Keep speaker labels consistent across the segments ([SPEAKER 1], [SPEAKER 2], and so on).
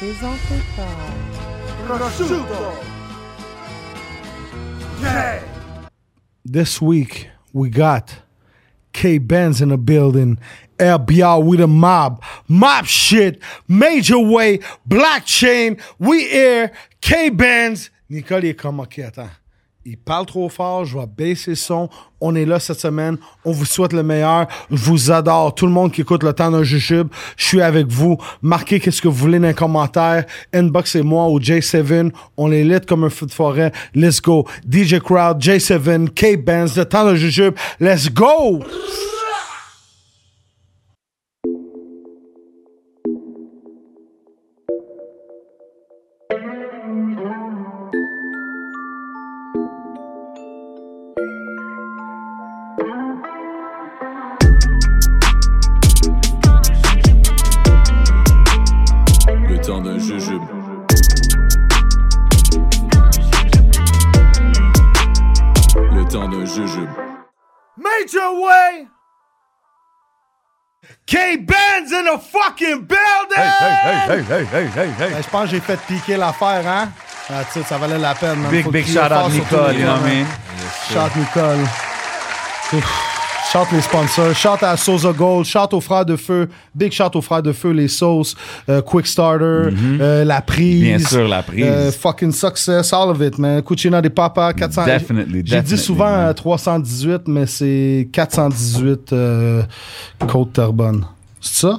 [SPEAKER 1] présenté par
[SPEAKER 2] Prosciutto! Yeah!
[SPEAKER 3] This week we got K Benz in the building, LBR with the mob, mob shit, major way, black chain, we air, K Benz. Nicole il est comme ok, attends. Il parle trop fort, je vais baisser le son. On est là cette semaine. On vous souhaite le meilleur. Je vous adore. Tout le monde qui écoute le temps d'un jujube, je suis avec vous. Marquez qu'est-ce que vous voulez dans les commentaires. Inbox et moi ou J7. On est lit comme un feu de forêt. Let's go. DJ Crowd, J7, K-Benz, le temps d'un jujube. Let's go!
[SPEAKER 4] Le temps d'un jujube. Le temps d'un jujube.
[SPEAKER 3] Major way! K-Benz in the fucking building!
[SPEAKER 5] hey, hey, hey, hey, hey, hey,
[SPEAKER 3] Ben, je pense que j'ai fait piquer l'affaire, hein? Ah, tu sais, ça valait la peine. man. Faut
[SPEAKER 5] Big, big
[SPEAKER 3] crier
[SPEAKER 5] shout
[SPEAKER 3] fort
[SPEAKER 5] out
[SPEAKER 3] sur tous
[SPEAKER 5] Nicole,
[SPEAKER 3] les
[SPEAKER 5] you know what
[SPEAKER 3] noms,
[SPEAKER 5] I mean?
[SPEAKER 3] hein. Shout Nicole. Ouf. Shout les sponsors. Shout à Sosa Gold. Shout aux frères de feu. Big shout aux frères de feu. Les sauces. euh, quick Starter. euh, la prise.
[SPEAKER 5] Mhm. Bien sûr, La Prise.
[SPEAKER 3] euh, fucking Success. All of it, man. Cucina des Papa. 400.
[SPEAKER 5] Definitely,
[SPEAKER 3] J'ai dit
[SPEAKER 5] definitely,
[SPEAKER 3] souvent
[SPEAKER 5] man.
[SPEAKER 3] euh, 318, mais c'est 418 euh, Côte-Terbonne. C'est ça?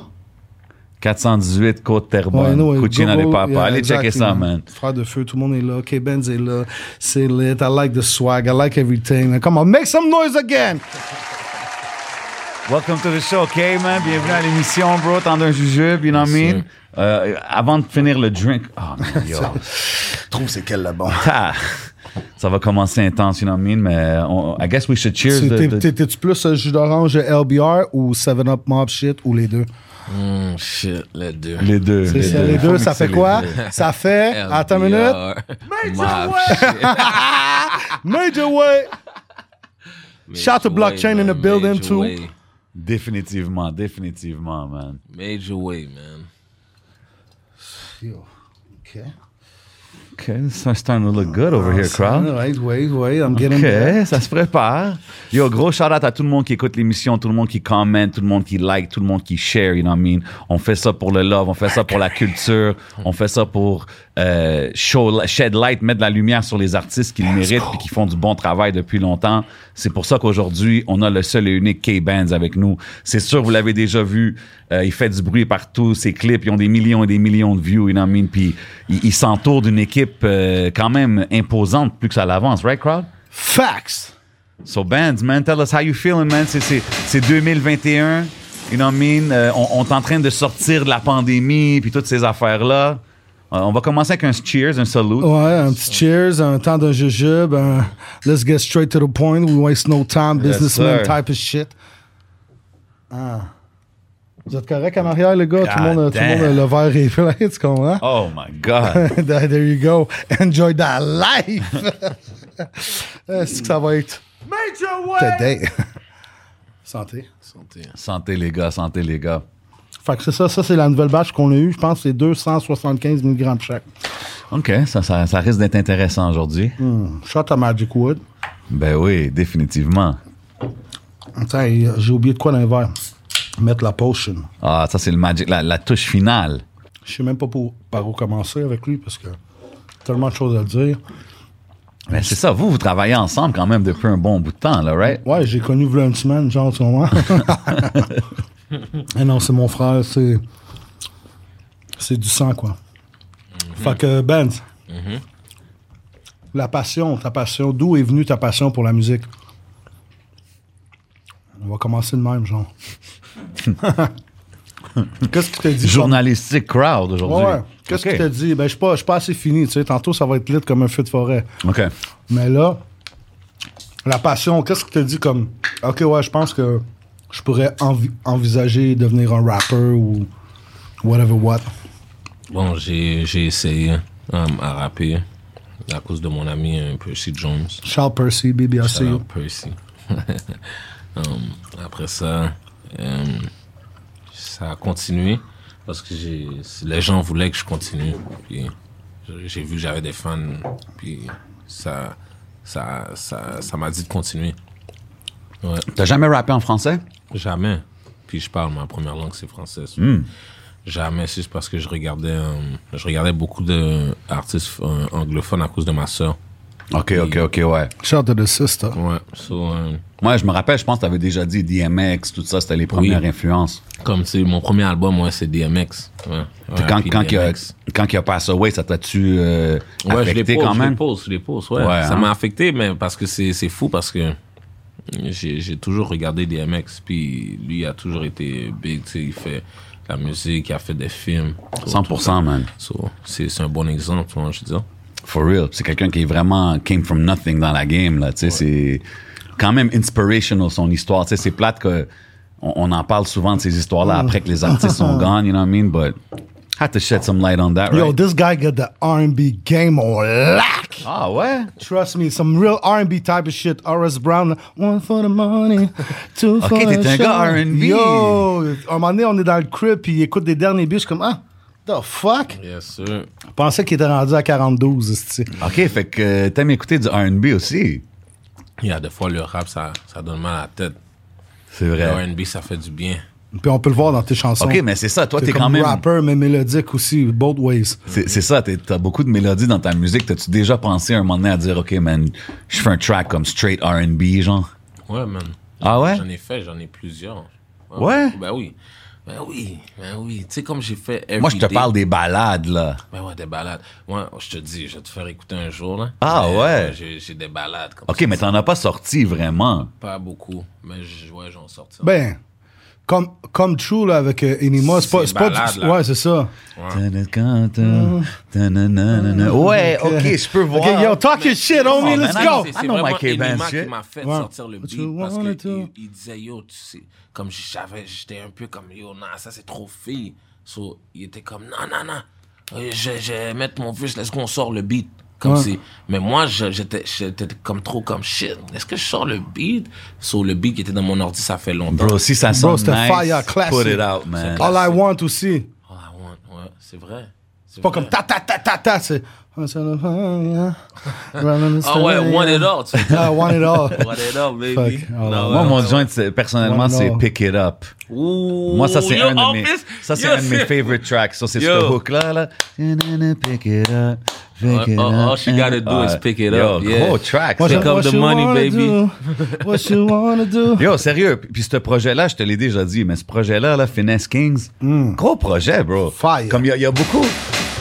[SPEAKER 5] 418
[SPEAKER 3] Ouais,
[SPEAKER 5] Côte-Terrebonne.
[SPEAKER 3] no, ouais,
[SPEAKER 5] Cucina des
[SPEAKER 3] Google,
[SPEAKER 5] papas.
[SPEAKER 3] yeah,
[SPEAKER 5] Allez
[SPEAKER 3] exactly,
[SPEAKER 5] checker ça, man.
[SPEAKER 3] Frère de feu, tout le monde est là. K-Benz est là. C'est lit. I like the swag. I like everything. Now, come on, make some noise again.
[SPEAKER 5] Welcome to the show, OK, man? Bienvenue à l'émission, bro. Tant d'un jujube, you know what I mean? Euh, avant de finir le drink... Oh, man, yo.
[SPEAKER 3] Je trouve c'est quel là bon.
[SPEAKER 5] Ah, ça va commencer intense, you know what I mean? Mais on- I guess we should cheers. the- the-
[SPEAKER 3] T'es-tu plus euh, jus d'orange LBR ou 7-Up Mob Shit ou les deux?
[SPEAKER 6] Mm, shit, les deux.
[SPEAKER 5] les deux.
[SPEAKER 3] C'est ça, les deux, ça fait quoi? Ça fait, Ah, attends une minute,
[SPEAKER 6] Major
[SPEAKER 3] Major Way. Shout to blockchain in the building, too.
[SPEAKER 6] Way.
[SPEAKER 5] Définitivement, définitivement, man.
[SPEAKER 6] Major way, man.
[SPEAKER 3] OK.
[SPEAKER 5] OK, this is starting to
[SPEAKER 3] Ah,
[SPEAKER 5] look good over here, crowd.
[SPEAKER 3] Right, wait, wait, I'm getting there.
[SPEAKER 5] OK, ça se prépare. Yo, gros shout-out à tout le monde qui écoute l'émission, tout le monde qui commente, tout le monde qui like, tout le monde qui share, you know what I mean? On fait ça pour le love, on fait ça pour la culture, on fait ça pour euh, show, shed light, mettre de la lumière sur les artistes qui le méritent et qui font du bon travail depuis longtemps. C'est pour ça qu'aujourd'hui, on a le seul et unique K-Bands avec nous. C'est sûr, vous l'avez déjà vu, euh, il fait du bruit partout, ses clips, ils ont des millions et des millions de views, you know what I mean? Puis, il, il s'entoure d'une équipe euh, quand même imposante plus que ça l'avance, right, crowd?
[SPEAKER 3] Facts.
[SPEAKER 5] So bands, man, tell us how you feeling, man. C'est- C'est c'est 2021, you know what I mean? Euh, on, on est en train de sortir de la pandémie, puis toutes ces affaires-là. Euh, on va commencer avec un cheers, un salute.
[SPEAKER 3] Ouais, un petit cheers, un temps d'un jujube, un let's get straight to the point, we waste no time,
[SPEAKER 5] Yes,
[SPEAKER 3] businessman
[SPEAKER 5] sir.
[SPEAKER 3] type of shit. Ah. Vous êtes correct en arrière, les gars? Tout le
[SPEAKER 5] God
[SPEAKER 3] monde, tout le monde, le verre est plein, tu comprends?
[SPEAKER 5] Oh my God.
[SPEAKER 3] There there you go. Enjoy that life! Est-ce que ça va être today? Santé.
[SPEAKER 6] Santé.
[SPEAKER 5] santé, les gars, santé, les gars.
[SPEAKER 3] Fait que c'est ça, ça c'est la nouvelle batch qu'on a eue. Je pense que c'est 275 mg chaque.
[SPEAKER 5] OK, ça, ça, ça risque d'être intéressant aujourd'hui.
[SPEAKER 3] Mm. Shot à Magic Wood.
[SPEAKER 5] Ben oui, définitivement.
[SPEAKER 3] Attends, et, euh, j'ai oublié de quoi dans les verres. Mettre la potion.
[SPEAKER 5] Ah, ça, c'est le magic, la, la touche finale.
[SPEAKER 3] Je sais même pas pour, par où commencer avec lui parce que tellement de choses à dire.
[SPEAKER 5] Mais c'est ça, vous, vous travaillez ensemble quand même depuis un bon bout de temps, là, right?
[SPEAKER 3] Ouais, j'ai connu v'là une semaine, genre, en ce moment. Et non, c'est mon frère, c'est. C'est du sang, quoi.
[SPEAKER 5] Mm-hmm.
[SPEAKER 3] Fait que, Ben, la passion, ta passion, d'où est venue ta passion pour la musique? On va commencer de même, genre. Qu'est-ce qui t'a dit?
[SPEAKER 5] Journalistique crowd
[SPEAKER 3] Ouais,
[SPEAKER 5] aujourd'hui.
[SPEAKER 3] ouais. Qu'est-ce
[SPEAKER 5] OK.
[SPEAKER 3] qui t'a dit? Ben, je suis pas, je suis pas assez fini, tu sais. Tantôt, ça va être lit comme un feu de forêt.
[SPEAKER 5] OK.
[SPEAKER 3] Mais là, la passion, qu'est-ce que tu dit comme OK, ouais, je pense que je pourrais envi- envisager devenir un rapper ou whatever what.
[SPEAKER 6] Bon, j'ai j'ai essayé euh, à rapper à cause de mon ami euh, Percy Jones.
[SPEAKER 3] Charles Percy, baby, I see
[SPEAKER 6] Shout
[SPEAKER 3] you.
[SPEAKER 6] out Percy. Um, après ça, um, ça a continué. Parce que j'ai, les gens voulaient que je continue. Puis j'ai vu que j'avais des fans. Puis ça, ça, ça, ça m'a dit de continuer. Ouais.
[SPEAKER 5] T'as jamais rappé en français?
[SPEAKER 6] Jamais. Puis je parle, ma première langue, c'est français.
[SPEAKER 5] Hmm.
[SPEAKER 6] Jamais, c'est parce que je regardais, euh, je regardais beaucoup d'artistes euh, anglophones à cause de ma soeur.
[SPEAKER 5] Ok, ok, ok, ouais.
[SPEAKER 3] Shout to the sister.
[SPEAKER 6] Ouais. So, euh,
[SPEAKER 5] Moi, je me rappelle, je pense que t'avais déjà dit DMX, tout ça, c'était les premières influences.
[SPEAKER 6] comme c'est mon premier album, ouais, c'est DMX. Ouais.
[SPEAKER 5] Puis
[SPEAKER 6] Ouais,
[SPEAKER 5] quand,
[SPEAKER 6] puis
[SPEAKER 5] quand, il a,
[SPEAKER 6] DMX.
[SPEAKER 5] quand il a passé away, ça t'a-tu euh,
[SPEAKER 6] Ouais, je les
[SPEAKER 5] affecté
[SPEAKER 6] pose,
[SPEAKER 5] quand
[SPEAKER 6] Je
[SPEAKER 5] même?
[SPEAKER 6] les pose, je les pose, ouais.
[SPEAKER 5] Ouais,
[SPEAKER 6] ça
[SPEAKER 5] hein.
[SPEAKER 6] m'a affecté, mais parce que c'est c'est fou, parce que j'ai j'ai toujours regardé DMX, puis lui a toujours été big, tu sais, il fait la musique, il a fait des films. tout, tout ça.
[SPEAKER 5] 100%, man.
[SPEAKER 6] So, c'est c'est un bon exemple, tu vois, je veux dire.
[SPEAKER 5] For real. C'est quelqu'un qui est vraiment came from nothing dans la game, là. Tu sais, c'est quand même inspirational, son histoire. Tu sais, c'est plate que on, on en parle souvent de ces histoires-là
[SPEAKER 3] Mm.
[SPEAKER 5] après que les artistes sont gone, you know what I mean? But had to shed some light on that,
[SPEAKER 3] Yo,
[SPEAKER 5] right?
[SPEAKER 3] this guy got the R&B game on lack.
[SPEAKER 5] ah ouais?
[SPEAKER 3] Trust me, some real R&B type of shit. R.S. Brown, one for the money, two for
[SPEAKER 5] Ok,
[SPEAKER 3] the
[SPEAKER 5] t'es un gars
[SPEAKER 3] show.
[SPEAKER 5] R&B.
[SPEAKER 3] Yo, à un moment donné, on est dans le crib, puis il écoute des derniers biches comme, ah, the fuck?
[SPEAKER 6] Yes, sir.
[SPEAKER 3] Je pensais qu'il était rendu à 42, c'est
[SPEAKER 5] Ok, fait que euh, t'aimes écouter du R&B aussi.
[SPEAKER 6] Il y a des fois, le rap, ça, ça donne mal à la tête.
[SPEAKER 5] C'est
[SPEAKER 6] Le
[SPEAKER 5] vrai.
[SPEAKER 6] R&B, ça fait du bien.
[SPEAKER 3] Puis on peut le voir dans tes chansons.
[SPEAKER 5] Ok, mais c'est ça, toi,
[SPEAKER 3] T'es
[SPEAKER 5] t'es
[SPEAKER 3] comme
[SPEAKER 5] quand même.
[SPEAKER 3] rapper, mais mélodique aussi, both ways.
[SPEAKER 5] C'est c'est ça, t'es- t'as beaucoup de mélodies dans ta musique. T'as-tu déjà pensé un moment donné à dire, OK, man, je fais un track comme straight RB, genre?
[SPEAKER 6] Ouais, man.
[SPEAKER 5] Ah ouais?
[SPEAKER 6] J'en ai fait, j'en ai plusieurs.
[SPEAKER 5] Ouais?
[SPEAKER 6] Ben oui. Ben oui, ben oui. Tu sais, comme j'ai fait
[SPEAKER 5] Moi, je te
[SPEAKER 6] Everyday.
[SPEAKER 5] parle des balades, là.
[SPEAKER 6] Ben ouais, des balades. Moi, je te dis, je vais te faire écouter un jour, là.
[SPEAKER 5] Ah
[SPEAKER 6] Mais, euh,
[SPEAKER 5] ouais.
[SPEAKER 6] j'ai, j'ai des balades comme
[SPEAKER 5] OK, mais t'en as pas sorti vraiment.
[SPEAKER 6] ça. Pas beaucoup, mais je- ouais, j'en sortis.
[SPEAKER 3] Ben, comme, comme True, là, avec euh, Enima, c'est pas,
[SPEAKER 6] C'est
[SPEAKER 3] c'est pas
[SPEAKER 6] balade,
[SPEAKER 3] du-
[SPEAKER 6] là.
[SPEAKER 3] Ouais, c'est ça.
[SPEAKER 5] Ouais, OK, je peux voir.
[SPEAKER 3] Ah. Ok, yo, talk your shit, homie,
[SPEAKER 5] on,
[SPEAKER 3] let's
[SPEAKER 5] man,
[SPEAKER 3] go!
[SPEAKER 6] C'est,
[SPEAKER 5] I
[SPEAKER 6] c'est
[SPEAKER 5] know
[SPEAKER 6] vraiment
[SPEAKER 5] my K-Band
[SPEAKER 6] Enigma
[SPEAKER 5] shit.
[SPEAKER 6] qui m'a fait
[SPEAKER 3] Ouais.
[SPEAKER 6] sortir le
[SPEAKER 3] What
[SPEAKER 6] beat
[SPEAKER 3] you
[SPEAKER 6] parce
[SPEAKER 3] wanna
[SPEAKER 6] que
[SPEAKER 3] do?
[SPEAKER 6] il, il disait yo, tu sais, comme j'avais, j'étais un peu comme yo, non, ça c'est trop fille. So, il était comme non, non, non, Euh, je, je vais mettre mon verse, est-ce qu'on sort le beat? Comme si, mais moi, je- j'étais, j'étais comme trop comme shit. Est-ce que je sors le beat? So, le beat qui était dans mon ordi, ça fait longtemps.
[SPEAKER 5] Bro, si ça sonne
[SPEAKER 3] Bro,
[SPEAKER 5] nice,
[SPEAKER 3] c'était fire, classic.
[SPEAKER 5] put it out, man.
[SPEAKER 3] All I want aussi.
[SPEAKER 6] Oh, I want, ouais, c'est vrai. C'est
[SPEAKER 3] Pas
[SPEAKER 6] vrai.
[SPEAKER 3] comme ta ta ta ta ta, c'est. Ah
[SPEAKER 6] Ah ouais, one it all.
[SPEAKER 5] hein.
[SPEAKER 6] tu
[SPEAKER 3] Ah, one it all.
[SPEAKER 6] What it up, baby?
[SPEAKER 3] Fuck. Oh,
[SPEAKER 6] Non,
[SPEAKER 5] Moi,
[SPEAKER 6] ouais,
[SPEAKER 5] mon
[SPEAKER 6] ouais.
[SPEAKER 5] joint, c'est- personnellement,
[SPEAKER 3] Moi, non.
[SPEAKER 5] c'est Pick It Up.
[SPEAKER 6] Ouh,
[SPEAKER 5] Moi, ça, c'est
[SPEAKER 6] yo,
[SPEAKER 5] un de mes,
[SPEAKER 6] Office,
[SPEAKER 5] ça, c'est
[SPEAKER 6] yo,
[SPEAKER 5] un de mes
[SPEAKER 6] c'est-
[SPEAKER 5] favorite tracks. Ça, c'est ce
[SPEAKER 6] Yo.
[SPEAKER 5] hook-là, là. Pick it up, pick
[SPEAKER 6] Ouais,
[SPEAKER 5] it
[SPEAKER 6] all- uh, all
[SPEAKER 5] up.
[SPEAKER 6] she gotta do is
[SPEAKER 5] Ouais.
[SPEAKER 6] pick it
[SPEAKER 5] Yo,
[SPEAKER 6] up, yeah.
[SPEAKER 5] Gros track.
[SPEAKER 3] What
[SPEAKER 5] ça.
[SPEAKER 3] you-
[SPEAKER 6] Pick up
[SPEAKER 3] what
[SPEAKER 6] the
[SPEAKER 3] you
[SPEAKER 6] money,
[SPEAKER 3] wanna
[SPEAKER 6] baby.
[SPEAKER 3] do? What you wanna do?
[SPEAKER 5] Yo, sérieux. Puis ce projet-là, je te l'ai déjà dit, mais ce projet-là, là, Finesse Kings, gros projet, bro.
[SPEAKER 3] Fire.
[SPEAKER 5] Comme il y a- il y, a beaucoup.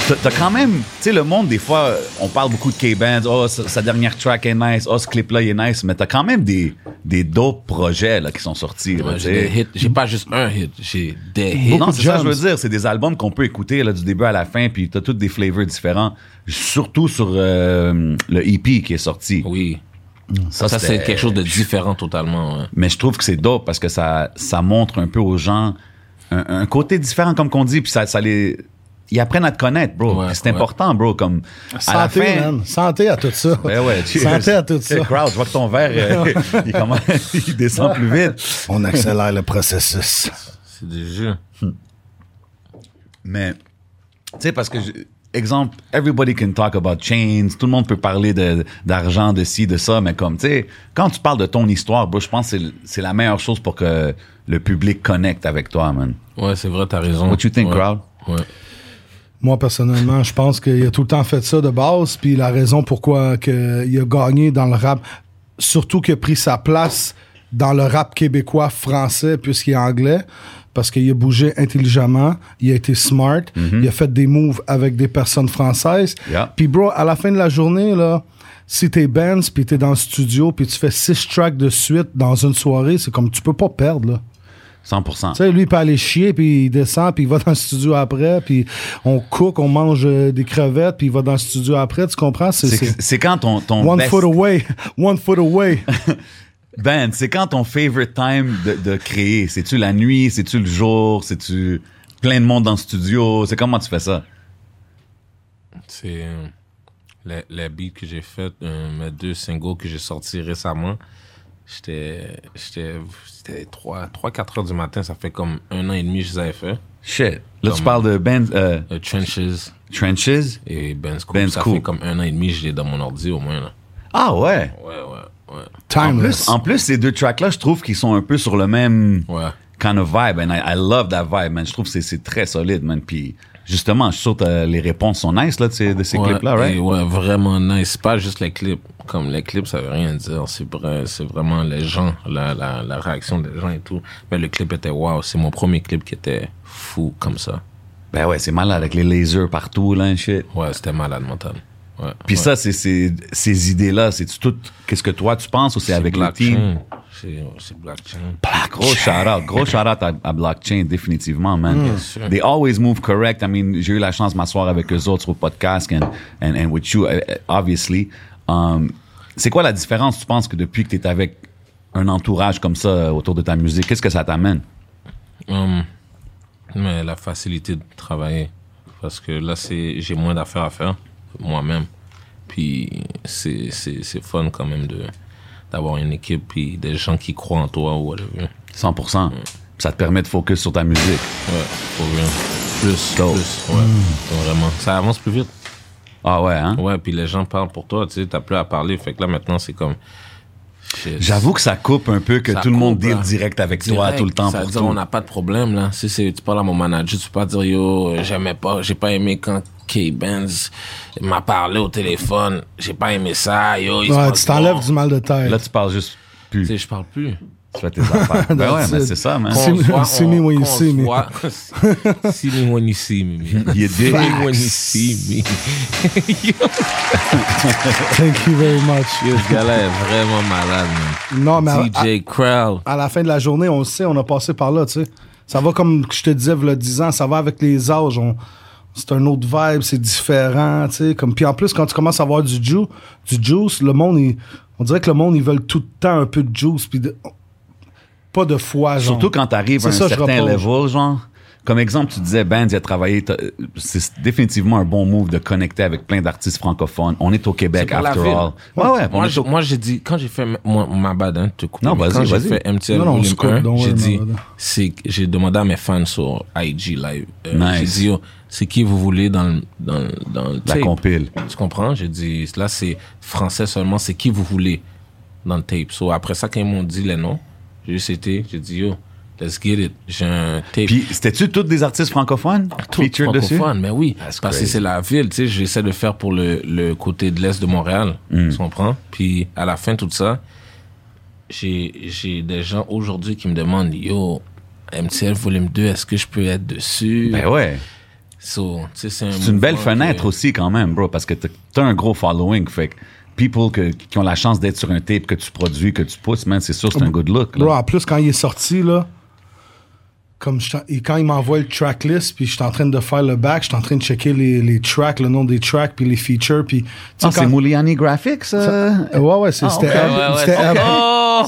[SPEAKER 5] t'as- T'as quand même, tu sais, le monde, des fois, on parle beaucoup de K-Bands. Oh, sa, sa dernière track est nice. Oh, ce clip-là, il est nice. Mais t'as quand même des, des d'autres projets, là, qui sont sortis. là,
[SPEAKER 6] Ouais,
[SPEAKER 5] tu
[SPEAKER 6] J'ai
[SPEAKER 5] sais.
[SPEAKER 6] des hits. J'ai pas juste un hit, j'ai des hits.
[SPEAKER 5] Non, c'est ça que je
[SPEAKER 3] jams.
[SPEAKER 5] veux dire. C'est des albums qu'on peut écouter là, du début à la fin, puis t'as tous des flavors différents. Surtout sur euh, le EP qui est sorti.
[SPEAKER 6] Oui.
[SPEAKER 5] Ça,
[SPEAKER 6] Ça,
[SPEAKER 5] c'était-
[SPEAKER 6] c'est quelque chose de différent totalement. ouais.
[SPEAKER 5] Mais je trouve que c'est dope parce que ça, ça montre un peu aux gens un, un côté différent, comme qu'on dit, puis ça, ça les. Ils apprennent à te connaître, bro.
[SPEAKER 6] Ouais,
[SPEAKER 5] Puis c'est
[SPEAKER 6] ouais.
[SPEAKER 5] important, bro. Comme à la
[SPEAKER 3] Santé,
[SPEAKER 5] fin.
[SPEAKER 3] man. Santé à tout ça.
[SPEAKER 5] Ben ouais, cheers.
[SPEAKER 3] Santé à tout ça.
[SPEAKER 5] Cheers, crowd, je vois que ton verre, euh, il, commence- il descend plus vite.
[SPEAKER 3] On accélère le processus.
[SPEAKER 6] C'est des jeux.
[SPEAKER 5] Mais, tu sais, parce que, je- exemple, everybody can talk about chains, tout le monde peut parler de- d'argent, de, ci, de ça, mais comme, tu sais, quand tu parles de ton histoire, bro, je pense que c'est le- c'est la meilleure chose pour que le public connecte avec toi, man.
[SPEAKER 6] Ouais, c'est vrai, t'as raison.
[SPEAKER 5] What you think,
[SPEAKER 6] Ouais.
[SPEAKER 5] crowd?
[SPEAKER 6] Ouais.
[SPEAKER 3] Moi, personnellement, je pense qu'il a tout le temps fait ça de base. Puis la raison pourquoi que il a gagné dans le rap, surtout qu'il a pris sa place dans le rap québécois français puisqu'il est anglais, parce qu'il a bougé intelligemment, il a été smart, il a fait des moves avec des personnes françaises.
[SPEAKER 5] Yeah.
[SPEAKER 3] Puis bro, à la fin de la journée, là, si t'es Benz, puis t'es dans le studio, puis tu fais six tracks de suite dans une soirée, c'est comme tu peux pas perdre, là.
[SPEAKER 5] 100%.
[SPEAKER 3] Tu sais, lui, il peut aller chier, puis il descend, puis il va dans le studio après, puis on cook, on mange euh, des crevettes, puis il va dans le studio après, tu comprends? C'est
[SPEAKER 5] C'est-
[SPEAKER 3] c'est
[SPEAKER 5] C'est quand ton, ton
[SPEAKER 3] one
[SPEAKER 5] best
[SPEAKER 3] foot away, one foot away.
[SPEAKER 5] band, c'est quand ton favorite time de, de créer. C'est-tu la nuit, c'est-tu le jour, c'est-tu plein de monde dans le studio, c'est comment tu fais ça?
[SPEAKER 6] C'est euh, les, les beats que j'ai fait, euh, mes deux singles que j'ai sortis récemment. J'étais, j'étais, c'était 3, 3, 4 heures du matin, ça fait comme un an et demi que je les avais fait.
[SPEAKER 5] Shit. Là, tu
[SPEAKER 6] Comme-
[SPEAKER 5] parles de Ben euh,
[SPEAKER 6] Euh, Trenches
[SPEAKER 5] Trenches.
[SPEAKER 6] et Ben's Coop.
[SPEAKER 5] Ben's
[SPEAKER 6] ça
[SPEAKER 5] Coop.
[SPEAKER 6] fait comme un an et demi, je l'ai dans mon ordi au moins. Là.
[SPEAKER 5] Ah ouais.
[SPEAKER 6] Ouais, ouais, ouais.
[SPEAKER 3] Timeless.
[SPEAKER 5] En plus, ces deux tracks-là, je trouve qu'ils sont un peu sur le même
[SPEAKER 6] Ouais.
[SPEAKER 5] kind of vibe. And I, I love that vibe, man. Je trouve que c'est- c'est très solide, man. Puis justement, je suis sûr que euh, les réponses sont nice là, de ces, de ces
[SPEAKER 6] ouais,
[SPEAKER 5] clips-là,
[SPEAKER 6] et
[SPEAKER 5] right?
[SPEAKER 6] ouais, vraiment nice. C'est Pas juste les clips. Comme les clips, ça veut rien dire. C'est vrai, c'est vraiment les gens, la, la, la réaction des gens et tout. Mais le clip était wow. C'est mon premier clip qui était fou comme ça.
[SPEAKER 5] Ben ouais, c'est malade avec les lasers partout, là, and shit.
[SPEAKER 6] Ouais, c'était malade mental. Ouais.
[SPEAKER 5] Puis
[SPEAKER 6] ouais.
[SPEAKER 5] ça, c'est c'est- ces idées-là, c'est tout. Qu'est-ce que toi tu penses ou c'est avec le
[SPEAKER 6] Black
[SPEAKER 5] team?
[SPEAKER 6] Chain. C'est c'est Black Chain.
[SPEAKER 5] Ah,
[SPEAKER 6] Mm.
[SPEAKER 5] Gros shout out, gros shout out à, à Blockchain, définitivement, man.
[SPEAKER 6] sûr.
[SPEAKER 5] They always move correct. I mean, j'ai eu la chance de m'asseoir avec eux autres au podcast and, and, and with you, eh, eh, obviously. Um, c'est quoi la différence, tu penses, que depuis que tu es avec un entourage comme ça euh, autour de ta musique, qu'est-ce que ça t'amène?
[SPEAKER 6] Hum, mais la facilité de travailler. Parce que là, c'est, j'ai moins d'affaires à faire moi-même. Puis c'est, c'est, c'est fun quand même de, d'avoir une équipe puis des gens qui croient en toi ou whatever.
[SPEAKER 5] 100%.
[SPEAKER 6] Mm.
[SPEAKER 5] Ça te permet de focus sur ta musique.
[SPEAKER 6] Ouais, faut bien. Plus,
[SPEAKER 5] Dope.
[SPEAKER 6] plus, ouais. Vraiment. Ça avance plus vite.
[SPEAKER 5] Ah ouais, hein?
[SPEAKER 6] Ouais, puis les gens parlent pour toi, tu sais, t'as plus à parler. Fait que là, maintenant, c'est comme. shit.
[SPEAKER 5] J'avoue que ça coupe un peu que
[SPEAKER 6] Ça
[SPEAKER 5] tout le monde
[SPEAKER 6] coupe,
[SPEAKER 5] deal
[SPEAKER 6] là.
[SPEAKER 5] direct avec toi
[SPEAKER 6] Direct,
[SPEAKER 5] tout le temps
[SPEAKER 6] ça
[SPEAKER 5] pour
[SPEAKER 6] veut dire,
[SPEAKER 5] tout.
[SPEAKER 6] on n'a pas de problème, là. Si c'est, tu parles à mon manager, tu peux pas dire, yo, euh, j'aimais pas, j'ai pas aimé quand K-Benz m'a parlé au téléphone, j'ai pas aimé ça, yo, il se
[SPEAKER 3] Ouais,
[SPEAKER 6] passe
[SPEAKER 3] tu t'enlèves
[SPEAKER 6] bon.
[SPEAKER 3] du mal de tête.
[SPEAKER 5] Là, tu parles juste plus.
[SPEAKER 6] Tu sais, je parle plus.
[SPEAKER 5] Tu fais tes affaires. ben ouais,
[SPEAKER 3] That's
[SPEAKER 5] mais
[SPEAKER 3] it.
[SPEAKER 5] c'est ça, man.
[SPEAKER 3] C'est-
[SPEAKER 6] Qu'on se voit,
[SPEAKER 3] see me
[SPEAKER 6] on-
[SPEAKER 3] when you
[SPEAKER 6] qu'on
[SPEAKER 3] see
[SPEAKER 6] se
[SPEAKER 3] me.
[SPEAKER 6] voit. See me when you see me. man.
[SPEAKER 5] Il est
[SPEAKER 6] See
[SPEAKER 5] dé-
[SPEAKER 6] me when you see me.
[SPEAKER 3] Thank you very much.
[SPEAKER 6] Yo, ce gars-là est vraiment malade,
[SPEAKER 5] Bah,
[SPEAKER 3] Non, mais à,
[SPEAKER 6] man. DJ
[SPEAKER 5] ah.
[SPEAKER 6] Crowell.
[SPEAKER 3] à- à la fin de la journée, on le sait, on a passé par là, tu sais. Ça va comme je te disais, le 10 ans, ça va avec les âges. on- c'est un autre vibe, c'est différent, tu sais. Comme, puis en plus, quand tu commences à avoir du, ju- du juice, le monde, il- on dirait que le monde, ils veulent tout le temps un peu de juice, puis de- pas de foi, genre.
[SPEAKER 5] Surtout quand t'arrives à un
[SPEAKER 3] C'est ça, je
[SPEAKER 5] certain
[SPEAKER 3] repose.
[SPEAKER 5] level, genre. Comme exemple, tu disais, Ben, il a travaillé. t'as- C'est définitivement un bon move de connecter avec plein d'artistes francophones. On est au Québec,
[SPEAKER 6] C'est pas la
[SPEAKER 5] after
[SPEAKER 6] ville.
[SPEAKER 5] all. Ouais, ouais. on
[SPEAKER 6] Moi,
[SPEAKER 5] est
[SPEAKER 6] j'ai-
[SPEAKER 5] au-
[SPEAKER 6] moi, j'ai dit, quand j'ai fait, m- moi, ma bad, hein, te coupe.
[SPEAKER 5] Non, vas-y,
[SPEAKER 6] Quand j'ai
[SPEAKER 5] vas-y.
[SPEAKER 6] fait MTL
[SPEAKER 3] Non, non, on
[SPEAKER 6] Volume
[SPEAKER 3] se coupe,
[SPEAKER 6] 1,
[SPEAKER 3] don't worry,
[SPEAKER 6] j'ai dit,
[SPEAKER 3] ma bad.
[SPEAKER 6] c'est, j'ai demandé à mes fans sur IG Live. euh,
[SPEAKER 5] Nice.
[SPEAKER 6] J'ai dit, oh, c'est qui vous voulez dans, le- dans, le- dans le
[SPEAKER 5] La
[SPEAKER 6] tape?
[SPEAKER 5] compile.
[SPEAKER 6] Tu comprends? J'ai dit, là, c'est français seulement, c'est qui vous voulez dans le tape. So, après ça, quand ils m'ont dit les noms, j'ai eu c'était, j'ai dit, yo, let's get it. J'ai un tape
[SPEAKER 5] Puis, c'était-tu tous des artistes francophones?
[SPEAKER 6] tout
[SPEAKER 5] featured dessus?
[SPEAKER 6] francophone, mais oui.
[SPEAKER 5] That's
[SPEAKER 6] parce
[SPEAKER 5] crazy.
[SPEAKER 6] que c'est la ville, tu sais, j'essaie de faire pour le, le côté de l'Est de Montréal,
[SPEAKER 5] Mm.
[SPEAKER 6] tu comprends? Puis à la fin, tout ça, j'ai j'ai des gens aujourd'hui qui me demandent, yo, MTL volume 2, est-ce que je peux être dessus?
[SPEAKER 5] Ben ouais.
[SPEAKER 6] So, tu sais, c'est un
[SPEAKER 5] C'est une belle
[SPEAKER 6] mouvement
[SPEAKER 5] fenêtre
[SPEAKER 6] que-
[SPEAKER 5] aussi, quand même, bro, parce que t'as t'as un gros following. Fait que people que- qui ont la chance d'être sur un tape que tu produis, que tu pousses, man, c'est sûr, c'est un good look. là.
[SPEAKER 3] Bro, en plus, quand il est sorti, là, comme je t'en- et quand il m'envoie le tracklist, puis je suis en train de faire le back, je suis en train de checker les, les tracks, le nom des tracks, puis les features, puis... tu sais,
[SPEAKER 5] Ah, c'est
[SPEAKER 3] quand-
[SPEAKER 5] Mouliani Graphics? euh?
[SPEAKER 3] Euh, Ouais, ouais, c'est-
[SPEAKER 5] Ah,
[SPEAKER 3] c'était
[SPEAKER 5] ok.
[SPEAKER 3] Ab-
[SPEAKER 6] Ouais, ouais,
[SPEAKER 3] c'était
[SPEAKER 6] c'est-
[SPEAKER 3] Ab-
[SPEAKER 5] I
[SPEAKER 3] Non,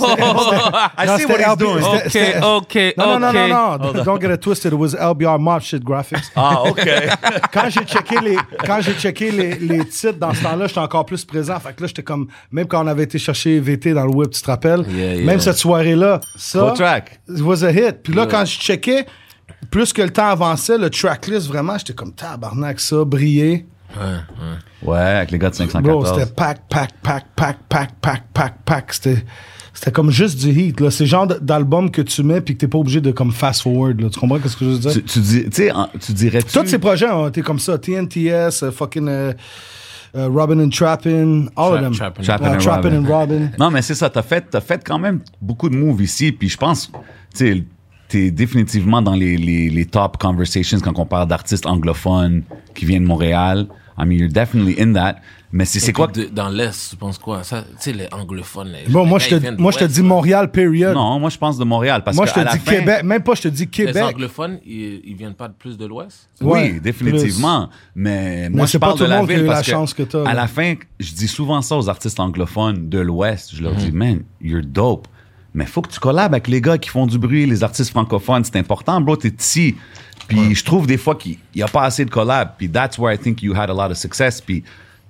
[SPEAKER 5] see
[SPEAKER 3] c'était
[SPEAKER 5] what he's
[SPEAKER 3] Ab-
[SPEAKER 5] doing.
[SPEAKER 3] c'était- c'était-
[SPEAKER 6] Ok, ok,
[SPEAKER 3] Non, non,
[SPEAKER 6] ok.
[SPEAKER 3] non, non, non. Don't get it twisted. It was LBR Mob Shit Graphics.
[SPEAKER 5] Ah, OK.
[SPEAKER 3] Quand j'ai checké les, quand j'ai checké les, les titres dans ce temps-là, j'étais encore plus présent. Fait que là, j'étais comme, même quand on avait été chercher VT dans le web, tu te rappelles?
[SPEAKER 6] Yeah, yeah.
[SPEAKER 3] Même cette soirée-là, ça.
[SPEAKER 5] Gros track.
[SPEAKER 3] It was a hit. Puis là, quand je checkais, plus que le temps avançait, le tracklist, vraiment, j'étais comme tabarnak, ça, brillé.
[SPEAKER 5] Ouais, avec les gars de
[SPEAKER 3] Bro,
[SPEAKER 5] 514.
[SPEAKER 3] c'était pack, pack, pack, pack, pack, pack, pack, pack. C'était, c'était comme juste du hit. Là. C'est le genre d- d'album que tu mets puis que t'es pas obligé de comme fast forward. Là. Tu comprends ce que je veux dire?
[SPEAKER 5] tu, tu dis, tu sais, en- tu dirais-tu...
[SPEAKER 3] Tous ces projets ont été comme ça. TNTS, euh, fucking euh, euh, Robin and Trappin, all of them.
[SPEAKER 6] Trappin'.
[SPEAKER 5] Trappin'
[SPEAKER 3] Ouais,
[SPEAKER 5] and
[SPEAKER 3] Trappin'
[SPEAKER 5] Robin.
[SPEAKER 3] Ah, and Robin.
[SPEAKER 5] Non, mais c'est ça, t'as fait, t'as fait quand même beaucoup de moves ici, puis je pense, tu sais, t'es définitivement dans les, les, les top conversations quand on parle d'artistes anglophones qui viennent de Montréal. I mean, you're definitely in that. Mais c'est c'est quoi que...
[SPEAKER 6] De- dans l'Est, tu penses quoi? Ça, tu sais, les anglophones, les
[SPEAKER 3] Bon,
[SPEAKER 6] les
[SPEAKER 3] moi,
[SPEAKER 6] gars,
[SPEAKER 3] je
[SPEAKER 6] ils viennent
[SPEAKER 3] te, moi, je te
[SPEAKER 6] d'Ouest,
[SPEAKER 3] dis
[SPEAKER 6] là.
[SPEAKER 3] Montréal, period.
[SPEAKER 5] Non, moi, je pense de Montréal, parce
[SPEAKER 3] moi,
[SPEAKER 5] que
[SPEAKER 3] je te
[SPEAKER 5] à la
[SPEAKER 3] dis
[SPEAKER 5] fin-
[SPEAKER 3] Québec. Même pas, je te dis
[SPEAKER 6] Les
[SPEAKER 3] Québec.
[SPEAKER 6] anglophones, ils, ils viennent pas de plus de l'Ouest?
[SPEAKER 5] Oui,
[SPEAKER 3] Ouais,
[SPEAKER 5] définitivement. Mais moi,
[SPEAKER 3] Mais
[SPEAKER 5] je
[SPEAKER 3] c'est pas
[SPEAKER 5] parle
[SPEAKER 3] tout
[SPEAKER 5] de
[SPEAKER 3] le
[SPEAKER 5] la
[SPEAKER 3] monde qui a
[SPEAKER 5] ville
[SPEAKER 3] eu la
[SPEAKER 5] parce que
[SPEAKER 3] chance que t'as,
[SPEAKER 5] à
[SPEAKER 3] là.
[SPEAKER 5] la fin, je dis souvent ça aux artistes anglophones de l'Ouest. Je leur
[SPEAKER 6] Mhm.
[SPEAKER 5] dis, man, you're dope. Mais faut que tu collabes avec les gars qui font du bruit, les artistes francophones. C'est important, bro. T'es petit. Puis je trouve des fois qu'il n'y a pas assez de collabs. Puis that's where I think you had a lot of success. Puis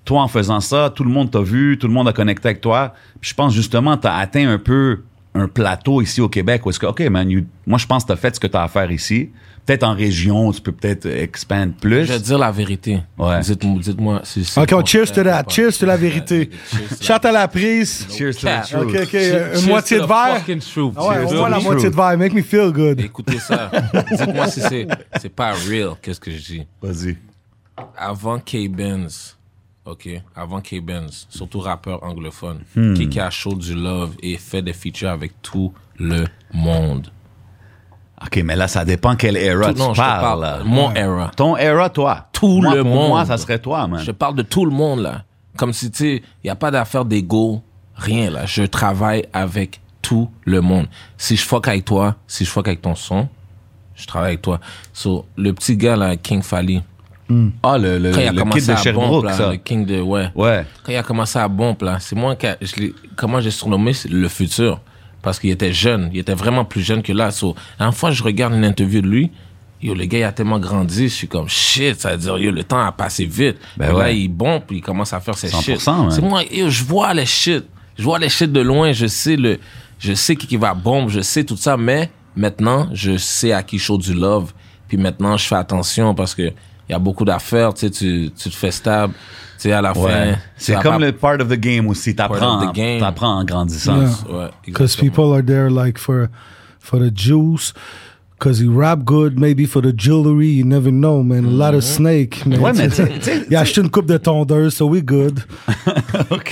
[SPEAKER 5] toi, en faisant ça, tout le monde t'a vu, tout le monde a connecté avec toi. Puis je pense justement, t'as atteint un peu un plateau ici au Québec où est-ce que, OK, man, you- moi, je pense que t'as fait ce que t'as à faire ici. Peut-être en région, tu peux peut-être expand plus.
[SPEAKER 6] Je vais te dire la vérité.
[SPEAKER 5] Ouais.
[SPEAKER 6] Dites-moi. dites-moi si c'est
[SPEAKER 3] Ok, on cheers to that.
[SPEAKER 6] pas.
[SPEAKER 3] Cheers to la vérité. Chat à la prise.
[SPEAKER 5] Cheers to the
[SPEAKER 6] Cap.
[SPEAKER 5] truth.
[SPEAKER 3] Ok, ok.
[SPEAKER 6] Cheers
[SPEAKER 3] Une
[SPEAKER 6] to
[SPEAKER 3] euh, moitié de
[SPEAKER 6] the
[SPEAKER 3] verre.
[SPEAKER 6] fucking truth.
[SPEAKER 3] Ah ouais,
[SPEAKER 5] Cheers
[SPEAKER 3] on
[SPEAKER 5] to
[SPEAKER 3] voit
[SPEAKER 5] the
[SPEAKER 3] la
[SPEAKER 5] truth.
[SPEAKER 3] moitié de verre. Make me feel good.
[SPEAKER 6] Écoutez ça. Dites-moi si c'est c'est pas real. Qu'est-ce que je dis?
[SPEAKER 5] Vas-y.
[SPEAKER 6] Avant K-Benz, OK? Avant K-Benz, surtout rappeur anglophone, qui, qui a chaud du love et fait des features avec tout le monde.
[SPEAKER 5] OK, mais là, ça dépend quelle era
[SPEAKER 6] Tout-
[SPEAKER 5] tu
[SPEAKER 6] non, je te
[SPEAKER 5] parles.
[SPEAKER 6] parle.
[SPEAKER 5] là.
[SPEAKER 6] Mon era.
[SPEAKER 5] Ton era, toi.
[SPEAKER 6] Tout
[SPEAKER 5] Moi,
[SPEAKER 6] le
[SPEAKER 5] pour
[SPEAKER 6] monde.
[SPEAKER 5] Moi, ça serait toi, man.
[SPEAKER 6] Je parle de tout le monde, là. Comme si, tu sais, il n'y a pas d'affaire d'ego, rien, là. Je travaille avec tout le monde. Si je fuck avec toi, si je fuck avec ton son, je travaille avec toi. So, le petit gars, là, King Fally,
[SPEAKER 5] Ah, le, le,
[SPEAKER 6] quand il a
[SPEAKER 5] le kid
[SPEAKER 6] commencé
[SPEAKER 5] de
[SPEAKER 6] à bomb,
[SPEAKER 5] Sherbrooke,
[SPEAKER 6] là,
[SPEAKER 5] ça.
[SPEAKER 6] le King de, ouais.
[SPEAKER 5] Ouais.
[SPEAKER 6] Quand il a commencé à bomb, là, c'est moi qui, a- je l'ai- comment j'ai surnommé c'est le futur. Parce qu'il était jeune, il était vraiment plus jeune que là. So, la dernière fois, je regarde une interview de lui, yo, le gars, il a tellement grandi, je suis comme shit, ça veut dire, yo, le temps a passé vite.
[SPEAKER 5] Ben
[SPEAKER 6] Puis là,
[SPEAKER 5] ouais.
[SPEAKER 6] il bombe, puis il commence à faire ses shit.
[SPEAKER 5] 100%, man.
[SPEAKER 6] C'est moi, yo, je vois les shit. Je vois les shit de loin, je sais le, je sais qui, qui va bombe, je sais tout ça, mais maintenant, je sais à qui show du love. Puis maintenant, je fais attention parce que il y a beaucoup d'affaires, tu sais, tu, tu te fais stable, tu sais, à la
[SPEAKER 5] Ouais.
[SPEAKER 6] fin.
[SPEAKER 5] C'est
[SPEAKER 6] ça va
[SPEAKER 5] comme
[SPEAKER 6] pas-
[SPEAKER 5] le part of the game aussi.
[SPEAKER 6] Part
[SPEAKER 5] T'apprends
[SPEAKER 6] of the
[SPEAKER 5] en-
[SPEAKER 6] game.
[SPEAKER 5] t'apprends en grandissant.
[SPEAKER 3] Yeah.
[SPEAKER 6] Ouais,
[SPEAKER 3] Because
[SPEAKER 6] exactement.
[SPEAKER 3] people are there like for for the juice. Cause he rap good, maybe for the jewelry, you never know, man. A lot
[SPEAKER 5] Mm-hmm.
[SPEAKER 3] of snake, man.
[SPEAKER 5] Ouais, mais t'sais- t'sais-
[SPEAKER 3] Il a acheté une coupe de tondeuse, so we good.
[SPEAKER 5] OK.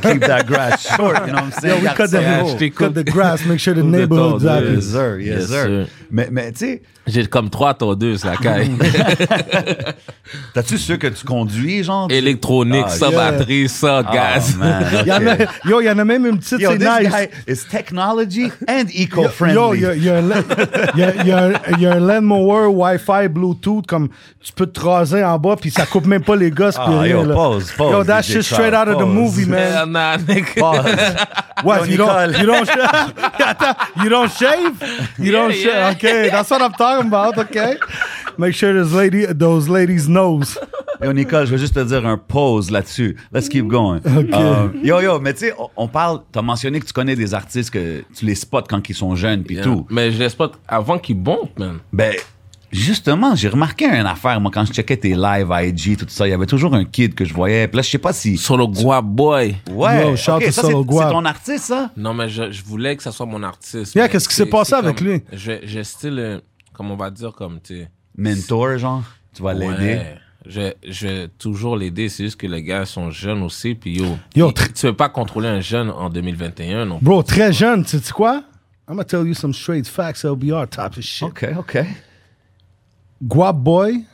[SPEAKER 5] Keep that grass short, you know what I'm saying?
[SPEAKER 3] Yeah, we cut the,
[SPEAKER 5] garçon?
[SPEAKER 3] we cut the grass, make sure the
[SPEAKER 5] Coupe de
[SPEAKER 3] neighborhood's
[SPEAKER 5] tondeuse.
[SPEAKER 3] happy.
[SPEAKER 5] Yes, sir. Yes,
[SPEAKER 6] Yes,
[SPEAKER 5] sir.
[SPEAKER 6] sir.
[SPEAKER 5] Mais, mais tu sais,
[SPEAKER 6] J'ai comme trois tondeuses, la caille.
[SPEAKER 5] t'as-tu ceux que tu conduis, genre?
[SPEAKER 6] Électronique,
[SPEAKER 5] Ah,
[SPEAKER 6] sans
[SPEAKER 3] yeah.
[SPEAKER 6] batterie, sans
[SPEAKER 5] Oh,
[SPEAKER 6] gaz.
[SPEAKER 5] man, OK.
[SPEAKER 3] Y en a, yo, il y en a même une petite,
[SPEAKER 5] Yo,
[SPEAKER 3] c'est
[SPEAKER 5] this
[SPEAKER 3] nice.
[SPEAKER 5] guy is technology and
[SPEAKER 3] Yo,
[SPEAKER 5] eco-friendly.
[SPEAKER 3] il y a, y a un la- y a- y a un- y a un Land Mower Wi-Fi Bluetooth, comme tu peux te raser en bas, puis ça coupe même pas les gosses. puis
[SPEAKER 5] Ah,
[SPEAKER 3] rien,
[SPEAKER 5] yo,
[SPEAKER 3] là.
[SPEAKER 5] pause, pause,
[SPEAKER 3] Yo, that's
[SPEAKER 5] DJ
[SPEAKER 3] just straight out
[SPEAKER 5] Charles,
[SPEAKER 3] of the
[SPEAKER 5] pause.
[SPEAKER 3] movie,
[SPEAKER 6] Hell
[SPEAKER 3] man.
[SPEAKER 6] nah, nigga.
[SPEAKER 3] What,
[SPEAKER 5] Yo,
[SPEAKER 3] you don't,
[SPEAKER 5] Nicole.
[SPEAKER 3] you don't, Attends, you don't shave? You don't shave?
[SPEAKER 6] yeah.
[SPEAKER 3] Okay, that's what I'm talking about, okay? Make sure this lady, those ladies knows.
[SPEAKER 5] Yo, Nicole, je veux juste te dire un pause là-dessus. Let's keep going. Euh, yo, yo, mais tu sais, on- on parle, t'as mentionné que tu connais des artistes que tu les spots quand ils sont jeunes puis
[SPEAKER 6] Yeah.
[SPEAKER 5] tout.
[SPEAKER 6] Mais je laisse pas t- avant qu'ils bombent, man.
[SPEAKER 5] Ben, justement, j'ai remarqué une affaire, moi, quand je checkais tes lives IG, tout ça, il y avait toujours un kid que je voyais. Puis là, je sais pas si.
[SPEAKER 6] Sur le Gua Boy.
[SPEAKER 5] Ouais,
[SPEAKER 3] Yo, shout
[SPEAKER 5] ok,
[SPEAKER 3] to
[SPEAKER 5] ça, c'est c'est
[SPEAKER 3] Sologua.
[SPEAKER 5] ton artiste, ça?
[SPEAKER 6] Non, mais je, je voulais que ça soit mon artiste.
[SPEAKER 3] Yeah,
[SPEAKER 6] mais
[SPEAKER 3] qu'est-ce qui
[SPEAKER 6] c'est-
[SPEAKER 3] s'est passé
[SPEAKER 6] c'est
[SPEAKER 3] avec
[SPEAKER 6] comme-
[SPEAKER 3] lui?
[SPEAKER 6] Je, je style, euh, comme on va dire, comme, tu sais.
[SPEAKER 5] Mentor, genre? Tu vas l'aider?
[SPEAKER 6] Ouais. Je, je vais toujours l'aider. C'est juste que les gars sont jeunes aussi. Puis yo,
[SPEAKER 3] Yo,
[SPEAKER 6] y-
[SPEAKER 3] tr-
[SPEAKER 6] tu peux pas contrôler un jeune en 2021 non
[SPEAKER 3] Bro, très jeune, tu sais quoi? I'm gonna tell you some straight facts, LBR type of shit.
[SPEAKER 5] OK, OK.
[SPEAKER 3] Guap Boy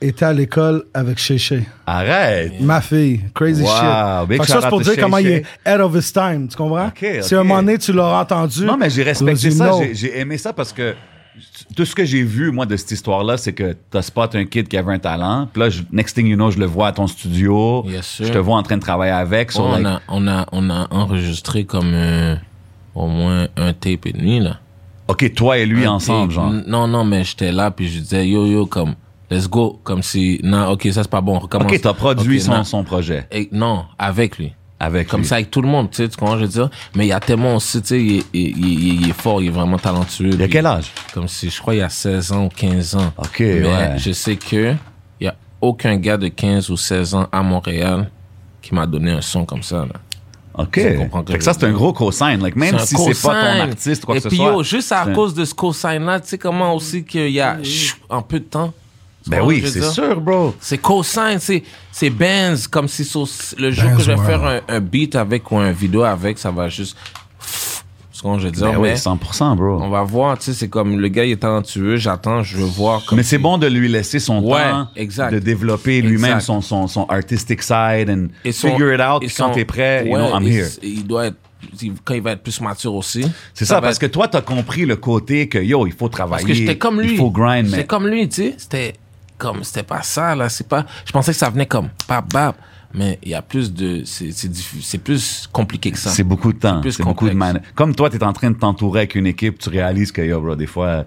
[SPEAKER 3] était à l'école avec Chéché.
[SPEAKER 5] Arrête.
[SPEAKER 3] Ma fille, crazy
[SPEAKER 5] Wow,
[SPEAKER 3] shit.
[SPEAKER 5] big
[SPEAKER 3] Fait que
[SPEAKER 5] shout
[SPEAKER 3] ça,
[SPEAKER 5] out
[SPEAKER 3] c'est pour
[SPEAKER 5] to
[SPEAKER 3] dire
[SPEAKER 5] Shay
[SPEAKER 3] comment il
[SPEAKER 5] Shay.
[SPEAKER 3] est head of his time, tu comprends?
[SPEAKER 5] Ok, ok.
[SPEAKER 3] Si un moment donné, tu l'auras entendu.
[SPEAKER 5] Non, mais j'ai respecté
[SPEAKER 3] tu
[SPEAKER 5] ça.
[SPEAKER 3] vas dire
[SPEAKER 5] J'ai, j'ai aimé ça parce que tout ce que j'ai vu, moi, de cette histoire-là, c'est que t'as spot un kid qui avait un talent. Puis là, je- next thing you know, je le vois à ton studio.
[SPEAKER 6] Bien sûr.
[SPEAKER 5] Je te vois en train de travailler avec. so,
[SPEAKER 6] on,
[SPEAKER 5] like,
[SPEAKER 6] a, on, a, on a enregistré comme euh, au moins un tape et demi, là.
[SPEAKER 5] OK, toi et lui ensemble,
[SPEAKER 6] Et-
[SPEAKER 5] genre.
[SPEAKER 6] Non, non, mais j'étais là, puis je disais, yo, yo, comme, let's go. Comme si, non, OK, ça, c'est pas bon, on recommence.
[SPEAKER 5] OK, t'as produit
[SPEAKER 6] Ok,
[SPEAKER 5] son,
[SPEAKER 6] non.
[SPEAKER 5] son projet
[SPEAKER 6] Et- non, avec lui.
[SPEAKER 5] avec
[SPEAKER 6] Comme
[SPEAKER 5] lui.
[SPEAKER 6] ça, avec tout le monde, tu sais, tu comprends, je veux dire. Mais il y a tellement aussi, tu sais, il, est- il- il- il- il est fort, il est vraiment talentueux.
[SPEAKER 5] Il y a quel âge?
[SPEAKER 6] Comme si, je crois, il y a 16 ans ou 15 ans.
[SPEAKER 5] OK,
[SPEAKER 6] Mais
[SPEAKER 5] ouais.
[SPEAKER 6] je sais que il y a aucun gars de 15 ou 16 ans à Montréal qui m'a donné un son comme ça, là.
[SPEAKER 5] OK.
[SPEAKER 6] Je comprends que
[SPEAKER 5] Fait que ça, c'est un gros co-sign. Like, même
[SPEAKER 6] un
[SPEAKER 5] si c'est pas ton
[SPEAKER 6] cosign.
[SPEAKER 5] artiste ou quoi
[SPEAKER 6] Et
[SPEAKER 5] que ce
[SPEAKER 6] puis,
[SPEAKER 5] soit.
[SPEAKER 6] yo, juste à
[SPEAKER 5] c'est un-
[SPEAKER 6] cause de ce cosign-là, tu sais comment aussi qu'il y a chou, un peu de temps. Tu
[SPEAKER 5] Ben
[SPEAKER 6] comprends
[SPEAKER 5] oui,
[SPEAKER 6] ce que je
[SPEAKER 5] c'est
[SPEAKER 6] veux dire?
[SPEAKER 5] sûr, bro.
[SPEAKER 6] C'est cosign, c'est, c'est Benz, comme si sur- le jour
[SPEAKER 3] Benz
[SPEAKER 6] que je vais
[SPEAKER 3] World.
[SPEAKER 6] faire un, un beat avec ou un vidéo avec, ça va juste. Ce qu'on je veux dire,
[SPEAKER 5] Ben oui,
[SPEAKER 6] mais
[SPEAKER 5] 100%,
[SPEAKER 6] on
[SPEAKER 5] bro.
[SPEAKER 6] va voir, tu sais, c'est comme le gars il est talentueux, j'attends, je veux voir. Comme
[SPEAKER 5] Mais c'est bon de lui laisser son
[SPEAKER 6] Ouais,
[SPEAKER 5] temps,
[SPEAKER 6] exact.
[SPEAKER 5] de développer
[SPEAKER 6] Exact.
[SPEAKER 5] lui-même son, son, son artistic side and
[SPEAKER 6] Et son-
[SPEAKER 5] figure it out.
[SPEAKER 6] et
[SPEAKER 5] puis quand
[SPEAKER 6] son-
[SPEAKER 5] t'es prêt, you
[SPEAKER 6] ouais,
[SPEAKER 5] know, I'm
[SPEAKER 6] et
[SPEAKER 5] here.
[SPEAKER 6] s- et Il doit être, il- quand il va être plus mature aussi.
[SPEAKER 5] C'est ça,
[SPEAKER 6] va
[SPEAKER 5] parce que toi, t'as compris le côté que yo, il faut travailler.
[SPEAKER 6] Parce que j'étais comme lui.
[SPEAKER 5] Il faut grind,
[SPEAKER 6] J'étais
[SPEAKER 5] mais.
[SPEAKER 6] comme lui, tu sais. C'était comme, c'était pas ça, là. C'est pas, je pensais que ça venait comme, bap, bap. Mais il y a plus de, c'est, c'est, diffu- c'est plus compliqué que ça.
[SPEAKER 5] C'est beaucoup de temps.
[SPEAKER 6] plus
[SPEAKER 5] C'est beaucoup de
[SPEAKER 6] complexe.
[SPEAKER 5] man. Comme toi, t'es en train de t'entourer avec une équipe, tu réalises que yo, bro, des fois,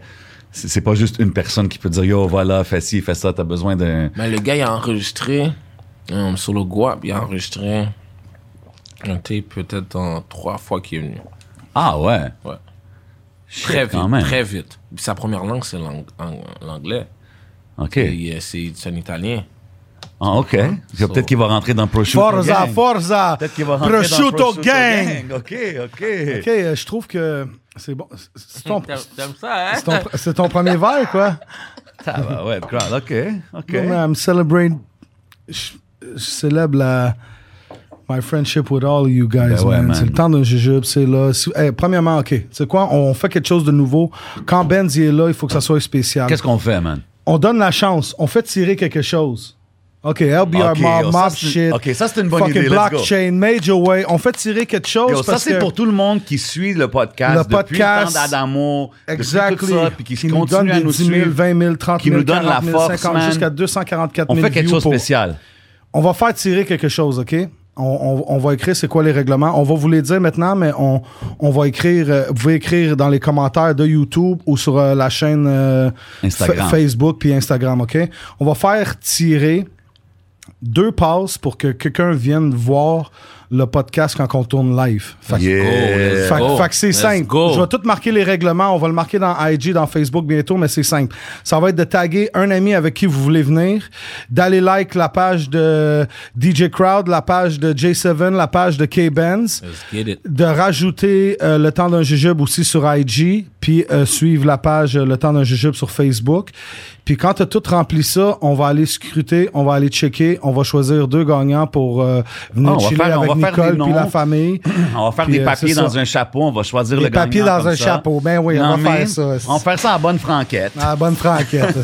[SPEAKER 5] c'est c'est pas juste une personne qui peut dire yo, voilà, fais ci, fais ça, t'as besoin d'un.
[SPEAKER 6] Mais le gars, il a enregistré, euh, sur le guap, il a enregistré un tape peut-être en trois fois qu'il est venu.
[SPEAKER 5] Ah ouais.
[SPEAKER 6] Ouais.
[SPEAKER 5] Shit,
[SPEAKER 6] Très vite,
[SPEAKER 5] quand même.
[SPEAKER 6] très vite. Puis sa première langue, c'est l'ang- ang- l'anglais.
[SPEAKER 5] OK.
[SPEAKER 6] Et il est- C'est c'est un italien.
[SPEAKER 5] Ah, OK. Puis
[SPEAKER 6] So-
[SPEAKER 5] Peut-être qu'il va rentrer dans Prosciutto
[SPEAKER 3] Forza,
[SPEAKER 5] Gang.
[SPEAKER 3] Forza,
[SPEAKER 5] Peut-être qu'il va rentrer dans
[SPEAKER 3] prosciutto
[SPEAKER 5] Prosciutto
[SPEAKER 3] gang.
[SPEAKER 5] OK, OK.
[SPEAKER 3] Ok, euh, je trouve que c'est bon. C'est- C'est ton,
[SPEAKER 6] T'aimes t'aimes ça, hein?
[SPEAKER 3] c'est ton- c'est ton premier verre, quoi.
[SPEAKER 5] Ah bah ouais, crowd. OK, OK.
[SPEAKER 3] Non, mais euh, I'm celebrating. Je, je célèbre la. My friendship with all you guys,
[SPEAKER 5] Ben ouais,
[SPEAKER 3] man.
[SPEAKER 5] man.
[SPEAKER 3] C'est le temps d'un jujube, c'est là. Si- hey, premièrement, OK, c'est quoi? On fait quelque chose de nouveau. Quand Benz y est là, il faut que ça soit spécial.
[SPEAKER 5] Qu'est-ce qu'on fait, man?
[SPEAKER 3] On donne la chance. On fait tirer quelque chose. OK, LBR
[SPEAKER 5] Ok,
[SPEAKER 3] mob,
[SPEAKER 5] yo, ça,
[SPEAKER 3] mob
[SPEAKER 5] c'est-
[SPEAKER 3] shit.
[SPEAKER 5] ok, ça, c'est une bonne
[SPEAKER 3] fucking
[SPEAKER 5] idée, let's go.
[SPEAKER 3] blockchain, major way. On fait tirer quelque chose.
[SPEAKER 5] Yo, ça,
[SPEAKER 3] parce
[SPEAKER 5] c'est
[SPEAKER 3] que-
[SPEAKER 5] pour tout le monde qui suit le podcast
[SPEAKER 3] Le
[SPEAKER 5] depuis
[SPEAKER 3] podcast,
[SPEAKER 5] le temps d'Adamo, depuis tout
[SPEAKER 3] Exactly.
[SPEAKER 5] ça, puis qui,
[SPEAKER 3] nous
[SPEAKER 5] continue
[SPEAKER 3] donne
[SPEAKER 5] à
[SPEAKER 3] des
[SPEAKER 5] nous
[SPEAKER 3] 10 000,
[SPEAKER 5] suivre.
[SPEAKER 3] 20 000, 30
[SPEAKER 5] Qui
[SPEAKER 3] 000,
[SPEAKER 5] nous donne la
[SPEAKER 3] 40 000,
[SPEAKER 5] force,
[SPEAKER 3] 50
[SPEAKER 5] man.
[SPEAKER 3] jusqu'à 244
[SPEAKER 5] on
[SPEAKER 3] 000
[SPEAKER 5] fait quelque
[SPEAKER 3] views
[SPEAKER 5] chose de
[SPEAKER 3] pour-
[SPEAKER 5] spécial.
[SPEAKER 3] On va faire tirer quelque chose, OK? On, on- on va écrire c'est quoi les règlements. On va vous les dire maintenant, mais on, on va écrire. euh, vous pouvez écrire dans les commentaires de YouTube ou sur euh, la chaîne euh,
[SPEAKER 5] Instagram.
[SPEAKER 3] Fa- Facebook puis Instagram, OK? On va faire tirer deux passes pour que quelqu'un vienne voir le podcast quand on tourne live. Fait que-
[SPEAKER 5] Yeah.
[SPEAKER 3] fait,
[SPEAKER 6] Go.
[SPEAKER 3] fait que c'est
[SPEAKER 6] Let's
[SPEAKER 3] simple.
[SPEAKER 6] go.
[SPEAKER 3] Je vais tout marquer les règlements. On va le marquer dans IG, dans Facebook bientôt, mais c'est simple. Ça va être de taguer un ami avec qui vous voulez venir, d'aller like la page de DJ Crowd, la page de J7, la page de K-Benz,
[SPEAKER 6] Let's get it.
[SPEAKER 3] de rajouter euh, le temps d'un jujube aussi sur IG, puis euh, suivre la page euh, le temps d'un jujube sur Facebook. Puis quand tu tout rempli ça, on va aller scruter, on va aller checker, on va choisir deux gagnants pour euh, venir
[SPEAKER 5] Ah, on va
[SPEAKER 3] chiller
[SPEAKER 5] faire- on
[SPEAKER 3] avec
[SPEAKER 5] va faire des
[SPEAKER 3] Nicole puis
[SPEAKER 5] noms.
[SPEAKER 3] la famille.
[SPEAKER 5] On va faire
[SPEAKER 3] Puis,
[SPEAKER 5] des
[SPEAKER 3] euh,
[SPEAKER 5] papiers
[SPEAKER 3] c'est ça.
[SPEAKER 5] dans un chapeau, on va choisir
[SPEAKER 3] Des
[SPEAKER 5] le gagnant.
[SPEAKER 3] papiers dans
[SPEAKER 5] comme
[SPEAKER 3] un
[SPEAKER 5] ça.
[SPEAKER 3] chapeau, ben oui, on
[SPEAKER 5] Non,
[SPEAKER 3] va
[SPEAKER 5] mais
[SPEAKER 3] faire ça, c'est-
[SPEAKER 5] On va faire ça en bonne franquette.
[SPEAKER 3] Ah, bonne franquette.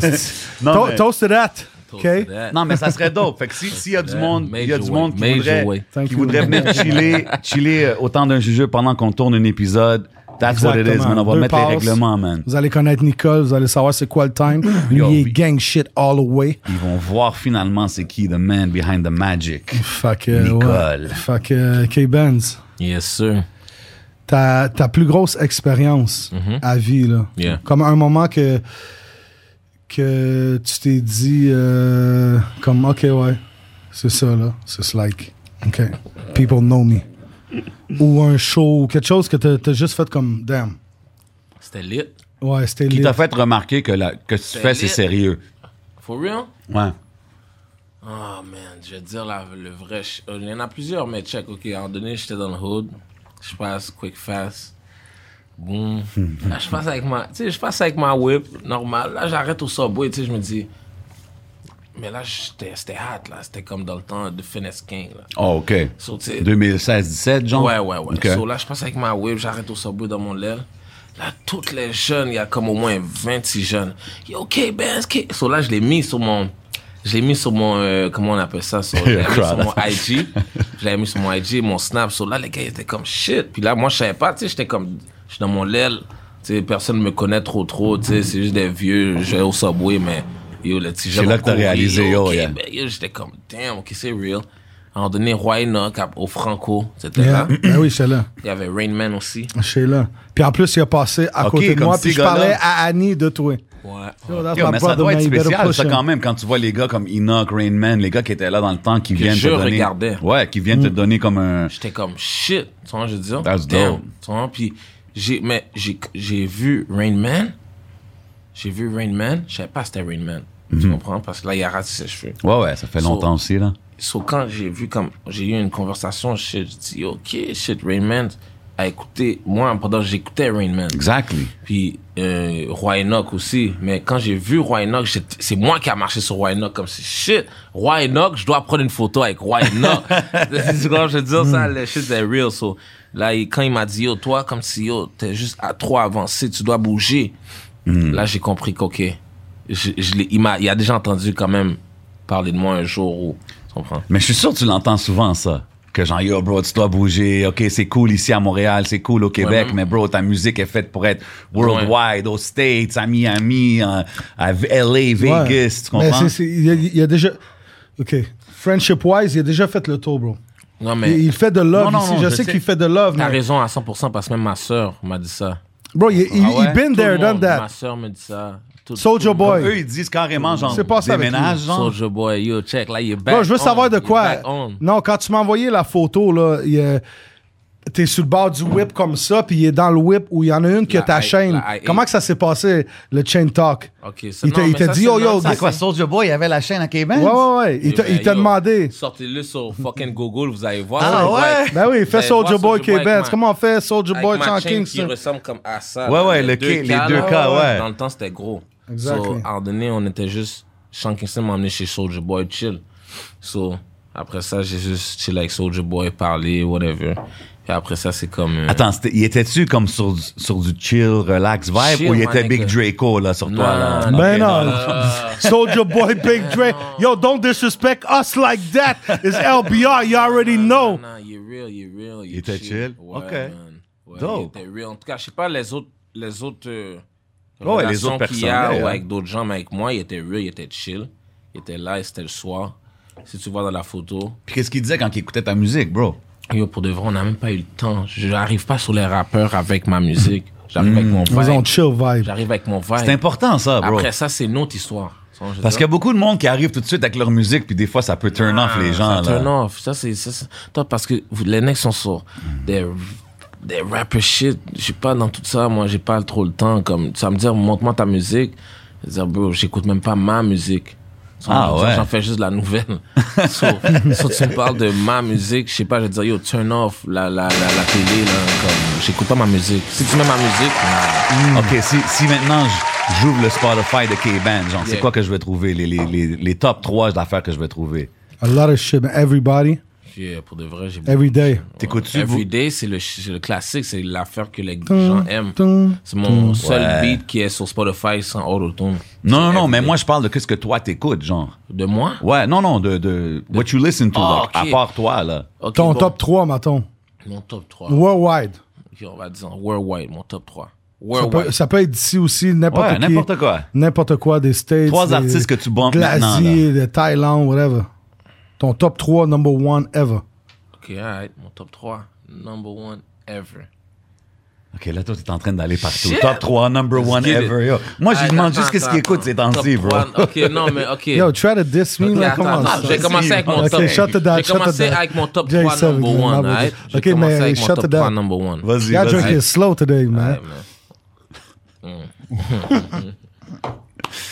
[SPEAKER 5] Non,
[SPEAKER 3] To-
[SPEAKER 5] mais-
[SPEAKER 3] Toast to that. OK?
[SPEAKER 6] Toast that.
[SPEAKER 5] Non, mais ça serait dope. Fait que si- s'il y a du
[SPEAKER 6] Yeah,
[SPEAKER 5] monde, il y a
[SPEAKER 6] Euh, major
[SPEAKER 5] du monde qui
[SPEAKER 6] way,
[SPEAKER 5] voudrait,
[SPEAKER 6] major way.
[SPEAKER 3] Thank
[SPEAKER 5] qui
[SPEAKER 3] you.
[SPEAKER 5] voudrait venir chiller, chiller euh, au temps d'un jugeux pendant qu'on tourne un épisode, that's what it is,
[SPEAKER 3] Exactement.
[SPEAKER 5] man. On va
[SPEAKER 3] Deux
[SPEAKER 5] mettre les
[SPEAKER 3] passes.
[SPEAKER 5] règlements, man.
[SPEAKER 3] Vous allez connaître Nicole, vous allez savoir c'est quoi le time. Lui,
[SPEAKER 5] Yo,
[SPEAKER 3] il est
[SPEAKER 5] oui.
[SPEAKER 3] gang shit all the way.
[SPEAKER 5] Ils vont voir finalement c'est qui, the man behind the magic.
[SPEAKER 3] Fait que, ouais.
[SPEAKER 5] Nicole.
[SPEAKER 3] Fait que, euh, K-Benz,
[SPEAKER 6] Yes, sir.
[SPEAKER 3] ta, ta plus grosse expérience
[SPEAKER 5] Mm-hmm.
[SPEAKER 3] à vie, là.
[SPEAKER 6] Yeah.
[SPEAKER 3] Comme un moment que, que tu t'es dit, euh, comme, OK, ouais, c'est ça, là. C'est like, OK, people know me. Ou un show, ou quelque chose que t'as t'as juste fait comme, damn.
[SPEAKER 6] C'était lit.
[SPEAKER 3] Ouais, c'était
[SPEAKER 5] Qui
[SPEAKER 3] lit.
[SPEAKER 5] t'a fait remarquer que la, que ce que tu fais, c'est
[SPEAKER 6] lit.
[SPEAKER 5] sérieux.
[SPEAKER 6] For real?
[SPEAKER 5] Ouais.
[SPEAKER 6] Ah, man, je vais te dire la- le vrai. ch- euh, Il y en a plusieurs, mais check. Ok, à un moment donné, j'étais dans le hood. Je passe, quick fast. Boum. Là, je passe avec ma. Tu sais, je passe avec ma whip, normal. Là, j'arrête au subway, tu sais, je me dis. Mais là, j'étais- c'était hot, là. C'était comme dans le temps de Finesse King, là.
[SPEAKER 5] Oh, OK.
[SPEAKER 6] So, tu sais,
[SPEAKER 5] 2016-17, genre?
[SPEAKER 6] Ouais, ouais, ouais.
[SPEAKER 5] OK.
[SPEAKER 6] So, là, je passe avec ma whip, j'arrête au subway dans mon l'aile. Là, toutes les jeunes, il y a comme au moins 26 jeunes. Yo, K-Benz, K. So, là, je l'ai mis sur mon. Je l'ai mis sur mon. euh, comment on appelle ça? So, je l'ai mis sur mon IG. Je l'avais mis sur mon IG, mon Snap. So, là, les gars, ils étaient comme shit. Puis là, moi, je savais pas. Tu sais, j'étais comme. Je suis dans mon l'aile. Tu sais, personne me connaît trop, trop. Tu sais, c'est juste des vieux. Je vais au subway, mais. Yo, les petits jeunes.
[SPEAKER 5] là
[SPEAKER 6] ont
[SPEAKER 5] que t'as
[SPEAKER 6] couru,
[SPEAKER 5] réalisé, yo,
[SPEAKER 6] K-Benz,
[SPEAKER 5] yeah.
[SPEAKER 6] ben, yo, j'étais comme, damn, ok, c'est real. À un moment donné, Roy Enoch à- au Franco, c'était
[SPEAKER 3] Yeah.
[SPEAKER 6] là.
[SPEAKER 3] Ben oui, c'est là.
[SPEAKER 6] Il y avait Rain Man aussi.
[SPEAKER 3] Chez là. Puis en plus, il a passé à
[SPEAKER 5] Ok,
[SPEAKER 3] côté de
[SPEAKER 5] comme
[SPEAKER 3] moi,
[SPEAKER 5] ces
[SPEAKER 3] puis je
[SPEAKER 5] gars-là.
[SPEAKER 3] parlais à Annie de toi.
[SPEAKER 6] Ouais.
[SPEAKER 3] Yo, that's
[SPEAKER 5] Yo,
[SPEAKER 3] my
[SPEAKER 5] mais ça
[SPEAKER 3] brother,
[SPEAKER 5] doit être
[SPEAKER 3] man, you better
[SPEAKER 5] spécial,
[SPEAKER 3] push
[SPEAKER 5] ça,
[SPEAKER 3] him.
[SPEAKER 5] quand même, quand tu vois les gars comme Enoch, Rainman, les gars qui étaient là dans le temps, qui viennent
[SPEAKER 6] je
[SPEAKER 5] te donner...
[SPEAKER 6] regardais.
[SPEAKER 5] Ouais, qui viennent te
[SPEAKER 3] Mm.
[SPEAKER 5] donner comme un...
[SPEAKER 6] J'étais comme shit, tu vois, je dis.
[SPEAKER 5] That's dope.
[SPEAKER 6] Tu vois, puis j'ai, mais j'ai, j'ai vu Rain Man. J'ai vu Rain Man. Je savais pas c'était Rain Man.
[SPEAKER 5] Mm-hmm.
[SPEAKER 6] Tu comprends? Parce que là, il a raté ses cheveux.
[SPEAKER 5] Ouais, ouais, ça fait
[SPEAKER 6] So-
[SPEAKER 5] longtemps aussi, là.
[SPEAKER 6] So, quand j'ai vu comme, j'ai eu une conversation, shit, j'ai dit, ok, shit, Rain Man a écouté, moi, pendant que j'écoutais Rain Man.
[SPEAKER 5] Exactly.
[SPEAKER 6] Puis euh, Roy Enoch aussi. Mais quand j'ai vu Roy Enoch, j'ai- c'est moi qui a marché sur Roy Enoch comme si shit. Roy Enoch, je dois prendre une photo avec Roy Enoch. c'est quoi je veux dire
[SPEAKER 3] Hmm.
[SPEAKER 6] ça, le shit est real. So, là, il- quand il m'a dit yo, toi, comme si yo, t'es juste à trop avancé, tu dois bouger.
[SPEAKER 3] Hmm.
[SPEAKER 6] Là, j'ai compris qu'ok, je, je l'ai- il m'a, il a déjà entendu quand même parler de moi un jour où, tu comprends?
[SPEAKER 5] Mais je suis sûr que tu l'entends souvent, ça. Que genre, yo, bro, tu dois bouger. OK, c'est cool ici à Montréal, c'est cool au Québec, mais bro, ta musique est faite pour être worldwide, aux States, à Miami, à, à LA, Vegas,
[SPEAKER 3] Ouais.
[SPEAKER 5] tu
[SPEAKER 3] Mais
[SPEAKER 5] comprends?
[SPEAKER 3] c'est- c'est- il, a, il a déjà. OK. Friendship-wise, il a déjà fait le tour, bro.
[SPEAKER 6] Non mais
[SPEAKER 3] Il, il fait de love
[SPEAKER 5] Eh. Non, non,
[SPEAKER 3] ici.
[SPEAKER 5] non,
[SPEAKER 3] je,
[SPEAKER 5] je
[SPEAKER 3] sais
[SPEAKER 5] sais.
[SPEAKER 3] qu'il fait de love,
[SPEAKER 6] t'as
[SPEAKER 3] mais.
[SPEAKER 6] raison à 100% parce que même ma sœur m'a dit ça.
[SPEAKER 3] Bro, il, il,
[SPEAKER 5] Ah ouais?
[SPEAKER 3] il been
[SPEAKER 6] Tout le
[SPEAKER 3] there, done
[SPEAKER 6] monde,
[SPEAKER 3] that.
[SPEAKER 6] Ma sœur me dit ça. Tout-
[SPEAKER 3] Soldier
[SPEAKER 6] tout le monde.
[SPEAKER 3] Boy.
[SPEAKER 5] Eux, ils disent carrément, genre,
[SPEAKER 3] C'est passé avec
[SPEAKER 5] déménage,
[SPEAKER 3] lui.
[SPEAKER 5] genre.
[SPEAKER 6] Soulja Boy, yo, check, là, il est back.
[SPEAKER 3] Bro, je veux
[SPEAKER 6] on,
[SPEAKER 3] savoir de
[SPEAKER 6] il est
[SPEAKER 3] quoi.
[SPEAKER 6] back on.
[SPEAKER 3] Non, quand tu m'as envoyé la photo, là, il, euh, t'es sur le bord du whip comme ça, puis il est dans le whip où il y en a une qui a
[SPEAKER 6] La
[SPEAKER 3] ta
[SPEAKER 6] I-
[SPEAKER 3] chaîne.
[SPEAKER 6] la I-
[SPEAKER 3] Comment que ça s'est passé, le chain talk?
[SPEAKER 6] Ok, ça,
[SPEAKER 3] Il t'a
[SPEAKER 6] non,
[SPEAKER 3] il
[SPEAKER 6] mais
[SPEAKER 3] t'a
[SPEAKER 6] ça,
[SPEAKER 3] dit, oh, yo,
[SPEAKER 6] c'est notre-
[SPEAKER 3] yo,
[SPEAKER 6] ça,
[SPEAKER 3] ouais,
[SPEAKER 5] C'est quoi, Soldier Boy, il avait la chaîne à K-Benz?
[SPEAKER 3] ouais, ouais. Il
[SPEAKER 6] Eh
[SPEAKER 3] t'a-
[SPEAKER 6] ben,
[SPEAKER 3] il t'a
[SPEAKER 6] yo,
[SPEAKER 3] demandé.
[SPEAKER 6] Sortez-le sur fucking Google, vous allez voir.
[SPEAKER 5] Ah
[SPEAKER 6] Vous allez
[SPEAKER 5] ouais?
[SPEAKER 6] voir.
[SPEAKER 3] Ben oui,
[SPEAKER 6] Vous
[SPEAKER 3] fais
[SPEAKER 6] allez voir
[SPEAKER 3] Soldier Boy
[SPEAKER 6] Soulja
[SPEAKER 3] K-Benz.
[SPEAKER 6] avec
[SPEAKER 3] Comment on fait Soldier
[SPEAKER 6] ma-
[SPEAKER 3] Boy
[SPEAKER 6] avec ma
[SPEAKER 3] Chan
[SPEAKER 6] chaîne qui
[SPEAKER 3] Kingston?
[SPEAKER 6] ressemble comme à ça.
[SPEAKER 5] Ouais,
[SPEAKER 6] là,
[SPEAKER 5] ouais, le K- les deux
[SPEAKER 6] là,
[SPEAKER 5] K, ouais.
[SPEAKER 6] Dans le temps, c'était gros.
[SPEAKER 3] Exactly.
[SPEAKER 6] So, à un moment donné, on était juste... Sean Kingston m'a emmené chez Soldier Boy, chill. So, après ça, j'ai juste chill avec Soldier Boy, parler, whatever. Et après ça, c'est comme... euh,
[SPEAKER 5] Attends, c'était- il était-tu comme sur, du- sur du chill, relax vibe
[SPEAKER 6] Chill,
[SPEAKER 5] ou il
[SPEAKER 6] my
[SPEAKER 5] était Big
[SPEAKER 6] nigga.
[SPEAKER 5] Draco là, sur toi? Là?
[SPEAKER 6] Non,
[SPEAKER 3] Ben
[SPEAKER 5] Ok,
[SPEAKER 3] non.
[SPEAKER 6] Euh,
[SPEAKER 3] uh, Soldier Boy, Big Dre. Yo, don't disrespect us like that. It's LBR, you already know.
[SPEAKER 6] Non, il est real, il est real.
[SPEAKER 5] Il était chill?
[SPEAKER 6] Ouais,
[SPEAKER 5] Ok.
[SPEAKER 6] man. Ouais,
[SPEAKER 5] Dope.
[SPEAKER 6] Il était real. En tout cas, je sais pas les autres. Les autres euh,
[SPEAKER 5] Ouais, les
[SPEAKER 6] relations
[SPEAKER 5] autres hein.
[SPEAKER 6] qu'il y a,
[SPEAKER 5] personnes,
[SPEAKER 6] ou
[SPEAKER 5] ouais.
[SPEAKER 6] avec d'autres gens, mais avec moi, il était real, il était chill. Il était là, et c'était le soir. Si tu vois dans la photo.
[SPEAKER 5] Puis qu'est-ce qu'il disait quand il écoutait ta musique, bro?
[SPEAKER 6] Yo, pour de vrai, on n'a même pas eu le temps. Je n'arrive pas sur les rappeurs avec ma musique. J'arrive
[SPEAKER 5] Hmm.
[SPEAKER 6] avec mon
[SPEAKER 3] Ils ont
[SPEAKER 6] vibe.
[SPEAKER 3] chill vibe.
[SPEAKER 6] J'arrive avec mon vibe.
[SPEAKER 5] C'est important ça, bro.
[SPEAKER 6] Après ça, c'est une autre histoire.
[SPEAKER 5] Parce qu'il y a beaucoup de monde qui arrive tout de suite avec leur musique, puis des fois ça peut turn off les gens.
[SPEAKER 6] Ah, Ça turn
[SPEAKER 5] là.
[SPEAKER 6] off. Ça, c'est. ça, c'est- Toi, parce que vous- les necks sont sur
[SPEAKER 5] Mm.
[SPEAKER 6] des, des rapper shit. Je suis pas dans tout ça. Moi, j'ai pas trop le temps. Comme, tu vas me dire, montre-moi ta musique. Je vais dire, bro, j'écoute même pas ma musique. Tu vois,
[SPEAKER 5] Ah,
[SPEAKER 6] genre,
[SPEAKER 5] ouais.
[SPEAKER 6] J'en fais juste de la nouvelle. so, so, tu me parles de ma musique. Je sais pas, je vais te dire, yo, turn off la, la, la, la télé, là. Comme, j'écoute pas ma musique. Si tu mets ma musique,
[SPEAKER 5] Ok, si, si maintenant j- j'ouvre le Spotify de K-Band, genre, c'est
[SPEAKER 6] Yeah. Ah.
[SPEAKER 5] quoi que je vais trouver? Les, les, les, les top 3 d'affaires que je vais trouver.
[SPEAKER 3] A lot of shit, man. Everybody,
[SPEAKER 6] yeah, pour de vrai, j'ai
[SPEAKER 3] every day.
[SPEAKER 5] T'écoutes-tu, vous?
[SPEAKER 6] Everyday, c'est le, ch- c'est le classique, c'est l'affaire que les gens
[SPEAKER 3] Tum,
[SPEAKER 6] aiment.
[SPEAKER 3] tum,
[SPEAKER 6] C'est mon seul
[SPEAKER 5] Ouais.
[SPEAKER 6] beat qui est sur Spotify sans autotune.
[SPEAKER 5] Non, non, non, mais
[SPEAKER 6] Everyday.
[SPEAKER 5] moi je parle de qu'est-ce que toi t'écoutes, genre.
[SPEAKER 6] De moi?
[SPEAKER 5] Ouais, non, non, de, de what you listen to,
[SPEAKER 6] Ah,
[SPEAKER 5] like,
[SPEAKER 6] ok.
[SPEAKER 5] à part toi, là.
[SPEAKER 6] Ok,
[SPEAKER 3] Ton
[SPEAKER 6] bon.
[SPEAKER 3] top 3, mettons.
[SPEAKER 6] Mon top 3.
[SPEAKER 3] Worldwide.
[SPEAKER 6] Ok, on va dire worldwide, mon top 3.
[SPEAKER 3] Ça peut,
[SPEAKER 6] Worldwide.
[SPEAKER 3] ça peut être d'ici aussi, n'importe
[SPEAKER 5] Ouais,
[SPEAKER 3] qui.
[SPEAKER 5] n'importe quoi.
[SPEAKER 3] N'importe quoi, des States.
[SPEAKER 5] Trois
[SPEAKER 3] des-
[SPEAKER 5] artistes que tu bombes maintenant,
[SPEAKER 3] Glacier, de Thaïlande, whatever. Ton top 3, number one ever.
[SPEAKER 6] Ok, alright, mon top 3. Number one ever.
[SPEAKER 5] Ok, là, toi, t'es en train d'aller partout.
[SPEAKER 6] Shit.
[SPEAKER 5] Top 3, number
[SPEAKER 6] Let's
[SPEAKER 5] 1
[SPEAKER 6] get it.
[SPEAKER 5] ever. yo. Moi, je
[SPEAKER 6] Alright,
[SPEAKER 5] lui demande
[SPEAKER 6] attends,
[SPEAKER 5] juste qu'est-ce
[SPEAKER 6] attends,
[SPEAKER 5] qu'il écoute ces
[SPEAKER 6] attends.
[SPEAKER 5] temps-ci,
[SPEAKER 6] Top
[SPEAKER 5] bro.
[SPEAKER 6] one, oh. Ok, non, mais ok.
[SPEAKER 3] Yo, try to diss me,
[SPEAKER 6] Ok,
[SPEAKER 3] là,
[SPEAKER 6] attends,
[SPEAKER 3] comment
[SPEAKER 6] attends,
[SPEAKER 3] ça?
[SPEAKER 6] j'ai commencé avec mon
[SPEAKER 3] Ok,
[SPEAKER 6] top.
[SPEAKER 3] shut it down,
[SPEAKER 6] J'ai
[SPEAKER 3] shut it
[SPEAKER 6] commencé
[SPEAKER 3] down.
[SPEAKER 6] avec mon top
[SPEAKER 3] Jay
[SPEAKER 6] 3
[SPEAKER 3] Savage,
[SPEAKER 6] number
[SPEAKER 3] man,
[SPEAKER 6] 1,
[SPEAKER 3] my bad.
[SPEAKER 6] alright? J'ai
[SPEAKER 3] Ok,
[SPEAKER 6] commencé
[SPEAKER 3] mais
[SPEAKER 6] avec mon
[SPEAKER 3] shut
[SPEAKER 6] top
[SPEAKER 3] it down.
[SPEAKER 6] 3 number 1.
[SPEAKER 5] Vas-y,
[SPEAKER 3] Y'all
[SPEAKER 5] vas-y.
[SPEAKER 3] drinking slow today, man.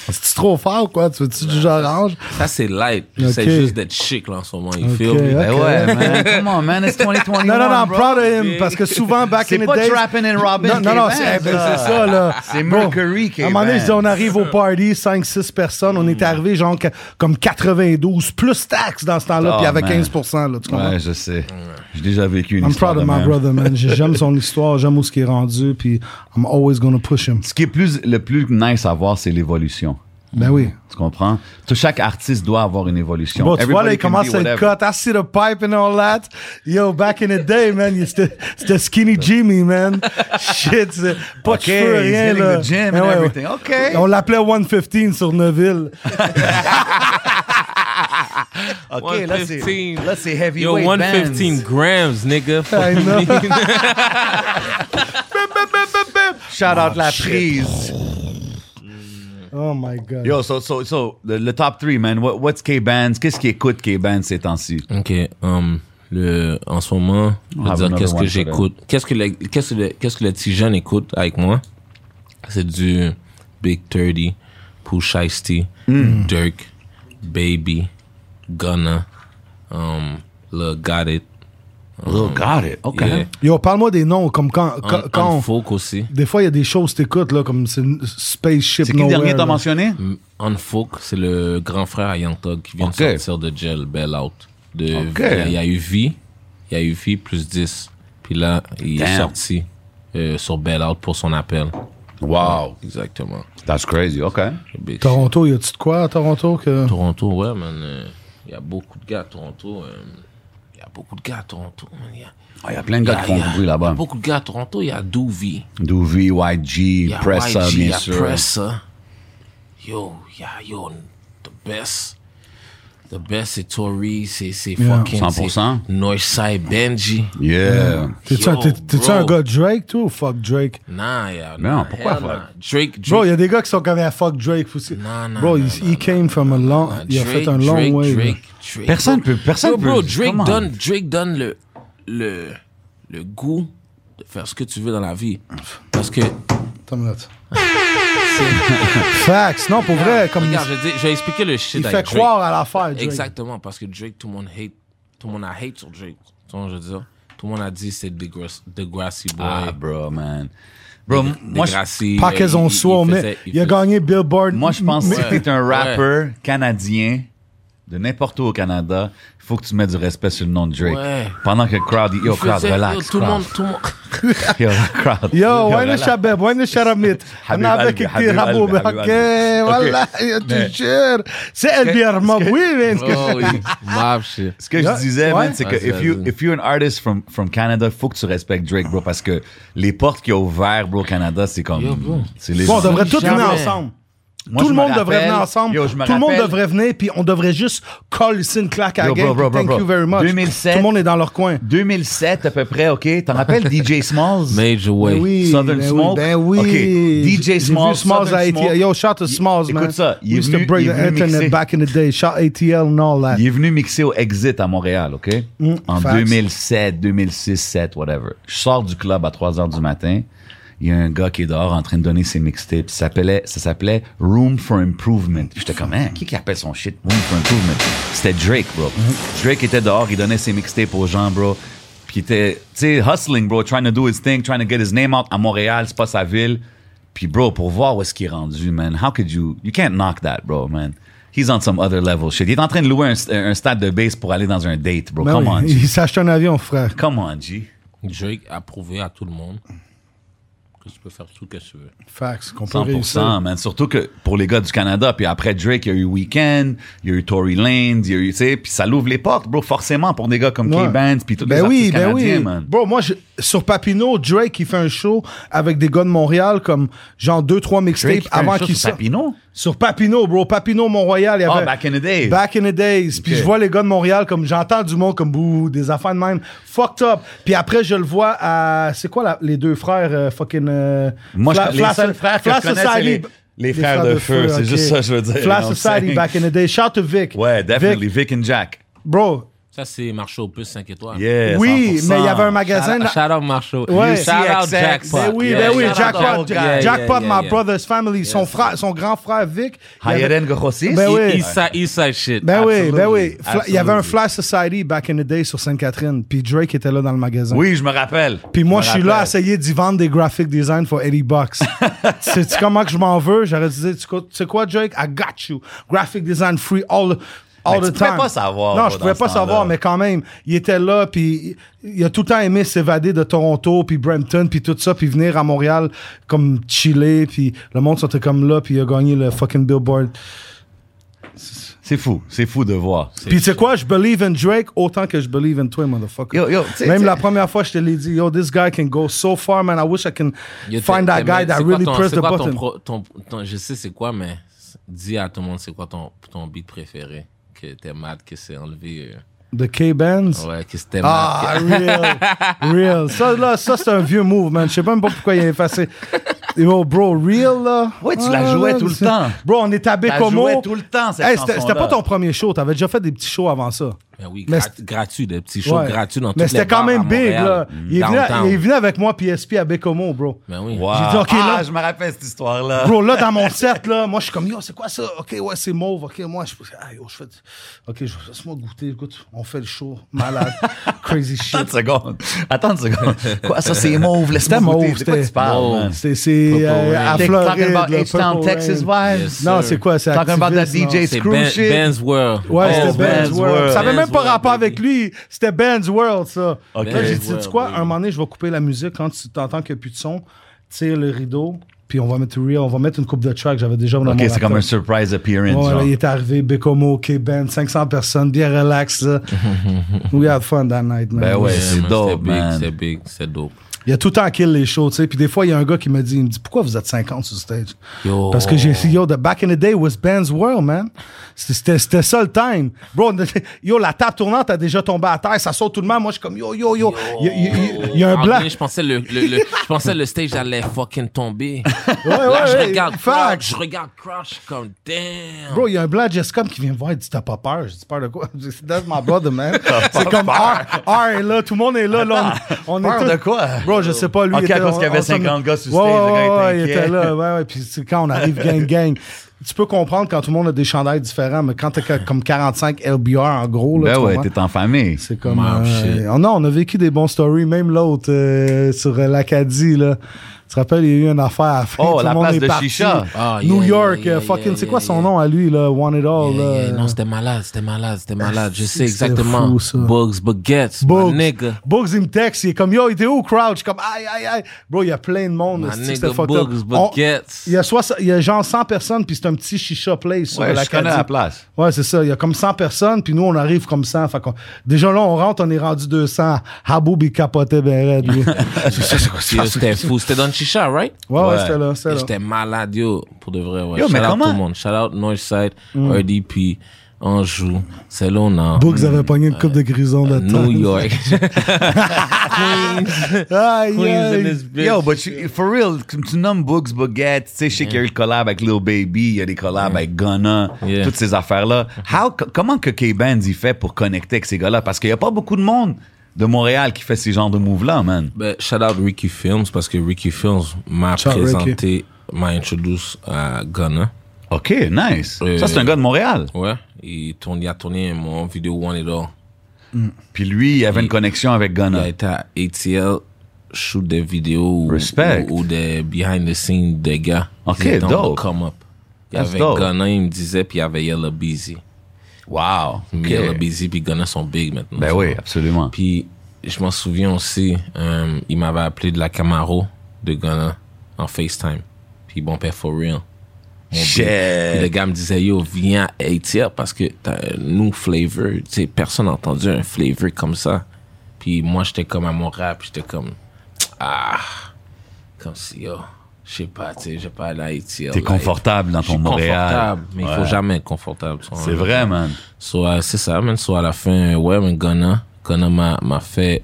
[SPEAKER 3] C'est trop fort, quoi? Tu veux-tu du jus orange?
[SPEAKER 6] Ça, c'est light. J'essaie
[SPEAKER 3] Ok.
[SPEAKER 6] juste d'être chic, là, en ce moment. You feel
[SPEAKER 3] Ok,
[SPEAKER 6] me?
[SPEAKER 5] Ben ouais, man. Come on, man. It's 2021.
[SPEAKER 3] Non, non, non, I'm
[SPEAKER 5] bro.
[SPEAKER 3] proud of him, parce que souvent, back
[SPEAKER 5] C'est
[SPEAKER 3] in the
[SPEAKER 5] pas
[SPEAKER 3] days...
[SPEAKER 5] Trappin' and Robin
[SPEAKER 3] Non, non, non,
[SPEAKER 5] K-Benz,
[SPEAKER 3] c'est ben,
[SPEAKER 5] là.
[SPEAKER 3] c'est ça, là.
[SPEAKER 5] C'est
[SPEAKER 3] Bon,
[SPEAKER 5] Mercury
[SPEAKER 3] À un moment donné, je
[SPEAKER 5] K-Benz.
[SPEAKER 3] dis, on arrive au party, 5-6 personnes, on est arrivé genre que- comme 92, plus taxes dans ce temps-là,
[SPEAKER 5] Oh,
[SPEAKER 3] puis il y avait
[SPEAKER 5] man.
[SPEAKER 3] 15 là, tu comprends?
[SPEAKER 5] Ouais, je sais. J'ai déjà vécu une
[SPEAKER 3] I'm
[SPEAKER 5] histoire
[SPEAKER 3] proud of
[SPEAKER 5] de
[SPEAKER 3] my
[SPEAKER 5] même.
[SPEAKER 3] brother, man. J'ai- J'aime son histoire, j'aime où ce qui est rendu, puis I'm always gonna push him.
[SPEAKER 5] Ce qui est plus, le plus nice à voir, c'est l'évolution.
[SPEAKER 3] Ben oui.
[SPEAKER 5] Tu comprends? Tout, chaque artiste doit avoir une évolution.
[SPEAKER 3] Bon, tu vois, là, il
[SPEAKER 5] Everybody can be
[SPEAKER 3] commence à être
[SPEAKER 5] whatever.
[SPEAKER 3] cut. I see the pipe and all that. Yo, back in the day, man, you c'était c'était Skinny Jimmy, man. Shit, c'est pas
[SPEAKER 5] Ok,
[SPEAKER 3] de cheveux,
[SPEAKER 5] he's
[SPEAKER 3] rien,
[SPEAKER 5] hitting
[SPEAKER 3] là.
[SPEAKER 5] the gym
[SPEAKER 3] Ben
[SPEAKER 5] and
[SPEAKER 3] ouais, ouais.
[SPEAKER 5] everything. Ok.
[SPEAKER 3] On l'appelait 115 sur Neuville.
[SPEAKER 5] OK, là, c'est,
[SPEAKER 6] 115.
[SPEAKER 5] là, c'est heavyweight
[SPEAKER 6] Yo,
[SPEAKER 5] bands.
[SPEAKER 6] 115 grams, nigga.
[SPEAKER 3] I know.
[SPEAKER 5] Shout out la prise.
[SPEAKER 3] Oh my God.
[SPEAKER 5] Yo, so, so, so, le, le top 3, man. What, what's K-Bands? Qu'est-ce qui écoute K-Bands ces temps-ci?
[SPEAKER 6] Ok, hum, le, en ce moment, je
[SPEAKER 5] have
[SPEAKER 6] veux dire,
[SPEAKER 5] another
[SPEAKER 6] qu'est-ce
[SPEAKER 5] one
[SPEAKER 6] que
[SPEAKER 5] for that.
[SPEAKER 6] j'écoute Qu'est-ce que les, qu'est-ce que les, qu'est-ce que les petits jeunes écoutent avec moi C'est du Big 30, Push Ice T,
[SPEAKER 3] Mm.
[SPEAKER 6] Dirk, Baby, Gunna, um, Lil Got It,
[SPEAKER 5] Oh, got it. OK.
[SPEAKER 6] yeah.
[SPEAKER 3] Yo, parle-moi des noms, comme quand. quand-
[SPEAKER 6] Un-
[SPEAKER 3] quand-
[SPEAKER 6] Unfolk aussi.
[SPEAKER 3] des fois, il y a des choses que t'écoutes, là, comme c'est une Spaceship
[SPEAKER 5] C'est qui le
[SPEAKER 3] Nowhere,
[SPEAKER 5] dernier que t'as
[SPEAKER 3] là.
[SPEAKER 5] mentionné?
[SPEAKER 6] Unfolk, c'est le grand frère à Young Thug qui vient
[SPEAKER 5] Ok.
[SPEAKER 6] de sortir de jail, Bell Out. De,
[SPEAKER 5] Ok.
[SPEAKER 6] il, y a eu vie, il y a eu vie plus 10. Puis là, il est
[SPEAKER 5] Damn.
[SPEAKER 6] sorti euh, sur Bell Out pour son appel.
[SPEAKER 5] Wow.
[SPEAKER 6] Exactement.
[SPEAKER 5] That's crazy. OK.
[SPEAKER 6] Big shit.
[SPEAKER 3] Toronto, y a-tu de quoi à Toronto que.
[SPEAKER 6] Toronto, ouais, man. euh, Il y a beaucoup de gars à Toronto. euh, Il y a beaucoup de gars à Toronto. man, Il y a,
[SPEAKER 5] Il Ah, y a plein de gars qui font
[SPEAKER 6] il y a-
[SPEAKER 5] du bruit
[SPEAKER 6] il y a
[SPEAKER 5] là-bas.
[SPEAKER 6] beaucoup de gars à Toronto. Il y a Doovy.
[SPEAKER 5] Doovy, YG,
[SPEAKER 6] Yeah,
[SPEAKER 5] Pressa,
[SPEAKER 6] YG,
[SPEAKER 5] bien
[SPEAKER 6] yeah,
[SPEAKER 5] sûr.
[SPEAKER 6] Pressa. Yo, yeah, yo, the best. The best, c'est Tory, c'est c'est
[SPEAKER 3] Yeah.
[SPEAKER 6] fucking.
[SPEAKER 5] 100%.
[SPEAKER 6] c'est Northside Benji.
[SPEAKER 5] Yeah.
[SPEAKER 3] T'es-tu
[SPEAKER 6] Yo,
[SPEAKER 3] un- t'es- t'es-tu
[SPEAKER 6] bro.
[SPEAKER 3] un gars Drake, toi, ou fuck Drake?
[SPEAKER 6] Nah, yeah.
[SPEAKER 5] Non,
[SPEAKER 6] nah,
[SPEAKER 5] pourquoi
[SPEAKER 6] hell
[SPEAKER 5] fuck?
[SPEAKER 6] nah. Drake, Drake.
[SPEAKER 3] Bro, il y a des gars qui sont comme à fuck Drake aussi.
[SPEAKER 6] Non, non,
[SPEAKER 3] Bro,
[SPEAKER 6] non,
[SPEAKER 3] he,
[SPEAKER 6] non,
[SPEAKER 3] he
[SPEAKER 6] non,
[SPEAKER 3] came from a long.
[SPEAKER 6] nah,
[SPEAKER 3] il a
[SPEAKER 6] Drake,
[SPEAKER 3] fait un long
[SPEAKER 6] Drake,
[SPEAKER 3] way. là.
[SPEAKER 6] Drake, Drake.
[SPEAKER 5] Personne peut- personne
[SPEAKER 6] Yo, bro,
[SPEAKER 5] peut-
[SPEAKER 6] Drake
[SPEAKER 5] come on.
[SPEAKER 6] donne, Drake donne le, le, le goût de faire ce que tu veux dans la vie. Parce que,
[SPEAKER 3] Attends une minute. Facts, non, pour vrai, comme
[SPEAKER 6] regarde, je, dis- je vais expliquer le shit
[SPEAKER 3] il fait
[SPEAKER 6] avec Drake.
[SPEAKER 3] croire à l'affaire. Drake.
[SPEAKER 6] Exactement, parce que Drake, tout le monde hate. Tout le monde a hate sur Drake. Tu vois, ce que je veux dire, tout le monde a dit c'est Degrassi, Degrassi Boy.
[SPEAKER 5] Ah, bro, man. Bro, m- moi, je,
[SPEAKER 6] Degrassi.
[SPEAKER 3] Pas qu'elles ont
[SPEAKER 6] il- il-
[SPEAKER 3] soi,
[SPEAKER 6] il
[SPEAKER 3] mais
[SPEAKER 6] faisait-
[SPEAKER 3] il a
[SPEAKER 6] faisait-
[SPEAKER 3] gagné Billboard.
[SPEAKER 5] moi, je pense que si
[SPEAKER 6] Ouais.
[SPEAKER 5] t'es un
[SPEAKER 6] Ouais.
[SPEAKER 5] rapper canadien de n'importe où au Canada, il faut que tu mettes du respect sur le nom de Drake.
[SPEAKER 6] Ouais.
[SPEAKER 5] Pendant que le crowd, dit, yo,
[SPEAKER 6] il faisait-
[SPEAKER 5] crowd, relax.
[SPEAKER 6] Tout le
[SPEAKER 5] crowd.
[SPEAKER 6] monde, tout le monde.
[SPEAKER 5] Yo, crowd.
[SPEAKER 3] Yo, why the
[SPEAKER 5] relax.
[SPEAKER 3] shabab, why the sharamit? On
[SPEAKER 5] Habib
[SPEAKER 3] a avec
[SPEAKER 5] Albi,
[SPEAKER 3] Kti
[SPEAKER 5] Habib
[SPEAKER 3] Rabou,
[SPEAKER 5] Albi, Habib
[SPEAKER 3] ok,
[SPEAKER 5] Albi.
[SPEAKER 3] Eh, voilà,
[SPEAKER 5] Ok.
[SPEAKER 3] il y a tout
[SPEAKER 5] Mais-
[SPEAKER 3] cher. C'est El Biarma, oui, mais.
[SPEAKER 6] Oh oui, map shit.
[SPEAKER 5] Ce que je
[SPEAKER 3] Yeah,
[SPEAKER 5] disais,
[SPEAKER 3] ouais.
[SPEAKER 5] man, c'est que
[SPEAKER 6] Vas-y,
[SPEAKER 5] if, you,
[SPEAKER 6] vas-y.
[SPEAKER 5] if you're an artist from, from Canada, faut que tu respectes Drake, bro, parce que les portes qu'il a ouvertes, bro, au Canada, c'est comme...
[SPEAKER 6] Yo, bro.
[SPEAKER 5] c'est les-
[SPEAKER 3] Bon, on devrait
[SPEAKER 6] Jamais.
[SPEAKER 3] tous venir ensemble.
[SPEAKER 5] Moi,
[SPEAKER 3] tout
[SPEAKER 5] je
[SPEAKER 3] le
[SPEAKER 5] me
[SPEAKER 3] monde devrait
[SPEAKER 5] rappelle-
[SPEAKER 3] venir ensemble.
[SPEAKER 5] Yo, je
[SPEAKER 3] tout
[SPEAKER 5] me
[SPEAKER 3] le monde
[SPEAKER 5] rappelle-
[SPEAKER 3] devrait venir, puis on devrait juste call une claque à la
[SPEAKER 5] Yo,
[SPEAKER 3] gang,
[SPEAKER 5] bro, bro,
[SPEAKER 3] puis Thank
[SPEAKER 5] bro,
[SPEAKER 3] you
[SPEAKER 5] bro.
[SPEAKER 3] very much.
[SPEAKER 5] 2007.
[SPEAKER 3] Tout le monde est dans leur
[SPEAKER 5] Ben
[SPEAKER 3] coin.
[SPEAKER 5] 2007 à peu près, OK? T'en rappelles DJ Smalls?
[SPEAKER 6] Major way.
[SPEAKER 3] Oui,
[SPEAKER 5] Southern
[SPEAKER 3] ben
[SPEAKER 5] Smoke.
[SPEAKER 3] Oui, ben oui.
[SPEAKER 5] Ok, DJ
[SPEAKER 3] J'ai vu
[SPEAKER 5] Smalls,
[SPEAKER 3] Smalls
[SPEAKER 5] Southern
[SPEAKER 3] à ATL.
[SPEAKER 5] Smoke.
[SPEAKER 3] Yo, shout to Smalls,
[SPEAKER 5] écoute
[SPEAKER 3] man.
[SPEAKER 5] ça, il est
[SPEAKER 3] We used to
[SPEAKER 5] venu-
[SPEAKER 3] break
[SPEAKER 5] il est
[SPEAKER 3] the
[SPEAKER 5] venu
[SPEAKER 3] internet
[SPEAKER 5] mixer.
[SPEAKER 3] back in the day. Shout ATL and all that.
[SPEAKER 5] Il est venu mixer au Exit à Montréal, OK? en
[SPEAKER 3] facts.
[SPEAKER 5] 2007, 2006, 7, whatever. Je sors du club à 3 heures du matin. Il y a un gars qui est dehors en train de donner ses mixtapes. Ça s'appelait, ça s'appelait Room for Improvement. J'étais comme, hein, qui qui appelle son shit Room for Improvement? C'était Drake, bro. Drake était dehors, il donnait ses mixtapes aux gens, bro. Puis il était, tu sais, hustling, bro, trying to do his thing, trying to get his name out à Montréal, c'est pas sa ville. Puis, bro, pour voir où est-ce qu'il est rendu, man, how could you, you can't knock that, bro, man. He's on some other level shit. Il est en train de louer un, un stade de base pour aller dans un date, bro.
[SPEAKER 3] Ben
[SPEAKER 5] Come
[SPEAKER 3] oui,
[SPEAKER 5] on, G.
[SPEAKER 3] Il s'achète un avion, frère.
[SPEAKER 5] Come on, G.
[SPEAKER 6] Drake a prouvé à tout le monde que tu peux faire tout ce que tu veux.
[SPEAKER 3] Facts, qu'on peut
[SPEAKER 5] 100%,
[SPEAKER 3] réussir.
[SPEAKER 5] man. Surtout que pour les gars du Canada, puis après Drake, il y a eu Weekend, il y a eu Tory Lanez, il y a eu, tu sais, puis ça l'ouvre les portes, bro, forcément, pour des gars comme
[SPEAKER 3] Ouais.
[SPEAKER 5] K-Bands, puis tous les
[SPEAKER 3] Ben
[SPEAKER 5] artistes
[SPEAKER 3] oui, ben
[SPEAKER 5] canadiens,
[SPEAKER 3] oui.
[SPEAKER 5] man.
[SPEAKER 3] Bro, moi, je- sur Papineau, Drake, il fait un show avec des gars de Montréal, comme genre deux, trois mixtapes
[SPEAKER 5] Drake,
[SPEAKER 3] avant
[SPEAKER 5] qu'il
[SPEAKER 3] qu'il
[SPEAKER 5] sur
[SPEAKER 3] sorte.
[SPEAKER 5] Papineau.
[SPEAKER 3] Sur Papineau, bro. Papineau, Mont-Royal, il y
[SPEAKER 5] Ah,
[SPEAKER 3] avait.
[SPEAKER 5] back in the days.
[SPEAKER 3] Back in the days. Puis
[SPEAKER 5] Ok.
[SPEAKER 3] je vois les gars de Montréal comme. J'entends du monde comme bouh, des affaires de même. Fucked up. Puis après, je le vois à. C'est quoi la- les deux frères euh, fucking. euh,
[SPEAKER 5] Moi, je-
[SPEAKER 3] Fla-
[SPEAKER 5] les
[SPEAKER 3] Fla-
[SPEAKER 5] seuls frères que
[SPEAKER 3] Fla
[SPEAKER 5] je connais, c'est
[SPEAKER 3] Society.
[SPEAKER 5] les- les frères de feu, c'est
[SPEAKER 3] ok.
[SPEAKER 5] juste ça que je veux dire, you
[SPEAKER 3] Fla
[SPEAKER 5] know what I'm
[SPEAKER 3] Society
[SPEAKER 5] saying?
[SPEAKER 3] back in the day. Shout to Vic.
[SPEAKER 5] Ouais, definitely.
[SPEAKER 3] Vic,
[SPEAKER 5] Vic and Jack.
[SPEAKER 3] bro.
[SPEAKER 6] Ça, c'est marché au plus 5 étoiles.
[SPEAKER 5] Yeah,
[SPEAKER 3] Oui,
[SPEAKER 5] 100%.
[SPEAKER 3] mais il y avait un magasin.
[SPEAKER 6] Shout,
[SPEAKER 3] là-
[SPEAKER 6] shout out Marshall.
[SPEAKER 3] Ouais.
[SPEAKER 6] Shout out
[SPEAKER 5] CXX.
[SPEAKER 6] Jackpot.
[SPEAKER 3] Ben oui,
[SPEAKER 5] Yeah,
[SPEAKER 3] ben oui,
[SPEAKER 5] yeah,
[SPEAKER 3] Jackpot,
[SPEAKER 5] yeah, yeah,
[SPEAKER 3] Jackpot,
[SPEAKER 6] yeah,
[SPEAKER 3] my
[SPEAKER 6] yeah.
[SPEAKER 3] brother's family, son frère, son grand frère Vic. il y avait-
[SPEAKER 5] Hayeren Gohossis.
[SPEAKER 3] Ben oui.
[SPEAKER 6] Eastside, Eastside shit.
[SPEAKER 3] Ben oui, ben
[SPEAKER 5] Absolutely.
[SPEAKER 3] oui. Fla- Il y avait
[SPEAKER 5] Absolutely.
[SPEAKER 3] un Flash Society back in the day sur Sainte-Catherine, puis Drake était là dans le magasin.
[SPEAKER 5] Oui, je me rappelle.
[SPEAKER 3] Puis moi,
[SPEAKER 5] me
[SPEAKER 3] je suis là à
[SPEAKER 5] rappelle.
[SPEAKER 3] essayer d'y vendre des graphic design for 80 bucks. Sais-tu comment que je m'en veux? J'aurais dit, tu co- tu sais quoi, Drake? I got you. Graphic design free all, all
[SPEAKER 5] Mais tu
[SPEAKER 3] the
[SPEAKER 5] pouvais
[SPEAKER 3] time.
[SPEAKER 5] pas savoir,
[SPEAKER 3] Non,
[SPEAKER 5] moi,
[SPEAKER 3] je
[SPEAKER 5] dans
[SPEAKER 3] pouvais
[SPEAKER 5] ce
[SPEAKER 3] pas
[SPEAKER 5] temps-là.
[SPEAKER 3] savoir, mais quand même, il était là, puis il a tout le temps aimé s'évader de Toronto, puis Brampton, puis tout ça, puis venir à Montréal comme chiller, puis le monde sortait comme là, puis il a gagné le fucking Billboard.
[SPEAKER 5] C'est fou, c'est fou de voir.
[SPEAKER 3] Puis tu sais quoi, je believe in Drake autant que je believe in toi, motherfucker.
[SPEAKER 5] Yo, yo, tu sais-
[SPEAKER 3] Même
[SPEAKER 5] tu-
[SPEAKER 3] la première fois, je te l'ai dit, yo, this guy can go so far, man. I wish I can
[SPEAKER 6] Yo, t'es-
[SPEAKER 3] find that
[SPEAKER 6] t'es-
[SPEAKER 3] guy
[SPEAKER 6] mais
[SPEAKER 3] that
[SPEAKER 6] c'est quoi
[SPEAKER 3] really
[SPEAKER 6] ton-
[SPEAKER 3] pressed
[SPEAKER 6] c'est
[SPEAKER 3] the
[SPEAKER 6] quoi ton
[SPEAKER 3] button.
[SPEAKER 6] pro- ton- ton- Je sais c'est quoi, mais dis à tout le monde c'est quoi ton, ton beat préféré que t'es mad que c'est enlevé. euh.
[SPEAKER 3] The K-Bands.
[SPEAKER 6] Ouais, que c'était mad.
[SPEAKER 3] Ah, real. Real. Ça, là, ça, c'est un vieux move, man. Je sais même pas pourquoi il a effacé. Yo, bro, real, là.
[SPEAKER 5] Ouais, tu la jouais
[SPEAKER 3] là,
[SPEAKER 5] tout le
[SPEAKER 3] c'est-
[SPEAKER 5] temps.
[SPEAKER 3] Bro, on est à Bécomo.
[SPEAKER 5] jouais tout le temps, cette
[SPEAKER 3] Hey, c'était- C'était pas
[SPEAKER 5] chanson-là.
[SPEAKER 3] ton premier show. T'avais déjà fait des petits shows avant ça.
[SPEAKER 6] Ben oui,
[SPEAKER 3] Mais
[SPEAKER 6] grat-
[SPEAKER 3] c'est-
[SPEAKER 6] gratuit, des petits shows
[SPEAKER 3] Ouais.
[SPEAKER 6] gratuits dans
[SPEAKER 3] Mais
[SPEAKER 6] toutes les
[SPEAKER 3] c'était quand
[SPEAKER 6] bars
[SPEAKER 3] même
[SPEAKER 6] à
[SPEAKER 3] big,
[SPEAKER 6] Montréal,
[SPEAKER 3] là. Il est, venu,
[SPEAKER 6] downtown.
[SPEAKER 3] il est venu avec moi, PSP, à Bécomo, bro.
[SPEAKER 6] Ben oui.
[SPEAKER 5] Wow.
[SPEAKER 3] J'ai dit, OK,
[SPEAKER 5] ah,
[SPEAKER 3] là-
[SPEAKER 5] je me rappelle cette histoire-là.
[SPEAKER 3] Bro, là, dans mon set, là, moi, je suis comme, yo, c'est quoi ça? OK, ouais, c'est mauve. OK, moi, je ah, yo, je fais... OK, je... laisse-moi goûter. Écoute, on fait le show. Malade. Crazy
[SPEAKER 5] Attends une
[SPEAKER 3] shit.
[SPEAKER 5] seconde. Attends une seconde. Quoi, ça, c'est mauve. Laisse-moi
[SPEAKER 3] C'était
[SPEAKER 5] goûter.
[SPEAKER 3] mauve.
[SPEAKER 5] De quoi
[SPEAKER 3] C'était...
[SPEAKER 5] tu parles, man?
[SPEAKER 3] C'est... C'est...
[SPEAKER 6] Purple
[SPEAKER 3] euh,
[SPEAKER 6] Rain.
[SPEAKER 3] à
[SPEAKER 5] T'es talking
[SPEAKER 3] Floride,
[SPEAKER 5] about
[SPEAKER 3] là,
[SPEAKER 5] H-Town,
[SPEAKER 3] Purple
[SPEAKER 5] Texas
[SPEAKER 3] Rain.
[SPEAKER 5] vibes?
[SPEAKER 6] Yes.
[SPEAKER 3] Non,
[SPEAKER 6] sir.
[SPEAKER 3] c'est quoi? C'est
[SPEAKER 5] Talking about that
[SPEAKER 3] activiste,
[SPEAKER 5] DJ
[SPEAKER 3] non?
[SPEAKER 6] C'est
[SPEAKER 5] Screw
[SPEAKER 6] ben,
[SPEAKER 5] shit.
[SPEAKER 6] Ben's World.
[SPEAKER 3] Ouais,
[SPEAKER 5] Oh,
[SPEAKER 3] c'était Ben's,
[SPEAKER 5] Ben's
[SPEAKER 3] World.
[SPEAKER 5] World.
[SPEAKER 3] Ça avait
[SPEAKER 6] Ben's
[SPEAKER 3] même pas
[SPEAKER 6] World,
[SPEAKER 3] rapport
[SPEAKER 6] baby.
[SPEAKER 3] avec lui. C'était Ben's World, ça.
[SPEAKER 5] Ok.
[SPEAKER 3] Là, j'ai dit,
[SPEAKER 6] Ben's
[SPEAKER 3] tu quoi?
[SPEAKER 6] World,
[SPEAKER 3] Un moment donné, je vais couper la musique. Quand tu t'entends qu'il n'y a plus de son, tire le rideau, puis on va mettre real. On va mettre une coupe de track. J'avais déjà dans
[SPEAKER 5] OK,
[SPEAKER 3] mon
[SPEAKER 5] c'est comme
[SPEAKER 3] laptop.
[SPEAKER 5] un surprise appearance.
[SPEAKER 3] Ouais,
[SPEAKER 5] genre.
[SPEAKER 3] là, il est arrivé, Bécomo, K-Band, 500 personnes, bien relax. là. We had fun that night, man.
[SPEAKER 5] Ben ouais,
[SPEAKER 6] Yeah,
[SPEAKER 5] c'est
[SPEAKER 6] man,
[SPEAKER 5] dope,
[SPEAKER 6] C'était big,
[SPEAKER 5] man.
[SPEAKER 6] c'est big, c'est dope.
[SPEAKER 3] Il a tout le temps kill les shows, tu sais. Puis des fois, il y a un gars qui me dit, il me dit, pourquoi vous êtes 50 sur stage?
[SPEAKER 6] Yo.
[SPEAKER 3] Parce que j'ai essayé, yo, the back in the day was Ben's World, man. C'était c'était ça le time. Bro, yo, la table tournante a déjà tombé à terre, ça saute tout le monde. Moi, je suis comme, yo, yo, yo. Il y a- il y a- il y, a un
[SPEAKER 6] En
[SPEAKER 3] blanc.
[SPEAKER 6] vrai, Je pensais le, le, le- je pensais le stage allait fucking tomber.
[SPEAKER 3] Ouais,
[SPEAKER 6] Là,
[SPEAKER 3] ouais,
[SPEAKER 6] je
[SPEAKER 3] ouais,
[SPEAKER 6] regarde
[SPEAKER 3] fact.
[SPEAKER 6] Crouch, je regarde Crouch, je suis comme damn.
[SPEAKER 3] Bro, il y a un blanc Jesscom qui vient me voir, il dit T'as pas peur Je dis Peur de quoi Je dis, That's my brother, man. C'est comme R, R est là, tout le monde est là. là on, on est
[SPEAKER 5] Peur
[SPEAKER 3] tous-
[SPEAKER 5] de quoi?
[SPEAKER 3] Bro, je sais pas, lui.
[SPEAKER 5] Ok,
[SPEAKER 3] il était-
[SPEAKER 5] parce qu'il y
[SPEAKER 3] on-
[SPEAKER 5] avait
[SPEAKER 3] on s'en-
[SPEAKER 5] 50 gars sur
[SPEAKER 3] Ouais,
[SPEAKER 5] stage, le gars
[SPEAKER 3] ouais,
[SPEAKER 5] était
[SPEAKER 3] ouais, il
[SPEAKER 5] inquiet.
[SPEAKER 3] était là. Ouais, ouais. Puis c'est quand on arrive gang, gang. Tu peux comprendre quand tout le monde a des chandails différents, mais quand t'as ca- comme 45 LBR en gros, là,
[SPEAKER 5] Ben
[SPEAKER 3] tu
[SPEAKER 5] ouais,
[SPEAKER 3] comprends?
[SPEAKER 5] t'es en famille.
[SPEAKER 3] C'est comme.
[SPEAKER 6] Man,
[SPEAKER 3] euh,
[SPEAKER 6] shit.
[SPEAKER 3] oh non, on a vécu des bons stories, même l'autre euh, sur euh, l'Acadie, là. Tu te rappelles, il y a eu une affaire à la fin.
[SPEAKER 5] Oh,
[SPEAKER 3] tout le
[SPEAKER 5] la
[SPEAKER 3] monde
[SPEAKER 5] place
[SPEAKER 3] est
[SPEAKER 5] de
[SPEAKER 3] parti.
[SPEAKER 5] Chicha.
[SPEAKER 6] Ah,
[SPEAKER 3] New
[SPEAKER 6] yeah,
[SPEAKER 3] York,
[SPEAKER 6] yeah,
[SPEAKER 3] euh,
[SPEAKER 6] yeah,
[SPEAKER 3] fucking,
[SPEAKER 6] yeah,
[SPEAKER 3] c'est quoi
[SPEAKER 6] yeah,
[SPEAKER 3] son
[SPEAKER 6] yeah.
[SPEAKER 3] nom à lui, là? Want It All, euh,
[SPEAKER 6] Yeah, yeah,
[SPEAKER 3] là.
[SPEAKER 6] Non, c'était malade, c'était malade, c'était malade. Je sais
[SPEAKER 3] Ah, c'était
[SPEAKER 6] exactement.
[SPEAKER 3] fou, ça.
[SPEAKER 6] Bugs, Buggets,
[SPEAKER 3] Bugs,
[SPEAKER 6] my nigga.
[SPEAKER 3] Bugs, il me texte, il est comme yo, il était où, Crouch? Comme aïe, aïe, aïe. Bro, il y a plein de monde.
[SPEAKER 6] My
[SPEAKER 3] c'est-tu que
[SPEAKER 6] nigga
[SPEAKER 3] c'était fucked up.
[SPEAKER 6] Bugs,
[SPEAKER 3] On-
[SPEAKER 6] Buggets.
[SPEAKER 3] Il y, a soix- il y a genre 100 personnes, puis c'est un petit chicha place sur
[SPEAKER 5] Ouais,
[SPEAKER 3] la
[SPEAKER 5] je connais la place.
[SPEAKER 3] Ouais, c'est ça. Il y a comme 100 personnes, puis nous, on arrive comme 100. Fait qu'on- Déjà là, on rentre, on est rendu 200. Haboub, il capotait ben raide, lui.
[SPEAKER 6] Yo, C'était fou, c'était dans le Chicha, right?
[SPEAKER 3] Ouais, ouais,
[SPEAKER 5] Ouais.
[SPEAKER 3] c'était là, c'était
[SPEAKER 6] Et
[SPEAKER 3] là.
[SPEAKER 6] J'étais malade, yo, pour de vrai. Ouais.
[SPEAKER 5] Yo,
[SPEAKER 6] Shout
[SPEAKER 5] mais
[SPEAKER 6] out
[SPEAKER 5] comment-
[SPEAKER 6] tout le monde. Shout out Northside, RDP, Anjou, c'est là on a.
[SPEAKER 3] Mm. Bugs avait pogné une coupe de grison
[SPEAKER 5] Euh,
[SPEAKER 3] de temps.
[SPEAKER 6] New York. Queens.
[SPEAKER 3] Aïe,
[SPEAKER 6] Queens in
[SPEAKER 3] aïe.
[SPEAKER 6] this bitch.
[SPEAKER 5] Yo, but you- for real, comme tu nommes Books, Baguette, tu sais, je sais qu'il y a eu le collab avec Lil Baby, il y a des collabs avec Gunna,
[SPEAKER 6] Yeah.
[SPEAKER 5] toutes ces affaires-là. How- co- Comment que K-Benz y fait pour connecter avec ces gars-là? Parce qu'il n'y a pas beaucoup de monde de Montréal qui fait ces genres de moves-là, man.
[SPEAKER 6] Ben, shout out Ricky Films parce que Ricky Films m'a
[SPEAKER 3] Shout out
[SPEAKER 6] présenté, m'a introduit à Ghana.
[SPEAKER 5] OK, nice.
[SPEAKER 6] Euh,
[SPEAKER 5] Ça, c'est un gars de Montréal.
[SPEAKER 6] Ouais, il, tourne, il a tourné mon vidéo One It All.
[SPEAKER 5] Puis lui, il avait une connexion avec
[SPEAKER 6] Il
[SPEAKER 5] Gunna.
[SPEAKER 6] a été à ATL shoot des vidéos ou-
[SPEAKER 5] Respect.
[SPEAKER 6] ou, ou des behind the scenes des gars.
[SPEAKER 5] Ok,
[SPEAKER 6] Ils étaient dans le
[SPEAKER 5] dope.
[SPEAKER 6] Come up. Il y
[SPEAKER 5] That's
[SPEAKER 6] avait
[SPEAKER 5] dope.
[SPEAKER 6] Ghana, il me disait, puis il y avait Yellow Busy.
[SPEAKER 5] Wow. OK.
[SPEAKER 6] Yellow Busy puis Ghana sont big maintenant.
[SPEAKER 5] Ben oui, absolument.
[SPEAKER 6] Puis je m'en souviens aussi, euh, il m'avait appelé de la Camaro de Ghana en FaceTime. Puis bon, père, for real.
[SPEAKER 5] Shit.
[SPEAKER 6] Puis le gars me disait, yo, viens à ATL parce que t'as un new flavor. Tu sais, personne n'a entendu un flavor comme ça. Puis moi, j'étais comme à mon rap, j'étais comme, ah, comme si, yo, je sais pas, tu sais, je vais pas aller à ATL.
[SPEAKER 5] T'es confortable dans
[SPEAKER 6] Je suis
[SPEAKER 5] ton Montréal.
[SPEAKER 6] confortable, mais il faut
[SPEAKER 5] Ouais.
[SPEAKER 6] jamais être confortable. tu vois.
[SPEAKER 5] C'est vrai, man.
[SPEAKER 6] So, euh, c'est ça, man. So, à la fin, ouais, mais Ghana, Ghana m'a, m'a fait.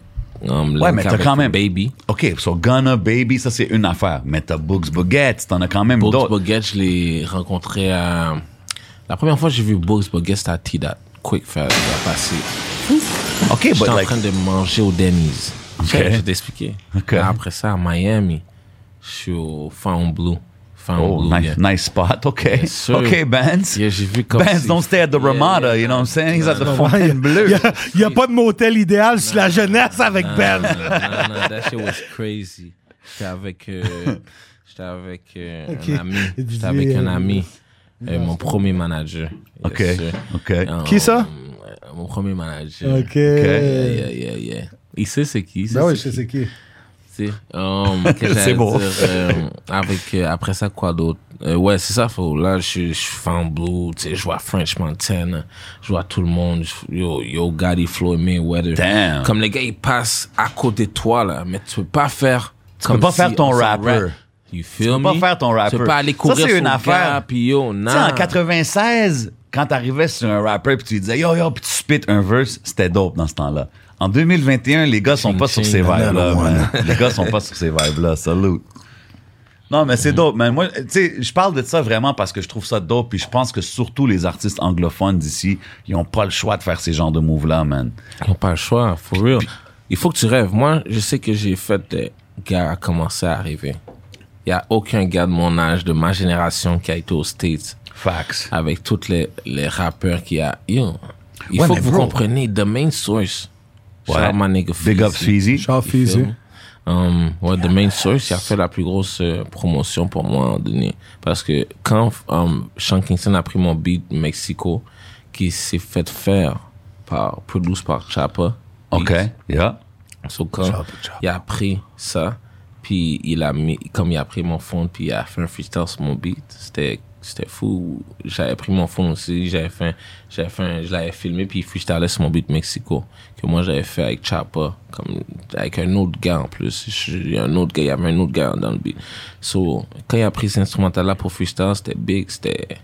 [SPEAKER 6] Um,
[SPEAKER 5] Ouais, mais t'as quand même-
[SPEAKER 6] Baby.
[SPEAKER 5] OK, so Ghana, Baby, ça, c'est une affaire. Mais t'as Books, Baguette, t'en as quand même
[SPEAKER 6] Bugs
[SPEAKER 5] d'autres.
[SPEAKER 6] Boguet, je l'ai rencontré à. La première fois que j'ai vu Bugs Boguet, c'était à T-Dat. Quick Fast, il a passé.
[SPEAKER 5] OK,
[SPEAKER 6] J'étais
[SPEAKER 5] but
[SPEAKER 6] en
[SPEAKER 5] like...
[SPEAKER 6] train de manger au Denny's. Je vais t'expliquer.
[SPEAKER 5] Ok.
[SPEAKER 6] Après ça, à Miami, je suis au Found Blue. Found
[SPEAKER 5] Oh,
[SPEAKER 6] Blue.
[SPEAKER 5] nice,
[SPEAKER 6] yeah.
[SPEAKER 5] nice spot. Okay.
[SPEAKER 6] Yes, sir.
[SPEAKER 5] okay, Benz.
[SPEAKER 6] Yeah, j'ai vu comme
[SPEAKER 5] Benz,
[SPEAKER 6] si-
[SPEAKER 5] Ben, don't stay at the
[SPEAKER 6] Yeah,
[SPEAKER 5] Ramada,
[SPEAKER 6] yeah.
[SPEAKER 5] you know what I'm saying? He's at the
[SPEAKER 6] Non,
[SPEAKER 5] Fontaine Bleue.
[SPEAKER 3] Il n'y a pas de motel idéal sur la jeunesse avec Ben.
[SPEAKER 6] Non, non, non, that shit was crazy. J'étais avec, euh, j'étais avec euh,
[SPEAKER 3] Ok.
[SPEAKER 6] un ami.
[SPEAKER 3] Il disait,
[SPEAKER 6] J'étais avec un
[SPEAKER 3] euh,
[SPEAKER 6] ami. Euh, mon premier manager. Yes,
[SPEAKER 5] OK,
[SPEAKER 6] sir.
[SPEAKER 5] OK.
[SPEAKER 6] Euh,
[SPEAKER 3] Qui ça?
[SPEAKER 6] euh, Mon premier manager.
[SPEAKER 3] Ok.
[SPEAKER 6] Yeah,
[SPEAKER 5] Ok.
[SPEAKER 6] yeah, yeah, yeah. Il sait c'est qui. il sait
[SPEAKER 3] Ben oui, je
[SPEAKER 6] c'est
[SPEAKER 3] sais c'est qui.
[SPEAKER 6] qui. Tu sais, euh, que j'allais
[SPEAKER 5] bon.
[SPEAKER 6] dire, euh, avec, euh, après ça, quoi d'autre? Euh, ouais, c'est ça, faut. Là, je suis je suis fan blue, tu sais, je vois French Montana, je vois tout le monde, je- yo, yo, Gotti, Floyd Mayweather.
[SPEAKER 5] Damn.
[SPEAKER 6] Comme les gars, ils passent à côté de toi, là, mais tu peux pas faire. Tu
[SPEAKER 5] peux pas faire ton rapper.
[SPEAKER 6] You feel
[SPEAKER 5] peux
[SPEAKER 6] me?
[SPEAKER 5] pas faire ton
[SPEAKER 6] Tu
[SPEAKER 5] rapper.
[SPEAKER 6] peux pas aller
[SPEAKER 5] Ça,
[SPEAKER 6] courir
[SPEAKER 5] c'est
[SPEAKER 6] sur
[SPEAKER 5] une
[SPEAKER 6] le
[SPEAKER 5] affaire.
[SPEAKER 6] gars, puis yo,
[SPEAKER 5] Tu sais,
[SPEAKER 6] non.
[SPEAKER 5] en 96, quand t'arrivais sur un rapper puis tu lui disais yo yo, puis tu spit un verse, c'était dope dans ce temps-là. En 2021, les gars sont pas sur ces vibes-là, man. Les gars sont pas sur ces vibes-là. Salute. Non, mais
[SPEAKER 6] Mm-hmm.
[SPEAKER 5] c'est dope, man. Moi, tu sais, je parle de ça vraiment parce que je trouve ça dope, puis je pense que surtout les artistes anglophones d'ici, ils ont pas le choix de faire ces genres de moves-là, man.
[SPEAKER 6] Ils n'ont pas le choix, for real. Il faut que tu rêves. Moi, je sais que j'ai fait des gars à commencer à arriver. Il n'y a aucun gars de mon âge, de ma génération, qui a été aux States
[SPEAKER 5] Facts.
[SPEAKER 6] avec tous les, les rappeurs qu'il y a. Yo, il
[SPEAKER 5] Ouais,
[SPEAKER 6] faut
[SPEAKER 5] mais
[SPEAKER 6] que vous
[SPEAKER 5] bro.
[SPEAKER 6] compreniez the main source.
[SPEAKER 5] Ouais.
[SPEAKER 6] Shout out my nigga
[SPEAKER 5] Big up
[SPEAKER 6] Feezy.
[SPEAKER 5] Feezy.
[SPEAKER 3] Charles
[SPEAKER 6] You feel
[SPEAKER 3] Fizzy.
[SPEAKER 6] me? Um, ouais, The Main Source, il a fait la plus grosse euh, promotion pour moi à un moment donné. Parce que quand um, Sean Kingston a pris mon beat Mexico, qui s'est fait faire par, produit par Chapa.
[SPEAKER 5] OK. Yeah.
[SPEAKER 6] So, quand il a pris ça, puis il a mis, comme il a pris mon fond, puis il a fait un freestyle sur mon beat, c'était C'était fou. J'avais pris mon phone aussi, j'avais fait, un- j'avais fait, un- je l'avais filmé, puis freestylé sur mon beat Mexico, que moi j'avais fait avec Chapa, comme, avec un autre gars en plus. Je- Il y a un autre gars, il y avait un autre gars dans le beat. So, quand il a pris cet instrumental-là pour freestyle, c'était big, c'était,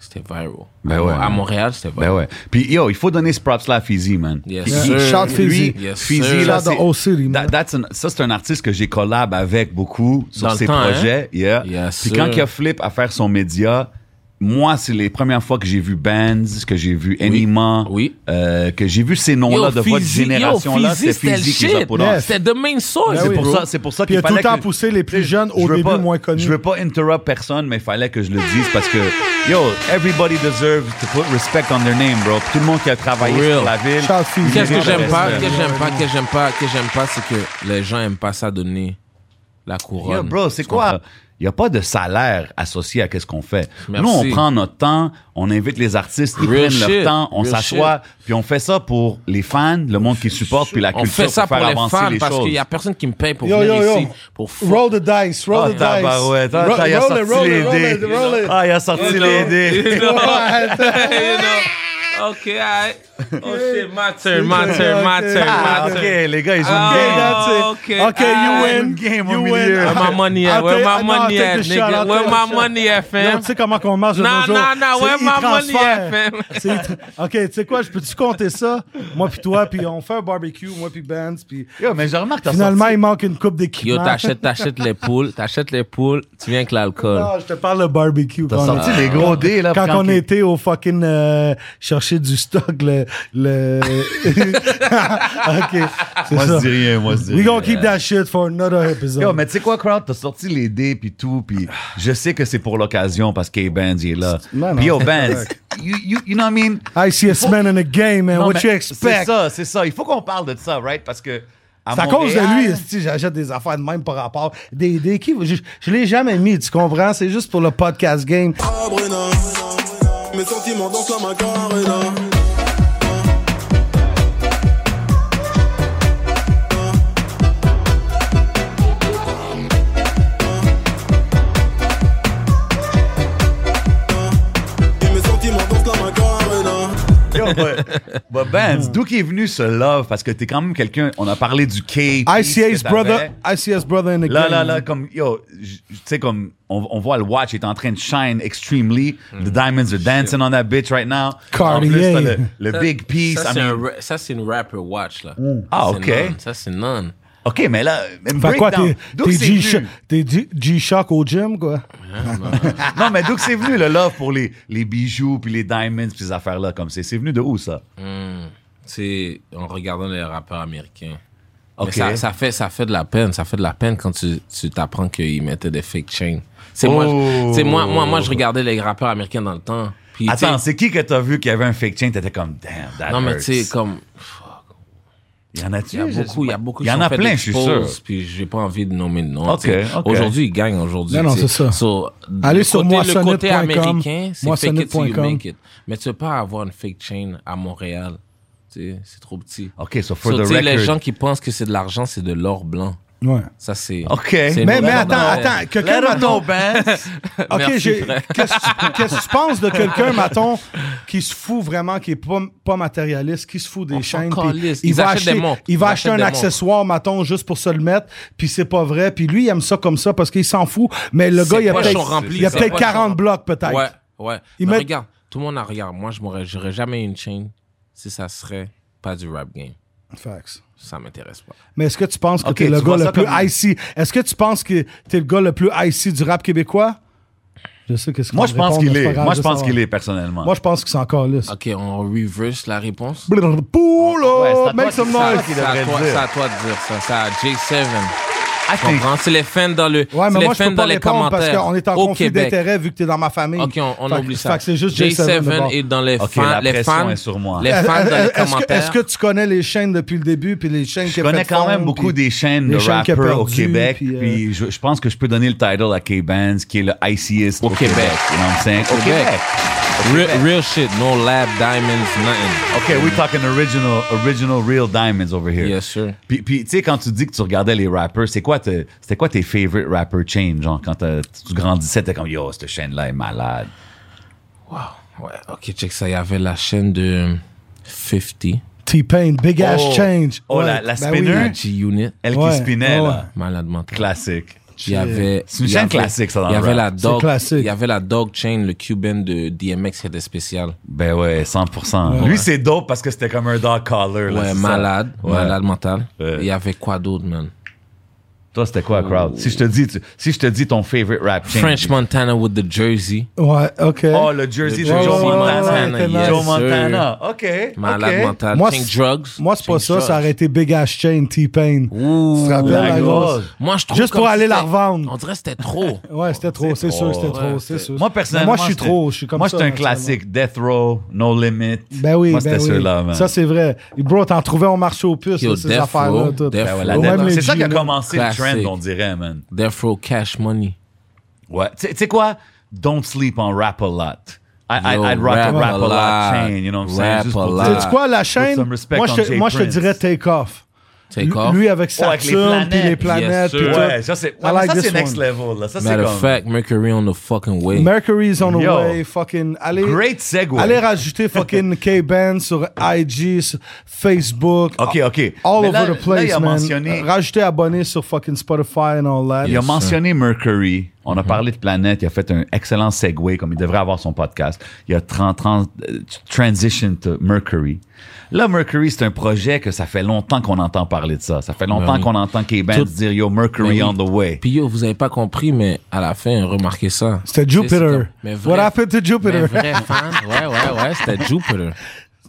[SPEAKER 6] c'était viral.
[SPEAKER 5] Ben ouais.
[SPEAKER 6] À Montréal, c'était
[SPEAKER 5] Ben
[SPEAKER 6] viral.
[SPEAKER 5] ouais. Puis yo, il faut donner ce props là à Fizzy, man.
[SPEAKER 6] Yes,
[SPEAKER 5] Puis
[SPEAKER 6] sir.
[SPEAKER 5] il-
[SPEAKER 3] Shout Fizzy.
[SPEAKER 5] lui,
[SPEAKER 6] Yes,
[SPEAKER 5] Fizzy,
[SPEAKER 6] sir.
[SPEAKER 5] là,
[SPEAKER 3] Shout
[SPEAKER 5] c'est-
[SPEAKER 3] out Old City, man.
[SPEAKER 5] that- that's an- ça, c'est un artiste que j'ai collab avec beaucoup sur
[SPEAKER 6] Dans le
[SPEAKER 5] ses
[SPEAKER 6] temps, hein?
[SPEAKER 5] projets. Yeah.
[SPEAKER 6] Yes,
[SPEAKER 5] Puis
[SPEAKER 6] sir.
[SPEAKER 5] quand il a flip à faire son média, moi, c'est les premières fois que j'ai vu Bands, que j'ai vu Anima,
[SPEAKER 6] Oui.
[SPEAKER 5] euh, que j'ai vu ces noms-là
[SPEAKER 6] Yo,
[SPEAKER 5] de votre
[SPEAKER 6] Fizzy-
[SPEAKER 5] génération-là.
[SPEAKER 6] yo, Fizzy,
[SPEAKER 5] C'est
[SPEAKER 6] c'était le
[SPEAKER 5] Fizzy qui les a
[SPEAKER 6] shit.
[SPEAKER 5] put on.
[SPEAKER 3] Yes.
[SPEAKER 6] C'était the main source.
[SPEAKER 3] Ben
[SPEAKER 5] C'est
[SPEAKER 3] oui,
[SPEAKER 5] pour
[SPEAKER 3] bro.
[SPEAKER 5] ça, c'est pour ça
[SPEAKER 3] Puis
[SPEAKER 5] qu'il
[SPEAKER 3] il a tout
[SPEAKER 5] fallait
[SPEAKER 3] le temps
[SPEAKER 5] que-
[SPEAKER 3] poussé les plus
[SPEAKER 5] Tu sais,
[SPEAKER 3] jeunes
[SPEAKER 5] je
[SPEAKER 3] au
[SPEAKER 5] veux
[SPEAKER 3] début
[SPEAKER 5] pas-
[SPEAKER 3] moins connus.
[SPEAKER 5] Je veux pas interrupt personne, mais il fallait que je le dise parce que yo, everybody deserves to put respect on their name, bro. Tout le monde qui a travaillé
[SPEAKER 6] For real.
[SPEAKER 5] sur la ville.
[SPEAKER 3] Shout Fizzy.
[SPEAKER 6] Qu'est-ce que
[SPEAKER 5] Mérite
[SPEAKER 6] j'aime
[SPEAKER 5] le
[SPEAKER 6] pas,
[SPEAKER 5] respect.
[SPEAKER 6] qu'est-ce que j'aime pas, qu'est-ce que j'aime pas, qu'est-ce que j'aime pas, c'est que les gens aiment pas ça donner la couronne.
[SPEAKER 5] Yo, bro, c'est
[SPEAKER 6] Tu
[SPEAKER 5] quoi?
[SPEAKER 6] comprends?
[SPEAKER 5] Il n'y a pas de salaire associé à quest ce qu'on fait.
[SPEAKER 6] Merci.
[SPEAKER 5] Nous, on prend notre temps, on invite les artistes, ils
[SPEAKER 6] Real
[SPEAKER 5] prennent leur
[SPEAKER 6] shit.
[SPEAKER 5] temps, on
[SPEAKER 6] Real
[SPEAKER 5] s'assoit, puis on fait ça pour les fans, le monde qui supporte, puis la
[SPEAKER 6] On
[SPEAKER 5] culture
[SPEAKER 6] fait ça pour
[SPEAKER 5] faire
[SPEAKER 6] les
[SPEAKER 5] avancer
[SPEAKER 6] fans
[SPEAKER 5] les
[SPEAKER 6] parce
[SPEAKER 5] choses.
[SPEAKER 6] qu'il y a personne qui me paye pour
[SPEAKER 3] Yo,
[SPEAKER 6] venir
[SPEAKER 3] yo, yo.
[SPEAKER 6] ici. Pour fuck.
[SPEAKER 3] Roll the dice, roll
[SPEAKER 5] Ah,
[SPEAKER 3] the dice.
[SPEAKER 5] tabarouette, ah,
[SPEAKER 3] Roll-
[SPEAKER 5] ça, il a
[SPEAKER 3] roll it,
[SPEAKER 5] sorti
[SPEAKER 3] roll
[SPEAKER 5] les
[SPEAKER 3] it, roll it,
[SPEAKER 5] dés.
[SPEAKER 3] roll it.
[SPEAKER 5] Ah, il a sorti les dés.
[SPEAKER 6] Ok, I... Oh shit, my turn,
[SPEAKER 3] my turn, my turn, my
[SPEAKER 5] Ah, ok, les gars, ils ont
[SPEAKER 6] Ah,
[SPEAKER 5] une game. hein.
[SPEAKER 6] Oh,
[SPEAKER 3] Okay, that's it.
[SPEAKER 6] okay.
[SPEAKER 3] Okay, you
[SPEAKER 6] Ah,
[SPEAKER 3] win.
[SPEAKER 5] game au
[SPEAKER 3] you win.
[SPEAKER 5] milieu.
[SPEAKER 6] Where my money at?
[SPEAKER 3] I'll
[SPEAKER 6] Where
[SPEAKER 3] take-
[SPEAKER 6] my
[SPEAKER 3] no, I'll
[SPEAKER 6] money
[SPEAKER 3] take
[SPEAKER 6] at,
[SPEAKER 3] the shot, I'll
[SPEAKER 6] nigga? Where
[SPEAKER 3] take
[SPEAKER 6] my
[SPEAKER 3] the shot.
[SPEAKER 6] money at,
[SPEAKER 3] Yo,
[SPEAKER 6] fam?
[SPEAKER 3] tu sais comment qu'on marche de
[SPEAKER 6] Non,
[SPEAKER 3] nos jours.
[SPEAKER 6] non, non,
[SPEAKER 3] C'est
[SPEAKER 6] ouais, maman,
[SPEAKER 3] e-transfert.
[SPEAKER 6] les FM.
[SPEAKER 3] C'est e-tra- OK, tu sais quoi, je peux-tu compter ça? Moi puis toi, puis on fait un barbecue, moi puis Benz, puis
[SPEAKER 5] Yo, mais je remarque, t'as
[SPEAKER 3] finalement,
[SPEAKER 5] sorti-
[SPEAKER 3] il manque une coupe
[SPEAKER 6] Yo,
[SPEAKER 3] d'équipement.
[SPEAKER 6] t'achètes, t'achètes les poules, t'achètes les poules, tu viens avec l'alcool.
[SPEAKER 3] Non, Ah, je te parle de
[SPEAKER 5] Ah,
[SPEAKER 3] barbecue.
[SPEAKER 5] T'as
[SPEAKER 3] quand on
[SPEAKER 5] sorti
[SPEAKER 3] était-
[SPEAKER 5] des gros dés, là.
[SPEAKER 3] Quand,
[SPEAKER 5] puis
[SPEAKER 3] on
[SPEAKER 5] il-
[SPEAKER 3] était au fucking euh, chercher du stock, le... le... OK, c'est
[SPEAKER 5] Moi,
[SPEAKER 3] ça.
[SPEAKER 5] je dis rien, moi, je dis
[SPEAKER 3] We
[SPEAKER 5] rien.
[SPEAKER 3] gonna keep that shit for another episode.
[SPEAKER 5] euh, Yo, mais tu sais quoi, Crowd, t'as sorti les dés puis tout, puis je sais que c'est pour l'occasion parce qu'A-Benz, il est là.
[SPEAKER 3] Non, non,
[SPEAKER 5] Puis yo,
[SPEAKER 3] c'est
[SPEAKER 5] Benz, you, you, you know what I mean?
[SPEAKER 3] I see a man in the game, man.
[SPEAKER 5] Non,
[SPEAKER 3] What
[SPEAKER 5] mais
[SPEAKER 3] you
[SPEAKER 5] C'est
[SPEAKER 3] expect?
[SPEAKER 5] ça, c'est ça. Il faut qu'on parle de ça, right? Parce que à
[SPEAKER 3] C'est à cause de lui, esti, j'achète des affaires de même par rapport. Des, des qui, je, je l'ai jamais mis, tu comprends? C'est juste pour le podcast game.
[SPEAKER 2] Ah, Brenna, mes sentiments dansent la macarena. Et mes sentiments dansent la macarena.
[SPEAKER 5] Benz, But Benz, d'où qui est venu ce love? Parce que t'es quand même quelqu'un, on a parlé du K.
[SPEAKER 3] ICS brother, ICS brother in the
[SPEAKER 5] Là,
[SPEAKER 3] game.
[SPEAKER 5] là, là, comme, yo, j- tu sais, comme, on, on voit le watch est en train de shine extremely.
[SPEAKER 6] Mm.
[SPEAKER 5] The diamonds are dancing on that bitch right now.
[SPEAKER 3] Cartier.
[SPEAKER 5] En plus, t'as le, le big piece.
[SPEAKER 6] Ça,
[SPEAKER 5] I
[SPEAKER 6] c'est
[SPEAKER 5] mean,
[SPEAKER 6] un, ra- ça, c'est une rapper watch, là.
[SPEAKER 5] Ah,
[SPEAKER 6] Ça,
[SPEAKER 5] ok.
[SPEAKER 6] c'est none. Ça, c'est none.
[SPEAKER 5] OK, mais là, euh, même
[SPEAKER 3] Fait quoi,
[SPEAKER 5] breakdown.
[SPEAKER 3] t'es
[SPEAKER 5] D'où
[SPEAKER 3] t'es
[SPEAKER 5] que c'est
[SPEAKER 3] G-
[SPEAKER 5] venu?
[SPEAKER 3] t'es G- G-Shock au gym, quoi?
[SPEAKER 5] Non, mais d'où que c'est venu le love pour les, les bijoux, puis les diamonds, puis ces affaires-là comme c'est? C'est venu de où, ça?
[SPEAKER 6] C'est en regardant les rappeurs américains.
[SPEAKER 5] Ok.
[SPEAKER 6] Mais ça, ça fait, ça fait de la peine. Ça fait de la peine quand tu, tu t'apprends qu'ils mettaient des fake chains. C'est moi,
[SPEAKER 5] Oh.
[SPEAKER 6] je- c'est moi, moi, moi, je regardais les rappeurs américains dans le temps. Puis,
[SPEAKER 5] Attends,
[SPEAKER 6] tu sais,
[SPEAKER 5] c'est qui que t'as vu qui avait un fake chain? T'étais comme, damn, that
[SPEAKER 6] non, mais
[SPEAKER 5] hurts.
[SPEAKER 6] tu sais, comme,
[SPEAKER 5] Il y en a-tu?
[SPEAKER 6] il y a
[SPEAKER 5] Je sais
[SPEAKER 6] beaucoup, il y a
[SPEAKER 5] pas.
[SPEAKER 6] beaucoup
[SPEAKER 5] Il y
[SPEAKER 6] qui
[SPEAKER 5] en
[SPEAKER 6] sont
[SPEAKER 5] a
[SPEAKER 6] fait
[SPEAKER 5] plein, je suis sûr.
[SPEAKER 6] expose, Puis, j'ai pas envie de nommer de nom.
[SPEAKER 5] Ok,
[SPEAKER 6] tu sais.
[SPEAKER 5] ok.
[SPEAKER 6] Aujourd'hui, ils gagnent aujourd'hui.
[SPEAKER 3] Non, non,
[SPEAKER 6] tu sais.
[SPEAKER 3] c'est ça.
[SPEAKER 6] So,
[SPEAKER 3] Allez
[SPEAKER 6] le
[SPEAKER 3] sur
[SPEAKER 6] côté- Le côté
[SPEAKER 3] moissonnette.com,
[SPEAKER 6] américain, c'est fake it till you
[SPEAKER 3] moissonnette.com.
[SPEAKER 6] make it. Mais tu peux pas avoir une fake chain à Montréal. Tu sais, c'est trop petit.
[SPEAKER 5] OK, so for
[SPEAKER 6] So,
[SPEAKER 5] the
[SPEAKER 6] tu sais,
[SPEAKER 5] record...
[SPEAKER 6] les gens qui pensent que c'est de l'argent, c'est de l'or blanc.
[SPEAKER 3] Ouais.
[SPEAKER 6] Ça, c'est.
[SPEAKER 5] OK.
[SPEAKER 6] c'est une
[SPEAKER 3] Mais, mais
[SPEAKER 6] vraie
[SPEAKER 3] attends,
[SPEAKER 6] affaire.
[SPEAKER 3] attends, quelqu'un,
[SPEAKER 5] Let 'em know, Ben.
[SPEAKER 3] mettons,
[SPEAKER 5] Benz.
[SPEAKER 3] OK,
[SPEAKER 6] ben, Merci,
[SPEAKER 3] j'ai-
[SPEAKER 6] frère.
[SPEAKER 3] qu'est-ce que tu- qu'est-ce que tu penses de quelqu'un, mettons, qui se fout vraiment, qui est pas, pas matérialiste, qui se fout des
[SPEAKER 6] On s'en
[SPEAKER 3] chaînes, puis
[SPEAKER 6] calisse.
[SPEAKER 3] il
[SPEAKER 6] Oh, Ils
[SPEAKER 3] va
[SPEAKER 6] achètent
[SPEAKER 3] acheter,
[SPEAKER 6] des montres.
[SPEAKER 3] il va
[SPEAKER 6] Ils
[SPEAKER 3] acheter
[SPEAKER 6] achètent
[SPEAKER 3] un
[SPEAKER 6] des
[SPEAKER 3] accessoire, mettons, juste pour se le mettre, puis c'est pas vrai, puis lui, il aime ça comme ça parce qu'il s'en fout, mais le
[SPEAKER 6] Ses
[SPEAKER 3] gars, il a
[SPEAKER 6] poches sont
[SPEAKER 3] peut-être
[SPEAKER 6] remplies,
[SPEAKER 3] il a
[SPEAKER 6] ses
[SPEAKER 3] peut-être
[SPEAKER 6] poches
[SPEAKER 3] 40
[SPEAKER 6] sont-
[SPEAKER 3] blocs, peut-être.
[SPEAKER 6] Ouais, ouais.
[SPEAKER 3] Ils
[SPEAKER 6] Mais
[SPEAKER 3] mettent-
[SPEAKER 6] regarde, tout le monde en regarde. Moi, je m'aurais, j'aurais jamais une chaîne si ça serait pas du rap game.
[SPEAKER 3] Facts.
[SPEAKER 6] Ça m'intéresse pas.
[SPEAKER 3] Mais est-ce que tu penses que
[SPEAKER 5] Ok,
[SPEAKER 3] t'es le
[SPEAKER 5] tu vois
[SPEAKER 3] gars le
[SPEAKER 5] ça
[SPEAKER 3] plus
[SPEAKER 5] comme-
[SPEAKER 3] icy? Est-ce que tu penses que t'es le gars le plus icy du rap québécois? Je sais qu'est-ce que
[SPEAKER 5] Moi,
[SPEAKER 3] tu
[SPEAKER 5] je
[SPEAKER 3] vas
[SPEAKER 5] pense
[SPEAKER 3] répondre,
[SPEAKER 5] qu'il
[SPEAKER 3] mais c'est
[SPEAKER 5] est.
[SPEAKER 3] pas grave,
[SPEAKER 5] Moi, je
[SPEAKER 3] veux
[SPEAKER 5] pense
[SPEAKER 3] savoir.
[SPEAKER 5] qu'il est, personnellement.
[SPEAKER 3] Moi, je pense qu'il s'en calisse.
[SPEAKER 6] Ok, on reverse la réponse.
[SPEAKER 3] Brrr, Poulo,
[SPEAKER 5] Ouais, c'est à toi
[SPEAKER 3] make
[SPEAKER 5] qui
[SPEAKER 3] some
[SPEAKER 5] sens.
[SPEAKER 3] noise.
[SPEAKER 5] qu'il
[SPEAKER 6] C'est à,
[SPEAKER 5] devrait
[SPEAKER 6] toi,
[SPEAKER 5] le dire.
[SPEAKER 6] c'est à toi de dire ça. C'est à J7.
[SPEAKER 5] I
[SPEAKER 6] Tu
[SPEAKER 5] think-
[SPEAKER 6] comprends? C'est les fans dans le.
[SPEAKER 3] Ouais,
[SPEAKER 6] c'est
[SPEAKER 3] mais
[SPEAKER 6] les
[SPEAKER 3] moi, je
[SPEAKER 6] fans
[SPEAKER 3] peux pas
[SPEAKER 6] dans les
[SPEAKER 3] répondre parce
[SPEAKER 6] commentaires.
[SPEAKER 3] qu'on est en
[SPEAKER 6] Au
[SPEAKER 3] conflit
[SPEAKER 6] Québec.
[SPEAKER 3] d'intérêt vu que t'es dans ma famille.
[SPEAKER 6] Ok, on, on
[SPEAKER 3] Fait que-
[SPEAKER 6] oublie ça.
[SPEAKER 3] Fait que c'est juste J7. de bord. Euh,
[SPEAKER 6] J7 est dans les
[SPEAKER 5] Ok,
[SPEAKER 6] fans.
[SPEAKER 5] la
[SPEAKER 6] Les
[SPEAKER 5] pression
[SPEAKER 6] fans,
[SPEAKER 5] est sur moi.
[SPEAKER 6] Les fans dans les
[SPEAKER 3] Est-ce que,
[SPEAKER 6] commentaires.
[SPEAKER 3] est-ce que tu connais les chaînes depuis le début puis les chaînes
[SPEAKER 5] Je connais quand même beaucoup des chaînes de
[SPEAKER 3] les chaînes qu'il a
[SPEAKER 5] rappeurs au
[SPEAKER 3] perdues,
[SPEAKER 5] Québec.
[SPEAKER 3] puis,
[SPEAKER 5] Puis,
[SPEAKER 3] euh,
[SPEAKER 5] je, je pense que je peux donner le title à K-Benz, qui est le ICist au,
[SPEAKER 6] Au
[SPEAKER 5] Québec.
[SPEAKER 6] Québec.
[SPEAKER 5] You know what I'm saying? Au
[SPEAKER 6] Québec.
[SPEAKER 5] Québec.
[SPEAKER 6] Real, real shit, no lab diamonds, nothing.
[SPEAKER 5] Okay, we're talking original, original, real diamonds over here.
[SPEAKER 6] Yes, sir.
[SPEAKER 5] Puis, puis tu sais, quand tu dis que tu regardais les rappers, c'est quoi tes- c'était quoi tes favorite rapper chain, genre, quand t'as- tu grandissais, t'es comme, yo, cette chaîne-là est malade.
[SPEAKER 6] Ouais, ok, check ça. Il y avait la chaîne de 50,
[SPEAKER 3] T-Pain, Big Ass
[SPEAKER 5] Oh.
[SPEAKER 3] Change.
[SPEAKER 5] Oh, la-
[SPEAKER 3] Ouais,
[SPEAKER 5] la
[SPEAKER 3] ben oui.
[SPEAKER 5] spinner?
[SPEAKER 6] la G-Unit,
[SPEAKER 5] Elle
[SPEAKER 3] Ouais,
[SPEAKER 5] qui spinait, là.
[SPEAKER 6] malade mental.
[SPEAKER 5] Classique.
[SPEAKER 6] Il y avait.
[SPEAKER 5] C'est une
[SPEAKER 6] il y
[SPEAKER 5] chaîne
[SPEAKER 6] avait-
[SPEAKER 5] classique, ça, dans
[SPEAKER 6] Il y
[SPEAKER 5] le
[SPEAKER 6] avait
[SPEAKER 5] rap.
[SPEAKER 6] la
[SPEAKER 3] C'est
[SPEAKER 6] dog.
[SPEAKER 3] classique.
[SPEAKER 6] Il y avait la dog chain, le Cuban de DMX qui était spécial.
[SPEAKER 5] Ben ouais, 100%. Lui, c'est dope parce que c'était comme un dog collar. là,
[SPEAKER 6] Ouais,
[SPEAKER 5] c'est ça.
[SPEAKER 6] malade,
[SPEAKER 5] Ouais.
[SPEAKER 6] malade mental.
[SPEAKER 5] Ouais.
[SPEAKER 6] Il y avait quoi d'autre, man?
[SPEAKER 5] Toi, c'était quoi, crowd? Si je te dis, tu- si je te dis ton favorite rap chain.
[SPEAKER 6] French Montana with the jersey.
[SPEAKER 3] Ouais, ok.
[SPEAKER 5] Oh, le jersey
[SPEAKER 6] Le
[SPEAKER 5] de Joe
[SPEAKER 3] jersey
[SPEAKER 5] Montana.
[SPEAKER 3] Montana, yes,
[SPEAKER 5] Joe
[SPEAKER 6] sir.
[SPEAKER 5] Montana. OK.
[SPEAKER 6] Malade
[SPEAKER 5] ok.
[SPEAKER 6] mental.
[SPEAKER 3] Moi,
[SPEAKER 6] Think
[SPEAKER 3] c'est-
[SPEAKER 6] drugs.
[SPEAKER 3] Moi, c'est pas
[SPEAKER 6] Think
[SPEAKER 3] ça,
[SPEAKER 6] drugs.
[SPEAKER 3] ça aurait été Big Ass Chain, T-Pain. Tu te rappelles,
[SPEAKER 5] la
[SPEAKER 3] la grosse?
[SPEAKER 5] grosse.
[SPEAKER 6] Moi, je trouve
[SPEAKER 3] Juste
[SPEAKER 6] comme
[SPEAKER 3] pour aller
[SPEAKER 6] c'était-
[SPEAKER 3] la revendre.
[SPEAKER 6] On dirait que c'était trop.
[SPEAKER 3] Ouais, c'était trop, c'est sûr, c'était trop, c'est sûr.
[SPEAKER 5] Moi, personnellement.
[SPEAKER 3] Moi, je suis
[SPEAKER 5] c'était-
[SPEAKER 3] trop, je suis comme
[SPEAKER 5] Moi,
[SPEAKER 3] ça.
[SPEAKER 5] j'étais un
[SPEAKER 3] naturellement.
[SPEAKER 5] classique. Death Row, No Limit.
[SPEAKER 3] Ben oui,
[SPEAKER 5] Moi,
[SPEAKER 3] ben
[SPEAKER 5] c'était
[SPEAKER 3] oui.
[SPEAKER 5] ceux-là, man.
[SPEAKER 3] Ça, c'est vrai. Et Bro, t'en trouvais au marché aux puces,
[SPEAKER 6] Yo,
[SPEAKER 3] là, ces
[SPEAKER 6] Death
[SPEAKER 3] affaires-là.
[SPEAKER 6] Row,
[SPEAKER 3] tout.
[SPEAKER 5] Ben
[SPEAKER 6] Death
[SPEAKER 5] ouais,
[SPEAKER 6] Row.
[SPEAKER 5] la
[SPEAKER 3] Au
[SPEAKER 5] Death
[SPEAKER 3] même
[SPEAKER 5] Row.
[SPEAKER 3] les
[SPEAKER 5] C'est ça qui a
[SPEAKER 3] G,
[SPEAKER 5] commencé le
[SPEAKER 6] Classique.
[SPEAKER 5] trend, on dirait, man.
[SPEAKER 6] Death Row Cash Money.
[SPEAKER 5] Ouais. Tu tu sais quoi? Don't sleep on rap a lot. I,
[SPEAKER 6] Yo,
[SPEAKER 5] I, I'd rock
[SPEAKER 6] rap
[SPEAKER 5] a
[SPEAKER 6] a
[SPEAKER 5] rap a lot
[SPEAKER 6] lot.
[SPEAKER 5] chain, you know what I'm saying?
[SPEAKER 6] Rap
[SPEAKER 5] Juste
[SPEAKER 6] a
[SPEAKER 5] pour
[SPEAKER 6] lot.
[SPEAKER 5] dire-
[SPEAKER 3] Sais-tu quoi, la chaîne?
[SPEAKER 5] some respect
[SPEAKER 3] Moi,
[SPEAKER 5] on
[SPEAKER 3] je, te-
[SPEAKER 5] Jay
[SPEAKER 3] moi, je te
[SPEAKER 5] Prince.
[SPEAKER 3] dirais Take Off.
[SPEAKER 6] Take off.
[SPEAKER 3] Lui avec
[SPEAKER 5] Oh, avec les
[SPEAKER 3] Saturn, puis les
[SPEAKER 5] planètes.
[SPEAKER 3] planètes,
[SPEAKER 6] Yes,
[SPEAKER 3] puis
[SPEAKER 6] sir.
[SPEAKER 3] tout.
[SPEAKER 5] Ouais, ça c'est
[SPEAKER 3] I like
[SPEAKER 5] ça, c'est
[SPEAKER 3] this
[SPEAKER 5] next
[SPEAKER 3] one.
[SPEAKER 5] level. Là. Ça, c'est
[SPEAKER 6] Matter
[SPEAKER 5] comme...
[SPEAKER 6] of fact, Mercury on the fucking way.
[SPEAKER 3] Mercury's on the
[SPEAKER 5] Yo.
[SPEAKER 3] way, fucking. Allez,
[SPEAKER 5] Great segue.
[SPEAKER 3] Allez rajouter fucking K-Band sur IG, sur Facebook.
[SPEAKER 5] Ah, OK, OK.
[SPEAKER 3] All
[SPEAKER 5] Mais
[SPEAKER 3] over
[SPEAKER 5] là-
[SPEAKER 3] the
[SPEAKER 5] là,
[SPEAKER 3] place,
[SPEAKER 5] il a
[SPEAKER 3] man.
[SPEAKER 5] mentionné-
[SPEAKER 3] Rajouter abonné sur fucking Spotify and all that.
[SPEAKER 5] Il a
[SPEAKER 6] Yes, Mm-hmm.
[SPEAKER 5] mentionné Mercury. On a parlé de Planète. Il a fait un excellent segue, comme il devrait avoir son podcast. Il a 30, 30, euh, Transition to Mercury. Là, Mercury, c'est un projet que ça fait longtemps qu'on entend parler de ça. Ça fait longtemps
[SPEAKER 6] Ben oui.
[SPEAKER 5] qu'on entend K-Band
[SPEAKER 6] Tout-
[SPEAKER 5] dire Yo, Mercury
[SPEAKER 6] Mais oui.
[SPEAKER 5] on the way.
[SPEAKER 6] Puis yo, vous avez pas compris, mais à la fin, remarquez ça.
[SPEAKER 3] C'était
[SPEAKER 6] Tu sais, c'est
[SPEAKER 3] Jupiter.
[SPEAKER 6] comme- mais vrai-
[SPEAKER 3] What happened to
[SPEAKER 6] mais
[SPEAKER 3] Jupiter?
[SPEAKER 6] vrai fan, ouais, ouais, ouais, c'était Jupiter.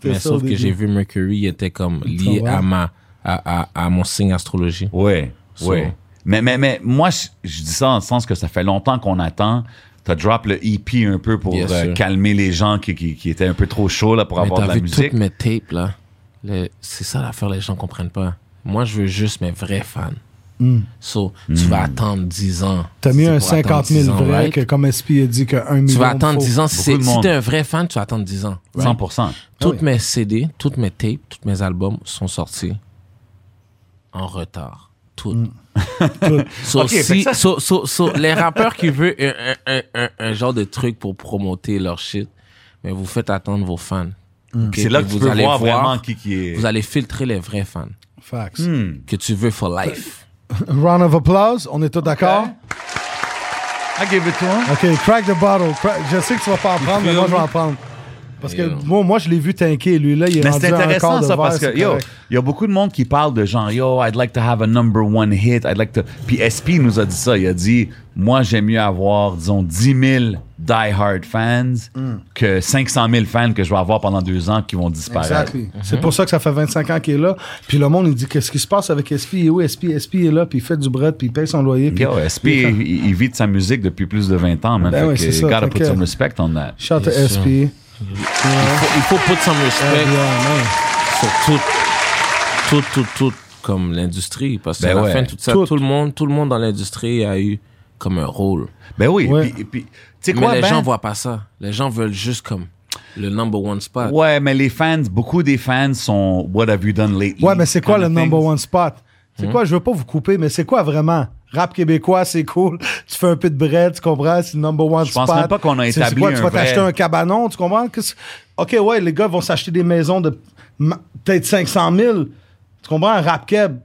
[SPEAKER 6] Mais
[SPEAKER 3] ça au
[SPEAKER 6] sauf que
[SPEAKER 3] début.
[SPEAKER 6] j'ai vu Mercury, il était comme lié
[SPEAKER 3] va?
[SPEAKER 6] à ma, à, à, à mon signe astrologie.
[SPEAKER 5] Ouais,
[SPEAKER 6] So-
[SPEAKER 5] ouais. Mais, mais, mais moi, je, je dis ça dans le sens que ça fait longtemps qu'on attend. T'as drop le EP un peu pour
[SPEAKER 6] Bien
[SPEAKER 5] euh,
[SPEAKER 6] sûr.
[SPEAKER 5] calmer les gens qui, qui, qui étaient un peu trop chauds là, pour
[SPEAKER 6] mais
[SPEAKER 5] avoir de
[SPEAKER 6] t'as
[SPEAKER 5] la
[SPEAKER 6] vu
[SPEAKER 5] musique.
[SPEAKER 6] toutes mes tapes, là. Le- C'est ça l'affaire, les gens comprennent pas. Moi, je veux juste mes vrais fans. So, tu
[SPEAKER 5] Hmm.
[SPEAKER 6] vas attendre 10 ans.
[SPEAKER 3] Hmm. T'as mis
[SPEAKER 6] C'est
[SPEAKER 3] un
[SPEAKER 6] pour attendre
[SPEAKER 3] 50
[SPEAKER 6] 10
[SPEAKER 3] 000
[SPEAKER 6] ans,
[SPEAKER 3] vrai
[SPEAKER 6] right?
[SPEAKER 3] que, comme SP a dit, que 1 million.
[SPEAKER 6] Tu vas attendre 10 ans. Si,
[SPEAKER 5] Beaucoup de
[SPEAKER 6] c'est- si
[SPEAKER 5] monde.
[SPEAKER 6] t'es un vrai fan, tu vas attendre 10 ans. right?
[SPEAKER 5] 100%.
[SPEAKER 6] Toutes mes CD, toutes mes tapes, tous mes albums sont sortis en retard. Toutes. So,
[SPEAKER 5] Mm. Ok, fait
[SPEAKER 6] si-
[SPEAKER 5] que ça-
[SPEAKER 6] so- so- so, les rappeurs qui veulent un, un- un- un- un genre de truc pour promoter leur shit, mais vous faites attendre vos fans. Ok,
[SPEAKER 5] C'est là que
[SPEAKER 6] puis
[SPEAKER 5] tu
[SPEAKER 6] vous
[SPEAKER 5] peux
[SPEAKER 6] allez
[SPEAKER 5] voir, vraiment qui, qui est.
[SPEAKER 6] Vous allez filtrer les vrais fans
[SPEAKER 3] Facts.
[SPEAKER 5] Hmm.
[SPEAKER 6] que tu veux for life.
[SPEAKER 3] Round of applause. On est tous d'accord?
[SPEAKER 5] I give it to him.
[SPEAKER 3] OK, crack the bottle. Crack- Je sais que tu vas pas en prendre, mais moi, je vais en prendre. Parce que
[SPEAKER 6] Yeah.
[SPEAKER 3] moi, moi je l'ai vu tanker. Lui, là, il est
[SPEAKER 5] Mais
[SPEAKER 3] rendu
[SPEAKER 5] c'est
[SPEAKER 3] à un quart
[SPEAKER 5] intéressant
[SPEAKER 3] de
[SPEAKER 5] ça
[SPEAKER 3] verre,
[SPEAKER 5] parce que
[SPEAKER 3] c'est
[SPEAKER 5] yo,
[SPEAKER 3] correct.
[SPEAKER 5] il y a beaucoup de monde qui parle de genre yo, I'd like to have a number one hit, I'd like to. Puis SP nous a dit ça, il a dit moi j'aime mieux avoir disons 10 000 die-hard fans
[SPEAKER 3] Mm.
[SPEAKER 5] que 500 000 fans que je vais avoir pendant deux ans qui vont disparaître.
[SPEAKER 3] Exactly. C'est pour ça que ça fait 25 ans qu'il est là. Puis le monde, il dit qu'est-ce qui se passe avec SP? Il est où SP? SP est là, puis il fait du bread, puis il paye son loyer. Puis
[SPEAKER 5] Yo, SP, il, il vit de sa musique depuis plus de 20 ans, man.
[SPEAKER 3] Ben
[SPEAKER 5] Fait
[SPEAKER 3] oui,
[SPEAKER 5] que
[SPEAKER 3] c'est ça,
[SPEAKER 5] gotta
[SPEAKER 3] fait
[SPEAKER 5] put
[SPEAKER 3] que-
[SPEAKER 5] some respect on that.
[SPEAKER 3] Shout out to
[SPEAKER 6] Yes, sir.
[SPEAKER 3] SP.
[SPEAKER 6] Il faut put some respect
[SPEAKER 3] Yeah, man.
[SPEAKER 6] sur tout, tout, tout, tout comme l'industrie parce que
[SPEAKER 5] Ben
[SPEAKER 6] à la
[SPEAKER 5] ouais.
[SPEAKER 6] fin tout ça,
[SPEAKER 3] Tout.
[SPEAKER 6] tout. le monde, tout le monde dans l'industrie a eu comme un rôle.
[SPEAKER 5] Ben oui,
[SPEAKER 3] Ouais.
[SPEAKER 5] puis- puis, tu sais
[SPEAKER 6] Mais
[SPEAKER 5] quoi,
[SPEAKER 6] les
[SPEAKER 5] Ben?
[SPEAKER 6] gens voient pas ça. Les gens veulent juste comme le number one spot.
[SPEAKER 5] Ouais, mais les fans, beaucoup des fans sont What have you done lately?
[SPEAKER 3] Ouais, mais c'est quoi
[SPEAKER 5] kind
[SPEAKER 3] le
[SPEAKER 5] of
[SPEAKER 3] number
[SPEAKER 5] things. Hmm.
[SPEAKER 3] one spot? C'est quoi, je veux pas vous couper, mais c'est quoi vraiment? Rap québécois, c'est cool. Tu fais un peu de bread, tu comprends? C'est le number one
[SPEAKER 5] Je
[SPEAKER 3] spot.
[SPEAKER 5] pense même pas qu'on a
[SPEAKER 3] C'est- c'est
[SPEAKER 5] établi
[SPEAKER 3] quoi, Tu
[SPEAKER 5] un
[SPEAKER 3] vas
[SPEAKER 5] vrai-
[SPEAKER 3] t'acheter un cabanon, tu comprends? Qu'est-ce- OK, ouais, les gars vont s'acheter des maisons de ma- peut-être 500 000. Tu comprends? Rap keb,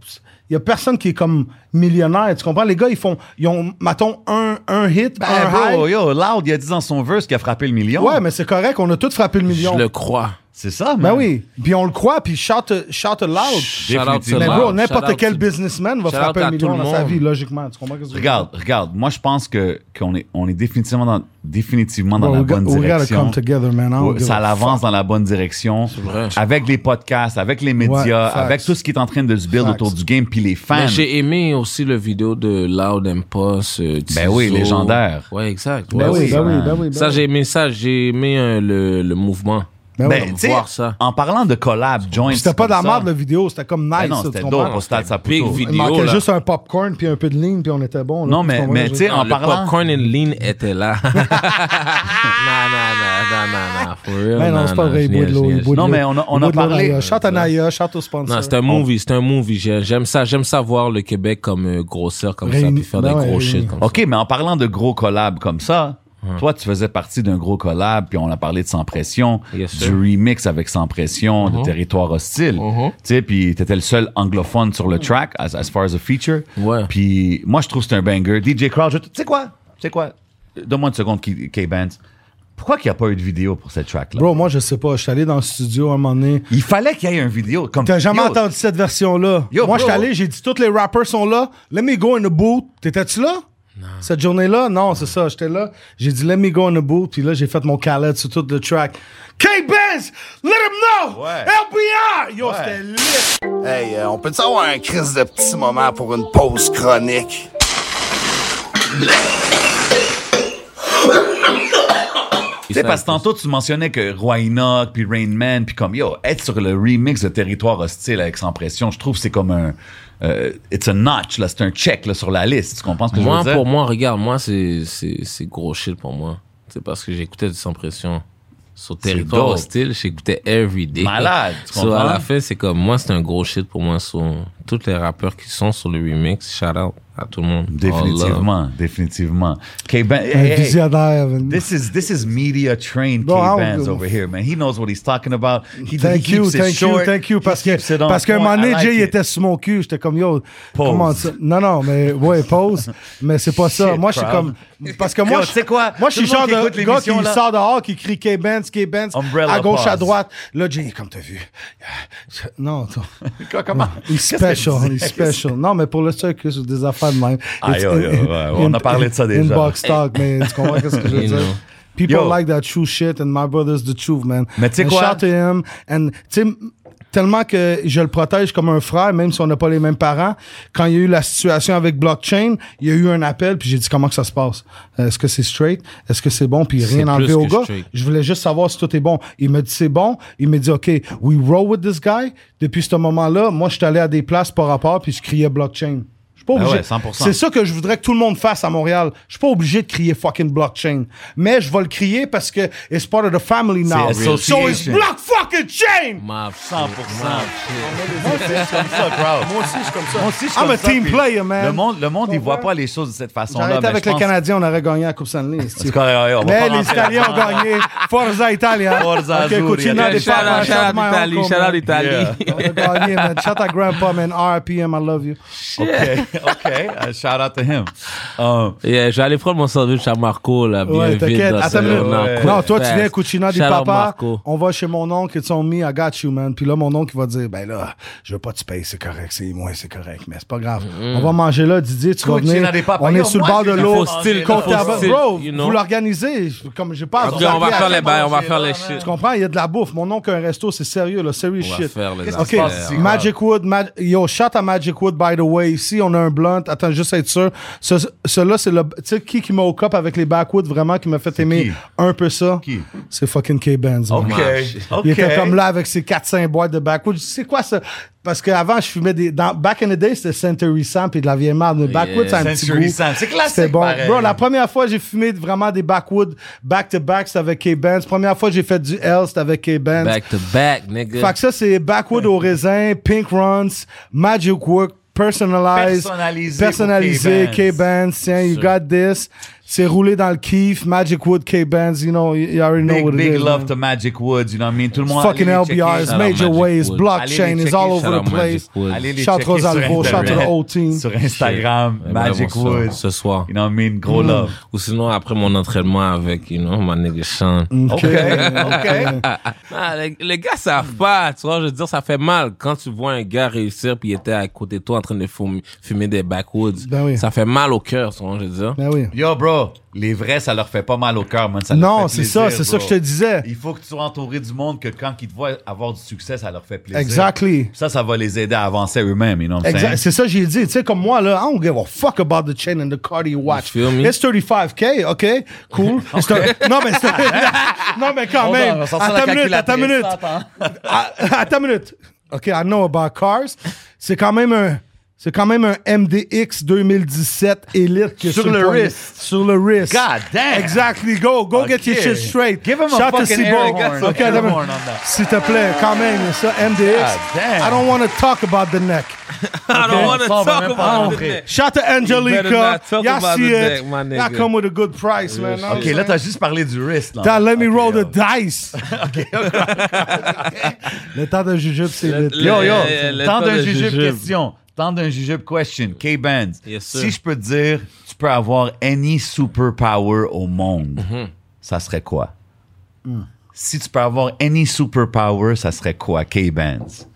[SPEAKER 3] il y a personne qui est comme millionnaire. Tu comprends? Les gars, ils font, ils ont, mettons, un, un hit,
[SPEAKER 5] Hey, Ben,
[SPEAKER 3] un
[SPEAKER 5] bro,
[SPEAKER 3] high.
[SPEAKER 5] yo, Loud, il a dit dans son verse qu'il a frappé le million.
[SPEAKER 3] Ouais, mais c'est correct, on a tous frappé le million.
[SPEAKER 6] Je le crois.
[SPEAKER 5] C'est ça,
[SPEAKER 3] Ben
[SPEAKER 5] man.
[SPEAKER 3] oui, puis on le croit, puis shout, shout loud.
[SPEAKER 6] Shout out to
[SPEAKER 5] Définitivement. Wow,
[SPEAKER 3] Mais Ben, bro,
[SPEAKER 6] Loud. Shout
[SPEAKER 3] n'importe
[SPEAKER 6] out
[SPEAKER 3] quel
[SPEAKER 6] to-
[SPEAKER 3] businessman va
[SPEAKER 6] shout
[SPEAKER 3] frapper
[SPEAKER 6] out
[SPEAKER 3] un
[SPEAKER 6] à tout
[SPEAKER 3] million
[SPEAKER 6] le
[SPEAKER 3] dans sa
[SPEAKER 6] monde.
[SPEAKER 3] vie, logiquement. Tu comprends ce que je veux dire?
[SPEAKER 5] Regarde, regarde. Moi, je pense que qu'on est on est définitivement dans définitivement dans
[SPEAKER 3] Bro,
[SPEAKER 5] la
[SPEAKER 3] we got-
[SPEAKER 5] bonne
[SPEAKER 3] we gotta
[SPEAKER 5] direction.
[SPEAKER 3] come together, man. I don't
[SPEAKER 5] Ouais,
[SPEAKER 3] give
[SPEAKER 5] Ça
[SPEAKER 3] a
[SPEAKER 5] l'avance dans la bonne direction.
[SPEAKER 6] vrai.
[SPEAKER 5] Avec les podcasts, avec les médias,
[SPEAKER 3] Ouais, facts.
[SPEAKER 5] avec tout ce qui est en train de se build
[SPEAKER 3] Facts.
[SPEAKER 5] autour du game, puis les fans.
[SPEAKER 6] Mais J'ai aimé aussi le vidéo de Loud and Puss. euh,
[SPEAKER 5] Ben oui,
[SPEAKER 6] Tizo.
[SPEAKER 5] légendaire.
[SPEAKER 6] Ouais, exact.
[SPEAKER 3] Ben
[SPEAKER 6] Ouais,
[SPEAKER 3] oui,
[SPEAKER 6] c'est
[SPEAKER 3] ben oui,
[SPEAKER 5] man.
[SPEAKER 3] ben oui. ben
[SPEAKER 6] Ça,
[SPEAKER 3] oui.
[SPEAKER 6] j'ai aimé ça. J'ai aimé euh, le, le mouvement.
[SPEAKER 3] Ben
[SPEAKER 5] Ben,
[SPEAKER 3] oui.
[SPEAKER 5] tu sais,
[SPEAKER 6] voir ça.
[SPEAKER 5] en parlant de collab, joint.
[SPEAKER 3] C'était pas de la
[SPEAKER 5] comme ça.
[SPEAKER 3] merde, la vidéo. C'était comme nice.
[SPEAKER 5] Ben non,
[SPEAKER 3] tu
[SPEAKER 5] c'était
[SPEAKER 3] comprends?
[SPEAKER 5] dope au stade
[SPEAKER 6] Big
[SPEAKER 5] Saputo.
[SPEAKER 6] vidéo.
[SPEAKER 3] Il manquait
[SPEAKER 6] là.
[SPEAKER 3] juste un popcorn puis un peu de ligne puis on était bon. là.
[SPEAKER 5] Non,
[SPEAKER 3] Tu
[SPEAKER 5] mais-
[SPEAKER 3] comprends,
[SPEAKER 5] mais
[SPEAKER 3] je veux
[SPEAKER 5] tu sais,
[SPEAKER 3] dire?
[SPEAKER 5] en
[SPEAKER 6] le
[SPEAKER 5] parlant-
[SPEAKER 6] popcorn and lean était là. non, non, non, non, non, for real.
[SPEAKER 3] Ben non, c'est pas vrai. Il boit de l'eau. il boit de
[SPEAKER 5] Non,
[SPEAKER 3] l'eau.
[SPEAKER 5] mais on a- on
[SPEAKER 3] Il boit
[SPEAKER 5] a
[SPEAKER 3] de l'eau
[SPEAKER 5] parlé-
[SPEAKER 3] d'ailleurs. Shout à Naya, shout au sponsor.
[SPEAKER 6] Non, c'est un movie, c'est un movie. J'ai- J'aime ça, j'aime ça voir le Québec comme euh, grosseur, comme ça,
[SPEAKER 3] Réuni-
[SPEAKER 6] puis faire
[SPEAKER 3] Ben
[SPEAKER 6] des
[SPEAKER 3] ouais,
[SPEAKER 6] gros
[SPEAKER 3] réuni.
[SPEAKER 6] shit comme ça.
[SPEAKER 5] OK, mais en parlant de gros collabs comme ça, toi, tu faisais partie d'un gros collab, puis on a parlé de Sans Pression,
[SPEAKER 6] Yes,
[SPEAKER 5] du
[SPEAKER 6] sir.
[SPEAKER 5] remix avec Sans Pression, de Territoire Hostile.
[SPEAKER 6] Mhm.
[SPEAKER 5] Tu sais, puis t'étais le seul anglophone sur le track, as, as far as a feature.
[SPEAKER 6] Ouais.
[SPEAKER 5] Puis moi, je trouve que c'est un banger. DJ Crowd, je- tu sais quoi? Tu sais quoi? Donne-moi une seconde, K- K-Bands. Pourquoi qu'il n'y a pas eu de vidéo pour cette track-là?
[SPEAKER 3] Bro, moi, je sais pas. Je suis allé dans le studio à un moment donné.
[SPEAKER 5] Il fallait qu'il y ait une vidéo. Comme,
[SPEAKER 3] T'as jamais
[SPEAKER 5] Yo,
[SPEAKER 3] entendu cette version-là.
[SPEAKER 5] Yo,
[SPEAKER 3] Moi, je
[SPEAKER 5] bro.
[SPEAKER 3] suis allé, j'ai dit, tous les rappers sont là. Let me go in the booth. T'étais-tu là? Cette journée-là? Non, c'est ça. J'étais là. J'ai dit, let me go in the booth. Puis là, j'ai fait mon calette sur tout le track. K-Benz, let him know!
[SPEAKER 5] Ouais.
[SPEAKER 3] LBR! Yo, c'était lit.
[SPEAKER 7] Hey, euh, on peut-tu avoir un crise de petit moment pour une pause chronique?
[SPEAKER 5] Tu sais, parce que tantôt, tu mentionnais que Roy Enoch, puis Rain Man, puis comme, yo, être sur le remix de Territoire Hostile avec Sans Pression, je trouve que c'est comme un... euh, it's a notch, là, c'est un check là, sur la liste. Tu comprends ce que
[SPEAKER 6] Moi,
[SPEAKER 5] je veux dire?
[SPEAKER 6] pour moi, oh, regarde, moi, c'est, c'est, c'est gros shit pour moi. C'est parce que j'écoutais du Sans Pression. Sur territoire
[SPEAKER 5] dope.
[SPEAKER 6] hostile, j'écoutais Everyday.
[SPEAKER 5] Malade, tu
[SPEAKER 6] So, à
[SPEAKER 5] comprends?
[SPEAKER 6] la fin, c'est comme, moi, c'est un gros shit pour moi. Sur tous les rappeurs qui sont sur le remix, shout out à tout le monde. All love.
[SPEAKER 5] Définitivement, définitivement. K-Ban...
[SPEAKER 3] Un
[SPEAKER 5] hey, hey,
[SPEAKER 3] visionnaire. man.
[SPEAKER 5] This is this is media trained
[SPEAKER 3] Bro, how-
[SPEAKER 5] K-Bands over here, man. He knows what he's talking about. He,
[SPEAKER 3] Thank
[SPEAKER 5] he
[SPEAKER 3] you,
[SPEAKER 5] keeps it
[SPEAKER 3] thank you,
[SPEAKER 5] short.
[SPEAKER 3] thank you.
[SPEAKER 5] He
[SPEAKER 3] Parce
[SPEAKER 5] keeps
[SPEAKER 3] que,
[SPEAKER 5] it on
[SPEAKER 3] parce qu'à un
[SPEAKER 5] point.
[SPEAKER 3] moment
[SPEAKER 5] I
[SPEAKER 3] donné,
[SPEAKER 5] like
[SPEAKER 3] Jay
[SPEAKER 5] it.
[SPEAKER 3] était sur mon cul. J'étais comme, yo,
[SPEAKER 5] Pause.
[SPEAKER 3] comment ça? Non, non, mais ouais, pause. Mais c'est pas ça.
[SPEAKER 5] Shit,
[SPEAKER 3] moi, je suis
[SPEAKER 5] crowd.
[SPEAKER 3] comme, parce que moi,
[SPEAKER 5] Yo,
[SPEAKER 3] je-
[SPEAKER 5] tu sais quoi?
[SPEAKER 3] Moi, je suis
[SPEAKER 5] Tout le
[SPEAKER 3] genre
[SPEAKER 5] monde qui
[SPEAKER 3] de
[SPEAKER 5] écoute
[SPEAKER 3] gars qui
[SPEAKER 5] l'émission, là-
[SPEAKER 3] sort dehors, qui crie K-Benz, K-Benz,
[SPEAKER 5] Umbrella
[SPEAKER 3] à gauche, à
[SPEAKER 5] pause.
[SPEAKER 3] droite. Là, Jay est comme t'as vu. Non, t'as-
[SPEAKER 5] Quoi, Comment?
[SPEAKER 3] il
[SPEAKER 5] Qu'est-ce que tu
[SPEAKER 3] special, il
[SPEAKER 5] disais?
[SPEAKER 3] special. Non, mais pour le circus, ou des affaires de même.
[SPEAKER 5] Aïe, aïe,
[SPEAKER 3] It's-
[SPEAKER 5] aïe,
[SPEAKER 3] in-
[SPEAKER 5] ouais, on
[SPEAKER 3] in-
[SPEAKER 5] a parlé de ça déjà.
[SPEAKER 3] Inbox talk, mais tu comprends ce que je veux
[SPEAKER 6] You
[SPEAKER 3] dire?
[SPEAKER 6] know.
[SPEAKER 3] People
[SPEAKER 5] Yo.
[SPEAKER 3] like that true shit and my brother's the truth, man.
[SPEAKER 5] Mais tu sais
[SPEAKER 3] And
[SPEAKER 5] quoi?
[SPEAKER 3] Shout to him. And, tu sais, tellement que je le protège comme un frère, même si on n'a pas les mêmes parents. Quand il y a eu la situation avec blockchain, il y a eu un appel, puis j'ai dit comment que ça se passe. Est-ce que c'est straight? Est-ce que c'est bon? Puis rien
[SPEAKER 6] plus
[SPEAKER 3] enlevé au
[SPEAKER 6] que
[SPEAKER 3] gars.
[SPEAKER 6] straight.
[SPEAKER 3] Je voulais juste savoir si tout est bon. Il me dit c'est bon. Il me dit OK, we roll with this guy. Depuis ce moment-là, moi, je suis allé à des places par rapport, puis je criais blockchain. Je suis pas
[SPEAKER 5] Ah
[SPEAKER 3] obligé.
[SPEAKER 5] ouais, 100%.
[SPEAKER 3] C'est ça que je voudrais que tout le monde fasse à Montréal. Je suis pas obligé de crier fucking blockchain. Mais je vais le crier parce que it's part of the family now.
[SPEAKER 5] C'est
[SPEAKER 3] So it's
[SPEAKER 5] association.
[SPEAKER 3] block fucking chain!
[SPEAKER 6] Ma
[SPEAKER 5] 100%. Moi aussi, je suis comme ça, crowd. Moi aussi, je suis comme ça.
[SPEAKER 3] I'm a Ah, team
[SPEAKER 5] puis
[SPEAKER 3] player, man.
[SPEAKER 5] Le monde, le monde il
[SPEAKER 3] Comprends?
[SPEAKER 5] voit pas les choses de cette façon-là.
[SPEAKER 3] J'aurais été
[SPEAKER 5] mais
[SPEAKER 3] avec
[SPEAKER 5] je
[SPEAKER 3] les
[SPEAKER 5] pense-
[SPEAKER 3] Canadiens, on aurait gagné la Coupe Stanley. c'est-tu.
[SPEAKER 5] C'est correct, ouais, on va
[SPEAKER 3] Mais
[SPEAKER 5] pas
[SPEAKER 3] les
[SPEAKER 5] rentrer
[SPEAKER 3] Italiens ont
[SPEAKER 5] là-dedans.
[SPEAKER 3] gagné. Forza Italia.
[SPEAKER 5] Forza
[SPEAKER 3] Ok,
[SPEAKER 5] Azzurri.
[SPEAKER 3] continua
[SPEAKER 5] Yeah,
[SPEAKER 3] de
[SPEAKER 6] Shout
[SPEAKER 3] faire un
[SPEAKER 6] out, shout
[SPEAKER 3] shot,
[SPEAKER 6] out
[SPEAKER 3] my
[SPEAKER 6] Italie,
[SPEAKER 3] uncle,
[SPEAKER 6] shout out
[SPEAKER 3] man.
[SPEAKER 6] Italie.
[SPEAKER 5] Yeah.
[SPEAKER 3] On a gagné, man. Shout out grandpa, man. R.I.P.M. I love you.
[SPEAKER 5] OK, OK. Uh, shout out to him. Um,
[SPEAKER 6] Yeah, je vais aller prendre mon sandwich à Marco, là, bien
[SPEAKER 3] Ouais,
[SPEAKER 6] vite.
[SPEAKER 3] t'inquiette.
[SPEAKER 6] dans
[SPEAKER 3] Attends,
[SPEAKER 6] ce-
[SPEAKER 3] une minute.
[SPEAKER 5] Ouais.
[SPEAKER 6] dans
[SPEAKER 3] non, toi, tu
[SPEAKER 6] Fest.
[SPEAKER 3] viens à Cucina des
[SPEAKER 6] Shout out
[SPEAKER 3] papas.
[SPEAKER 6] Marco.
[SPEAKER 3] On va chez mon oncle, ils sont mis, I got you, man. Puis là, mon oncle, il va dire, ben là, je veux pas que tu payes, c'est correct, c'est moins, c'est correct, mais c'est pas grave.
[SPEAKER 6] Mm.
[SPEAKER 3] On va manger là, Didier, tu vas
[SPEAKER 5] Cucina
[SPEAKER 3] venir.
[SPEAKER 5] des papas.
[SPEAKER 3] On est
[SPEAKER 5] Yo,
[SPEAKER 3] sur le
[SPEAKER 5] moi,
[SPEAKER 3] bord de
[SPEAKER 5] j'ai déjà
[SPEAKER 3] l'eau.
[SPEAKER 5] mangé là.
[SPEAKER 3] Côte
[SPEAKER 5] Faut
[SPEAKER 3] d'Arvor.
[SPEAKER 6] style,
[SPEAKER 3] Bro,
[SPEAKER 6] you know.
[SPEAKER 3] vous l'organisez. Je- Comme j'ai pas à
[SPEAKER 6] Ok, on va
[SPEAKER 3] sortir à
[SPEAKER 6] faire les
[SPEAKER 3] chaque
[SPEAKER 6] bails, on
[SPEAKER 3] moment.
[SPEAKER 6] va faire les shit.
[SPEAKER 3] Tu comprends? Il y a de la bouffe. Mon oncle a un resto, c'est sérieux, là, serious
[SPEAKER 6] On va
[SPEAKER 3] shit.
[SPEAKER 6] faire les
[SPEAKER 3] OK,
[SPEAKER 6] affaires.
[SPEAKER 5] passe ici?
[SPEAKER 3] Magic Wood, Ma- yo, shout à Magic Wood, by the way. Ici, on a un blunt. Attends, juste être sûr. Ce, là c'est le. Tu sais, qui qui m'a au cop avec les backwoods, vraiment, qui m'a fait aimer
[SPEAKER 5] qui?
[SPEAKER 3] un peu ça?
[SPEAKER 5] Qui?
[SPEAKER 3] C'est fucking K-Benz. man.
[SPEAKER 5] OK, OK.
[SPEAKER 3] Il était comme là avec ses 400 boîtes de backwoods. Je dis, C'est quoi ça? Parce qu'avant, je fumais des. Dans, back in the day, c'était Century Sam puis de la vieille marde. Mais backwoods, c'est un petit
[SPEAKER 5] Century
[SPEAKER 3] goût.
[SPEAKER 5] Sam. Ah, C'est classique,
[SPEAKER 3] C'était bon.
[SPEAKER 5] pareil.
[SPEAKER 3] Bro, la première fois, j'ai fumé vraiment des backwoods back-to-back, c'était avec K-Benz. Première fois, j'ai fait du L, c'était avec K-Benz.
[SPEAKER 6] Back to back, nigga.
[SPEAKER 3] Fait que ça, c'est Backwood au raisin, Pink Runs, Magic Work, Personalized,
[SPEAKER 5] Personnalisé
[SPEAKER 3] personnalisé
[SPEAKER 5] au
[SPEAKER 3] K-Bands, tiens, you got this. C'est roulé dans le kiff, Magic Wood, K-Bands, you know, you already know
[SPEAKER 5] Big,
[SPEAKER 3] what it
[SPEAKER 5] big
[SPEAKER 3] is.
[SPEAKER 5] love
[SPEAKER 3] man.
[SPEAKER 5] to Magic Woods, you know what I mean? Tout le monde
[SPEAKER 3] Fucking
[SPEAKER 5] allez les
[SPEAKER 3] LBR,
[SPEAKER 5] checker.
[SPEAKER 3] it's
[SPEAKER 6] Shout out
[SPEAKER 3] major
[SPEAKER 6] Magic
[SPEAKER 3] ways,
[SPEAKER 6] Wood.
[SPEAKER 3] blockchain
[SPEAKER 5] Allez les
[SPEAKER 3] is all
[SPEAKER 5] checker,
[SPEAKER 3] over the
[SPEAKER 6] shout out
[SPEAKER 3] place.
[SPEAKER 6] Magic Wood.
[SPEAKER 5] Allez les
[SPEAKER 3] Shout
[SPEAKER 5] checker
[SPEAKER 3] Rose
[SPEAKER 5] sur
[SPEAKER 3] Alvo, shout
[SPEAKER 5] Internet.
[SPEAKER 3] out Old Team.
[SPEAKER 5] Sur Instagram,
[SPEAKER 6] Vraiment,
[SPEAKER 5] Magic
[SPEAKER 6] ce-
[SPEAKER 5] Woods.
[SPEAKER 6] Ce soir.
[SPEAKER 5] You know what I mean? Gros
[SPEAKER 3] Mm.
[SPEAKER 5] love.
[SPEAKER 6] Ou sinon, après mon entraînement avec, you know, ma nigga Sean.
[SPEAKER 3] Mm.
[SPEAKER 5] OK, OK.
[SPEAKER 6] Ah, ah. Ah, les, les gars savent pas, tu vois, je veux dire, ça fait mal quand tu vois un gars réussir puis il était à côté de toi en train de fumer, fumer des backwoods.
[SPEAKER 3] Ben oui.
[SPEAKER 6] Ça fait mal au cœur, tu vois, je veux dire.
[SPEAKER 3] Ben oui.
[SPEAKER 5] Yo, bro, Bro, les vrais, ça leur fait pas mal au cœur, man. Ça leur
[SPEAKER 3] Non,
[SPEAKER 5] fait
[SPEAKER 3] c'est ça,
[SPEAKER 5] plaisir,
[SPEAKER 3] c'est ça que
[SPEAKER 5] bro.
[SPEAKER 3] je te disais.
[SPEAKER 5] Il faut que tu sois entouré du monde que quand ils te voient avoir du succès, ça leur fait plaisir.
[SPEAKER 3] Exactly.
[SPEAKER 5] Ça, ça va les aider à avancer eux-mêmes, you know what I'm
[SPEAKER 3] Exact.
[SPEAKER 5] saying?
[SPEAKER 3] C'est ça que j'ai dit. Tu sais, comme moi, là, I don't give a fuck about the chain and the car you watch.
[SPEAKER 6] You feel me?
[SPEAKER 3] It's 35K, OK? Cool. C'est un- Non, mais c'est un- Non, mais quand même. Attends une minute, attends une minute. Ah, Attends une minute. OK, I know about cars. C'est quand même un... C'est quand même un MDX 2017 Elite qui est
[SPEAKER 5] Sur le
[SPEAKER 3] poignet.
[SPEAKER 5] wrist.
[SPEAKER 3] Sur le wrist.
[SPEAKER 5] God damn.
[SPEAKER 3] Exactly. Go, go get your
[SPEAKER 5] Okay.
[SPEAKER 3] shit straight.
[SPEAKER 5] Give him a
[SPEAKER 3] Shout to
[SPEAKER 5] fucking
[SPEAKER 3] Cibo.
[SPEAKER 5] air horn.
[SPEAKER 3] OK,
[SPEAKER 5] Air
[SPEAKER 3] attends une
[SPEAKER 5] horn
[SPEAKER 3] minute.
[SPEAKER 5] on that.
[SPEAKER 3] S'il te plaît, quand même, ça, MDX.
[SPEAKER 5] God Ah, damn.
[SPEAKER 3] I don't want to talk about the neck.
[SPEAKER 6] I don't want to
[SPEAKER 5] Ça, on va
[SPEAKER 6] talk
[SPEAKER 5] même pas
[SPEAKER 6] about
[SPEAKER 5] rentrer.
[SPEAKER 6] it.
[SPEAKER 3] Shout to
[SPEAKER 6] better not
[SPEAKER 3] Angelica.
[SPEAKER 6] talk
[SPEAKER 3] Y'all
[SPEAKER 6] about
[SPEAKER 3] see it.
[SPEAKER 6] the neck, my
[SPEAKER 3] Y'all
[SPEAKER 6] nigga.
[SPEAKER 3] come with a good price, man. Know what
[SPEAKER 5] OK,
[SPEAKER 3] I'm
[SPEAKER 5] là,
[SPEAKER 3] saying?
[SPEAKER 5] t'as juste parlé du wrist, là.
[SPEAKER 3] That let me
[SPEAKER 5] Ok,
[SPEAKER 3] roll the
[SPEAKER 5] yo.
[SPEAKER 3] dice. Le temps de jujube, c'est
[SPEAKER 6] Le-
[SPEAKER 3] vite.
[SPEAKER 6] le-
[SPEAKER 5] Yo, yo,
[SPEAKER 6] Le- le
[SPEAKER 5] tant
[SPEAKER 6] temps
[SPEAKER 5] d'un
[SPEAKER 6] de
[SPEAKER 5] jujube
[SPEAKER 6] jujube.
[SPEAKER 5] question. Tant d'un jujube question. K-Benz,
[SPEAKER 6] Yes, sir.
[SPEAKER 5] si je peux te dire, tu peux avoir any superpower au monde, ça serait quoi? Si tu peux avoir any superpower, ça serait quoi, K-Benz?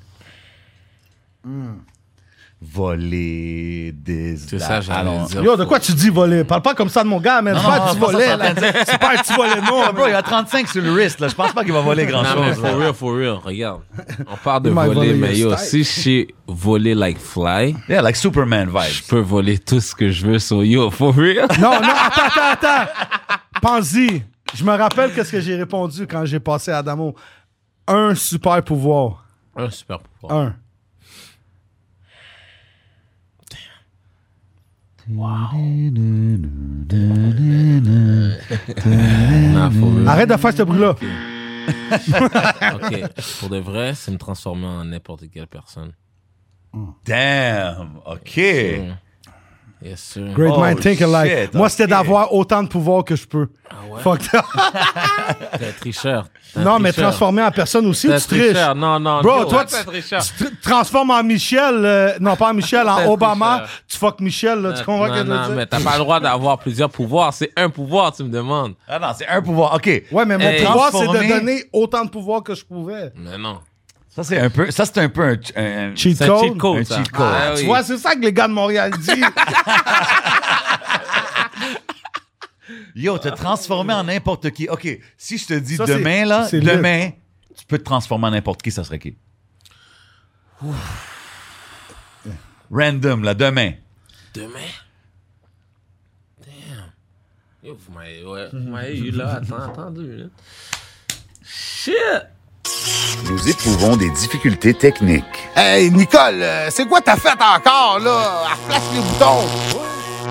[SPEAKER 5] Voler des...
[SPEAKER 6] C'est ça, j'allais
[SPEAKER 5] Allons-
[SPEAKER 6] dire.
[SPEAKER 3] Yo, de quoi tu dis voler? Parle pas comme ça de mon gars, man. C'est
[SPEAKER 5] non,
[SPEAKER 3] pas
[SPEAKER 5] non,
[SPEAKER 3] du
[SPEAKER 5] c'est pas Ah, ça,
[SPEAKER 3] volet,
[SPEAKER 5] ça,
[SPEAKER 3] là. C'est pas un petit volet, non.
[SPEAKER 5] Ah, bro, il a 35 sur le wrist, là. Je pense pas qu'il va voler
[SPEAKER 6] Non, mais
[SPEAKER 5] grand-chose. là.
[SPEAKER 6] for real, for real, regarde. On parle de
[SPEAKER 3] Il m'a volé
[SPEAKER 6] voler, mais
[SPEAKER 3] your
[SPEAKER 6] yo,
[SPEAKER 3] style.
[SPEAKER 6] si je sais voler like fly,
[SPEAKER 5] Yeah, like Superman
[SPEAKER 6] je
[SPEAKER 5] vibes.
[SPEAKER 6] peux voler tout ce que je veux sur yo, for real.
[SPEAKER 3] Non, non, attends, attends, attends. Pense-y. Je me rappelle qu'est-ce que j'ai répondu quand j'ai passé à Adamo. Un super pouvoir.
[SPEAKER 6] Un super pouvoir.
[SPEAKER 3] Un.
[SPEAKER 6] Non, for real.
[SPEAKER 3] Arrête de faire ce bruit-là.
[SPEAKER 6] Ok, pour de vrai, c'est me transformer en n'importe quelle personne.
[SPEAKER 5] Damn, OK.
[SPEAKER 6] Yes, sir.
[SPEAKER 3] Great
[SPEAKER 5] Oh,
[SPEAKER 3] mind, think alike.
[SPEAKER 5] shit,
[SPEAKER 3] Moi, c'était
[SPEAKER 5] ok. Ah
[SPEAKER 3] d'avoir autant de pouvoir que je peux.
[SPEAKER 6] ouais?
[SPEAKER 3] Fuck that.
[SPEAKER 6] T'es un tricheur. T'es un
[SPEAKER 3] Non, mais
[SPEAKER 6] tricheur.
[SPEAKER 3] transformer en personne aussi,
[SPEAKER 6] T'es
[SPEAKER 3] ou
[SPEAKER 6] un
[SPEAKER 3] tu triches.
[SPEAKER 6] tricheur. Non, non,
[SPEAKER 3] Bro,
[SPEAKER 6] yo,
[SPEAKER 3] toi,
[SPEAKER 6] t'es un tricheur.
[SPEAKER 3] Tu te transformes en Michel, euh, non pas en Michel, en
[SPEAKER 6] T'es
[SPEAKER 3] Obama,
[SPEAKER 6] tricheur.
[SPEAKER 3] tu fuck Michel, là, tu comprends
[SPEAKER 6] non,
[SPEAKER 3] ce que je veux
[SPEAKER 6] non,
[SPEAKER 3] dire?
[SPEAKER 6] mais t'as pas le droit d'avoir plusieurs pouvoirs. C'est un pouvoir, tu me demandes.
[SPEAKER 5] Ah non, c'est un pouvoir. OK.
[SPEAKER 3] Ouais, mais mon
[SPEAKER 6] Hey,
[SPEAKER 3] pouvoir, c'est de
[SPEAKER 5] transformer-
[SPEAKER 3] donner autant de pouvoir que je pouvais.
[SPEAKER 6] Mais non.
[SPEAKER 5] Ça, c'est un peu, ça, c'est un peu un, un-
[SPEAKER 3] Cheat
[SPEAKER 6] C'est un
[SPEAKER 3] code.
[SPEAKER 6] cheat code,
[SPEAKER 5] un
[SPEAKER 6] ça.
[SPEAKER 5] cheat code.
[SPEAKER 6] Ah,
[SPEAKER 3] Tu
[SPEAKER 6] oui.
[SPEAKER 3] vois, c'est ça que les gars de Montréal disent.
[SPEAKER 5] Yo, te transformer en n'importe qui. OK, si je te dis
[SPEAKER 3] Ça, c'est-
[SPEAKER 5] demain, là,
[SPEAKER 3] c'est
[SPEAKER 5] demain, tu peux te transformer en n'importe qui, ça serait qui? Random, là, demain.
[SPEAKER 6] Demain? Damn. Yo, vous m'avez, ouais, vous m'avez eu là. Attends, attendu. Là. Shit!
[SPEAKER 7] Nous éprouvons des difficultés techniques. Hey, Nicole, euh, c'est quoi ta fête encore, là? Elle flash les boutons.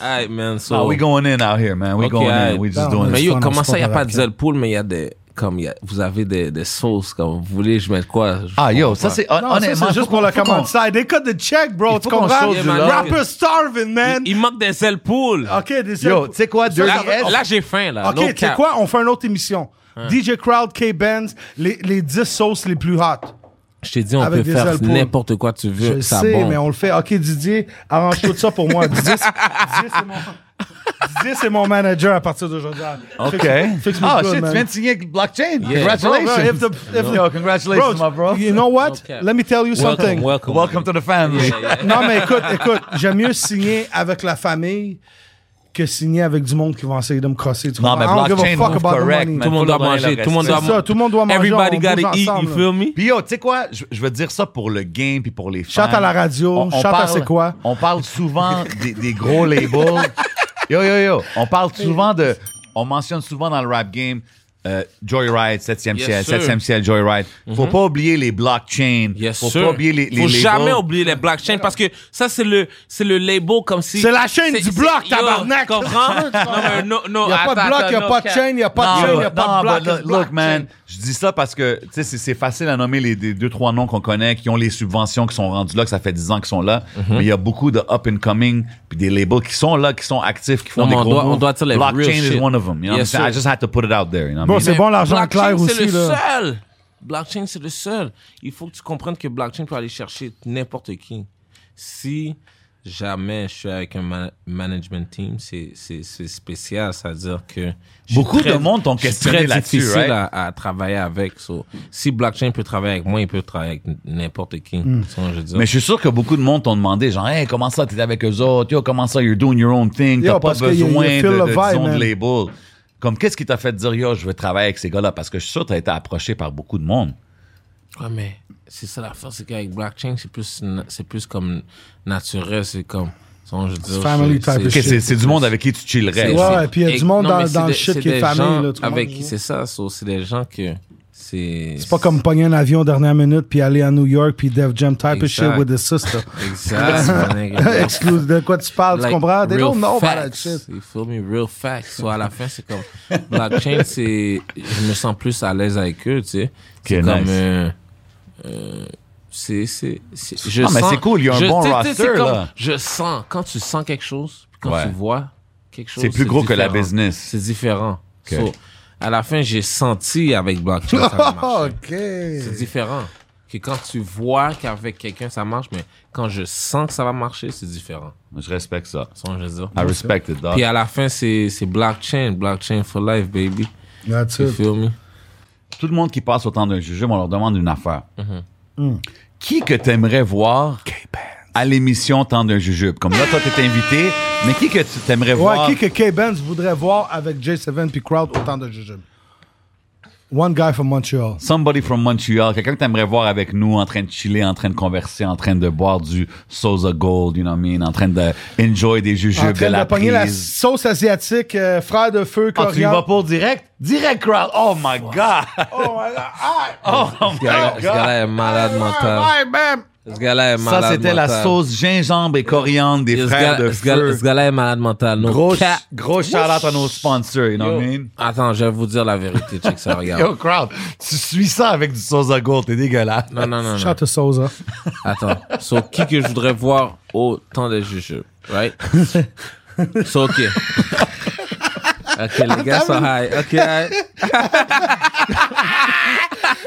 [SPEAKER 6] Alright, man, so.
[SPEAKER 3] Ah,
[SPEAKER 5] Oh, we going in out here, man. We
[SPEAKER 6] Ok,
[SPEAKER 5] going in.
[SPEAKER 6] alright.
[SPEAKER 5] We just
[SPEAKER 3] Non,
[SPEAKER 5] doing
[SPEAKER 6] mais
[SPEAKER 5] it.
[SPEAKER 3] Laisse-toi
[SPEAKER 6] yo,
[SPEAKER 3] dans
[SPEAKER 6] comment
[SPEAKER 3] le
[SPEAKER 6] ça, il n'y a
[SPEAKER 3] sport
[SPEAKER 6] pas de
[SPEAKER 3] avec.
[SPEAKER 6] zèle pool, mais il y a des. Comme y a, vous avez des, des sauces, comme vous voulez, je mets quoi? je
[SPEAKER 5] Ah, yo,
[SPEAKER 6] comprends
[SPEAKER 5] ça,
[SPEAKER 6] pas.
[SPEAKER 5] c'est hon-
[SPEAKER 3] Non, ça,
[SPEAKER 5] honnêtement.
[SPEAKER 3] c'est
[SPEAKER 5] faut
[SPEAKER 3] juste
[SPEAKER 5] qu'on-
[SPEAKER 3] pour la
[SPEAKER 5] faut qu'on-
[SPEAKER 3] commande. Ça, they cut the check, bro.
[SPEAKER 5] Il
[SPEAKER 3] Tu
[SPEAKER 5] faut qu'on
[SPEAKER 3] comprends?
[SPEAKER 5] saute
[SPEAKER 6] du lot.
[SPEAKER 3] Rapper starving, man.
[SPEAKER 6] Il, il manque des ailes poules.
[SPEAKER 3] OK, des
[SPEAKER 5] Yo, tu sais quoi, Dirty
[SPEAKER 6] Là,
[SPEAKER 5] S?
[SPEAKER 6] là, j'ai faim, là.
[SPEAKER 3] OK,
[SPEAKER 6] Ah, no
[SPEAKER 3] tu sais
[SPEAKER 6] cap. Hein.
[SPEAKER 3] quoi? On fait une autre émission. DJ Crowd, K-Benz, les, les 10 sauces les plus hot.
[SPEAKER 6] Je t'ai dit, on
[SPEAKER 3] Avec
[SPEAKER 6] peut
[SPEAKER 3] des ailes
[SPEAKER 6] faire
[SPEAKER 3] poules.
[SPEAKER 6] n'importe quoi tu
[SPEAKER 3] Je
[SPEAKER 6] veux.
[SPEAKER 3] le
[SPEAKER 6] ça
[SPEAKER 3] sais,
[SPEAKER 6] bombe.
[SPEAKER 3] mais on le fait. OK, Didier, arrange tout ça pour moi. Didier, c'est- Didier, c'est mon... Didier, c'est mon manager à partir d'aujourd'hui.
[SPEAKER 5] OK.
[SPEAKER 3] Fixe- fixe-moi
[SPEAKER 5] Ah,
[SPEAKER 3] le
[SPEAKER 5] shit,
[SPEAKER 3] code,
[SPEAKER 5] tu
[SPEAKER 3] man.
[SPEAKER 5] viens de signer avec blockchain.
[SPEAKER 3] Bro, bro, if
[SPEAKER 5] Congratulations.
[SPEAKER 3] the- if the-
[SPEAKER 5] Yo, congratulations, my bro.
[SPEAKER 3] You know what?
[SPEAKER 6] Okay.
[SPEAKER 3] Let me tell you something.
[SPEAKER 6] Welcome, welcome.
[SPEAKER 5] Welcome to the family.
[SPEAKER 3] Non, mais écoute, écoute, j'aime mieux signer avec la famille que signer avec du monde qui va essayer de me crosser. Tu
[SPEAKER 5] Non,
[SPEAKER 3] comprends?
[SPEAKER 5] mais
[SPEAKER 3] I don't give a
[SPEAKER 5] blockchain
[SPEAKER 3] fuck
[SPEAKER 5] move
[SPEAKER 3] about the
[SPEAKER 5] correct, man.
[SPEAKER 3] money.
[SPEAKER 6] Tout le monde doit
[SPEAKER 5] Faut leur
[SPEAKER 6] manger,
[SPEAKER 5] donner
[SPEAKER 6] tout le monde
[SPEAKER 5] leur
[SPEAKER 6] doit
[SPEAKER 5] respect.
[SPEAKER 3] C'est ça, tout le monde doit manger,
[SPEAKER 6] Everybody
[SPEAKER 3] on
[SPEAKER 6] gotta
[SPEAKER 3] bouge
[SPEAKER 6] eat,
[SPEAKER 3] ensemble,
[SPEAKER 6] you
[SPEAKER 3] là.
[SPEAKER 6] feel me?
[SPEAKER 5] Puis yo, tu sais quoi? Je, je veux dire ça pour le game puis pour les fans.
[SPEAKER 3] Chante à la radio, chante à c'est quoi?
[SPEAKER 5] On parle souvent des, des gros labels. Yo, yo, yo. On parle souvent de... On mentionne souvent dans le rap game euh, Joyride, 7e
[SPEAKER 6] Yes,
[SPEAKER 5] ciel,
[SPEAKER 6] sir. Mm-hmm.
[SPEAKER 5] 7e ciel, Joyride. Faut pas oublier les blockchains.
[SPEAKER 6] Yes,
[SPEAKER 5] Faut
[SPEAKER 6] sir.
[SPEAKER 5] pas oublier les, les
[SPEAKER 6] Faut
[SPEAKER 5] labels.
[SPEAKER 6] jamais oublier les black chains parce que ça, c'est le, c'est le label comme si.
[SPEAKER 3] C'est la chaîne
[SPEAKER 6] c'est-
[SPEAKER 3] du
[SPEAKER 6] c'est-
[SPEAKER 3] bloc,
[SPEAKER 6] yo,
[SPEAKER 3] tabarnak.
[SPEAKER 6] Tu comprends? non, mais non, non.
[SPEAKER 3] Il n'y a pas de
[SPEAKER 6] attends,
[SPEAKER 3] bloc, il n'y a pas
[SPEAKER 6] attends, no
[SPEAKER 3] de
[SPEAKER 6] cap.
[SPEAKER 3] chaîn, il n'y a pas de chaîne, il
[SPEAKER 5] Non,
[SPEAKER 3] n'y a
[SPEAKER 5] Ah, non,
[SPEAKER 3] pas de
[SPEAKER 5] but
[SPEAKER 3] bloc.
[SPEAKER 5] look, look, man, je dis ça parce que tu sais, c'est c'est facile à nommer les, les deux, trois noms qu'on connaît, qui ont les subventions, qui sont rendus là, que ça fait 10 ans qu'ils sont là.
[SPEAKER 6] Mm-hmm.
[SPEAKER 5] Mais il y a beaucoup de up-and-coming, puis des labels qui sont là, qui sont actifs, qui font
[SPEAKER 6] Non,
[SPEAKER 5] des
[SPEAKER 6] mais on
[SPEAKER 5] gros
[SPEAKER 6] doit- on
[SPEAKER 5] moves.
[SPEAKER 6] doit dire les
[SPEAKER 5] Blockchain
[SPEAKER 6] real
[SPEAKER 5] is
[SPEAKER 6] shit.
[SPEAKER 5] one of them. You know
[SPEAKER 6] Yes,
[SPEAKER 5] what I'm saying? I
[SPEAKER 6] sir.
[SPEAKER 5] just had to put it out there. You know
[SPEAKER 3] Bon,
[SPEAKER 5] what I
[SPEAKER 3] c'est
[SPEAKER 5] mean?
[SPEAKER 3] bon l'argent
[SPEAKER 6] Blockchain,
[SPEAKER 3] clair
[SPEAKER 6] c'est
[SPEAKER 3] aussi.
[SPEAKER 6] le
[SPEAKER 3] là.
[SPEAKER 6] seul. Blockchain, c'est le seul. Il faut que tu comprennes que blockchain peut aller chercher n'importe qui. Si jamais je suis avec un ma- management team. C'est, c'est, c'est spécial, c'est-à-dire que. je suis
[SPEAKER 5] Beaucoup
[SPEAKER 6] très-
[SPEAKER 5] de monde t'ont
[SPEAKER 6] je suis
[SPEAKER 5] questionné
[SPEAKER 6] très
[SPEAKER 5] là-dessus,
[SPEAKER 6] difficile
[SPEAKER 5] right?
[SPEAKER 6] à, à travailler avec. so, si blockchain peut travailler avec moi, il peut travailler avec n- n'importe qui.
[SPEAKER 3] Hmm.
[SPEAKER 6] Tu vois, je veux dire.
[SPEAKER 5] Mais je suis sûr que beaucoup de monde t'ont demandé, genre, hey, comment ça, t'es avec eux autres? Yo, comment ça, you're doing your own thing?
[SPEAKER 3] Yo,
[SPEAKER 5] T'as pas
[SPEAKER 3] parce que you- you
[SPEAKER 5] besoin de,
[SPEAKER 3] feel
[SPEAKER 5] de,
[SPEAKER 3] the vibe,
[SPEAKER 5] disons, de
[SPEAKER 3] man.
[SPEAKER 5] label. Comme, qu'est-ce qui t'a fait dire, yo, je veux travailler avec ces gars-là? Parce que je suis sûr que t'as été approché par beaucoup de monde.
[SPEAKER 6] Ouais, mais c'est ça l'affaire, c'est qu'avec blockchain, c'est plus, na- c'est plus comme naturel, c'est comme. tu vois, je veux dire,
[SPEAKER 3] family
[SPEAKER 6] c'est-
[SPEAKER 3] type of
[SPEAKER 5] Ok,
[SPEAKER 3] shit.
[SPEAKER 5] c'est c'est du monde avec qui tu chillerais.
[SPEAKER 6] C'est-
[SPEAKER 3] Ouais,
[SPEAKER 5] c'est-
[SPEAKER 3] ouais, puis il y a
[SPEAKER 6] Et-
[SPEAKER 3] du monde
[SPEAKER 6] non,
[SPEAKER 3] dans-
[SPEAKER 6] mais c'est
[SPEAKER 3] dans le
[SPEAKER 6] des-
[SPEAKER 3] shit
[SPEAKER 6] c'est
[SPEAKER 3] qui est
[SPEAKER 6] des
[SPEAKER 3] famille,
[SPEAKER 6] gens
[SPEAKER 3] là, tu comprends
[SPEAKER 6] avec
[SPEAKER 3] ce que je veux
[SPEAKER 6] qui c'est ça, so, c'est des gens que c'est.
[SPEAKER 3] C'est pas comme pogner un avion dernière minute puis aller à New York puis Def Jam type of shit
[SPEAKER 6] Exact.
[SPEAKER 3] with the sister.
[SPEAKER 6] Exact, mon nigga.
[SPEAKER 3] Excuse, de quoi Ah, tu parles, tu
[SPEAKER 6] Like,
[SPEAKER 3] comprends? They
[SPEAKER 6] real
[SPEAKER 3] don't know about that
[SPEAKER 6] facts.
[SPEAKER 3] ben, shit.
[SPEAKER 6] You feel me? Real facts. So, à la fin, c'est comme. Blockchain, c'est. Je me sens plus à l'aise avec eux, tu sais. c'est
[SPEAKER 5] nice.
[SPEAKER 6] comme. euh, euh, c'est. c'est- c'est- je
[SPEAKER 5] Ah, mais
[SPEAKER 6] sens-
[SPEAKER 5] c'est cool, il y a un
[SPEAKER 6] je-
[SPEAKER 5] bon
[SPEAKER 6] tu sais, tu sais, c'est
[SPEAKER 5] roster,
[SPEAKER 6] comme-
[SPEAKER 5] là.
[SPEAKER 6] Je sens. Quand tu sens quelque chose, puis quand
[SPEAKER 5] Ouais.
[SPEAKER 6] tu vois quelque chose.
[SPEAKER 5] C'est plus gros que la
[SPEAKER 6] différent.
[SPEAKER 5] business.
[SPEAKER 6] C'est différent. So, à la fin, j'ai senti avec blockchain. ça hein. va marcher.
[SPEAKER 3] Ok.
[SPEAKER 6] C'est différent. Que quand tu vois qu'avec quelqu'un ça marche, mais quand je sens que ça va marcher, c'est différent.
[SPEAKER 5] Je respecte ça.
[SPEAKER 6] C'est ce que je veux dire.
[SPEAKER 5] I respect it, dog.
[SPEAKER 6] Puis à la fin, c'est c'est blockchain, blockchain for life, baby.
[SPEAKER 3] That's
[SPEAKER 6] Tu
[SPEAKER 3] it.
[SPEAKER 6] feel me?
[SPEAKER 5] Tout le monde qui passe au temps d'un jugement, on leur demande une affaire.
[SPEAKER 3] Mm-hmm. Mm.
[SPEAKER 5] Qui que t'aimerais voir à l'émission Temps d'un jujube? Comme là, toi, t'es invité, mais qui que tu t'aimerais voir?
[SPEAKER 3] Ouais, qui que K-Benz voudrait voir avec J7 puis Crowd autant de jujubes? One guy from Montreal.
[SPEAKER 5] Somebody from Montreal, quelqu'un que t'aimerais voir avec nous en train de chiller, en train de converser, en train de boire du Sosa Gold, you know what I mean, en train de enjoy des jujubes,
[SPEAKER 3] en train de,
[SPEAKER 5] la
[SPEAKER 3] pogner la
[SPEAKER 5] prise.
[SPEAKER 3] sauce asiatique, euh, frère de feu,
[SPEAKER 5] Quand Ah, tu y vas
[SPEAKER 3] coriandre.
[SPEAKER 5] pour direct, direct crowd. Oh my God!
[SPEAKER 3] Oh, my God. Ah,
[SPEAKER 5] Oh my
[SPEAKER 6] Ce gars-là- ce
[SPEAKER 5] God!
[SPEAKER 6] gars-là est malade mental.
[SPEAKER 3] ouais, man.
[SPEAKER 6] Ce gars-là est malade
[SPEAKER 5] Ça, c'était la
[SPEAKER 6] mental.
[SPEAKER 5] sauce gingembre et coriandre des
[SPEAKER 6] Ce
[SPEAKER 5] frères
[SPEAKER 6] gars-
[SPEAKER 5] de
[SPEAKER 6] ce gars-
[SPEAKER 5] feu.
[SPEAKER 6] Ce gars-là est malade mental. No
[SPEAKER 5] Gros,
[SPEAKER 6] cap.
[SPEAKER 5] gros shout-out à nos sponsors, you know
[SPEAKER 6] Yo.
[SPEAKER 5] what I mean?
[SPEAKER 6] Attends, je vais vous dire la vérité. Check ça, regarde.
[SPEAKER 5] Yo, crowd, tu suis ça avec du Sosa Gold, t'es dégueulasse.
[SPEAKER 6] Non, non, non, non.
[SPEAKER 3] Shout to Souza.
[SPEAKER 6] Attends. So, qui que je voudrais voir au temps des jujubes, right? So, OK. OK, les gars sont high. OK, high.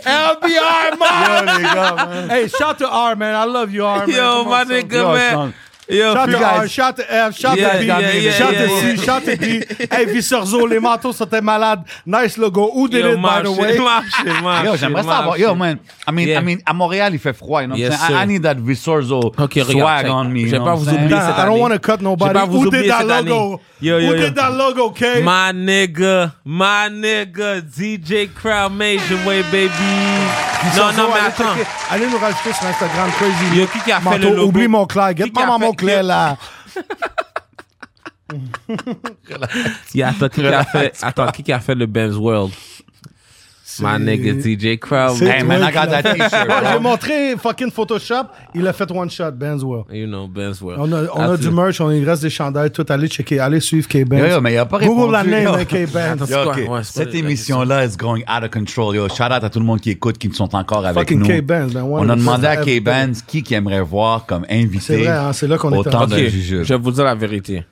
[SPEAKER 3] LBR, man! hey, shout to R, man. I love you, R, man.
[SPEAKER 6] Yo,
[SPEAKER 3] Come on,
[SPEAKER 6] my
[SPEAKER 3] son.
[SPEAKER 6] nigga, man. Yo,
[SPEAKER 3] Shout to
[SPEAKER 6] frère.
[SPEAKER 3] R, shout to F, shout
[SPEAKER 6] Yeah,
[SPEAKER 3] to B,
[SPEAKER 6] yeah, yeah,
[SPEAKER 3] shout to
[SPEAKER 6] yeah,
[SPEAKER 3] C,
[SPEAKER 6] yeah.
[SPEAKER 3] shout to D. Hey, Vicerzo, les manteaux, c'était malade. Nice logo. Who did
[SPEAKER 6] Yo,
[SPEAKER 3] it, by the way?
[SPEAKER 6] marché, marché, marché.
[SPEAKER 5] Yo, j'aimerais ça avoir. Yo, man. I mean,
[SPEAKER 6] Yeah.
[SPEAKER 5] I mean, à Montréal, il fait froid. You know
[SPEAKER 6] Yes,
[SPEAKER 5] what I'm saying? I, I
[SPEAKER 6] sir.
[SPEAKER 5] need that Visorzo
[SPEAKER 6] Ok, regarde,
[SPEAKER 5] swag
[SPEAKER 6] check.
[SPEAKER 5] on me. you
[SPEAKER 6] Je vais
[SPEAKER 5] know
[SPEAKER 6] pas
[SPEAKER 5] what
[SPEAKER 6] vous
[SPEAKER 5] I'm saying?
[SPEAKER 6] oublier cette
[SPEAKER 3] I don't
[SPEAKER 6] année.
[SPEAKER 3] want to cut nobody.
[SPEAKER 6] J'ai pas vous
[SPEAKER 3] Who did
[SPEAKER 6] oublier
[SPEAKER 3] that
[SPEAKER 6] cette année.
[SPEAKER 3] logo?
[SPEAKER 6] Yo, yo,
[SPEAKER 3] Who
[SPEAKER 6] yo.
[SPEAKER 3] did that logo, K?
[SPEAKER 6] My nigga, my nigga, DJ Crowd Major Way, baby. Non, non, mais attends.
[SPEAKER 3] Allez nous rajouter sur Instagram, Crazy.
[SPEAKER 6] Yo, qui qui a fait
[SPEAKER 3] Manteau,
[SPEAKER 6] le logo?
[SPEAKER 3] Oublie mon clair. Get
[SPEAKER 6] Qui qui
[SPEAKER 3] ma
[SPEAKER 6] a
[SPEAKER 3] maman
[SPEAKER 6] fait-
[SPEAKER 3] clair, là.
[SPEAKER 6] Y a- attends, qui qui a fait, attends, qui qui a fait le Ben's World? My nigga, DJ Crowd.
[SPEAKER 3] c'est
[SPEAKER 5] Hey, man, I
[SPEAKER 3] toi,
[SPEAKER 5] got that t-shirt.
[SPEAKER 3] Moi, j'ai
[SPEAKER 5] bro.
[SPEAKER 3] montré fucking Photoshop. Il a fait one shot, Benswell.
[SPEAKER 6] You know, Ben's World.
[SPEAKER 3] On a, on a du merch, on a- il reste des chandails, tout. Allez checker, allez suivre K-Benz.
[SPEAKER 5] Yo, yo, mais il a pas
[SPEAKER 3] Google la
[SPEAKER 5] répondu,
[SPEAKER 3] name,
[SPEAKER 5] yo.
[SPEAKER 3] hein, K-Benz.
[SPEAKER 5] Yo,
[SPEAKER 6] quoi?
[SPEAKER 5] ok.
[SPEAKER 6] Ouais, c'est pas
[SPEAKER 5] Cette
[SPEAKER 6] la
[SPEAKER 5] émission-là is going out of control. Yo, shout out à tout le monde qui écoute, qui sont encore avec
[SPEAKER 3] Fucking
[SPEAKER 5] nous.
[SPEAKER 3] K-Benz, man.
[SPEAKER 5] On a demandé à
[SPEAKER 3] 100%
[SPEAKER 5] K-Benz qui qui aimerait voir comme invité.
[SPEAKER 3] C'est vrai, hein, c'est là qu'on est
[SPEAKER 5] Autant
[SPEAKER 3] en-
[SPEAKER 5] de-
[SPEAKER 6] Ok,
[SPEAKER 5] jujube.
[SPEAKER 6] je vais vous dire la vérité.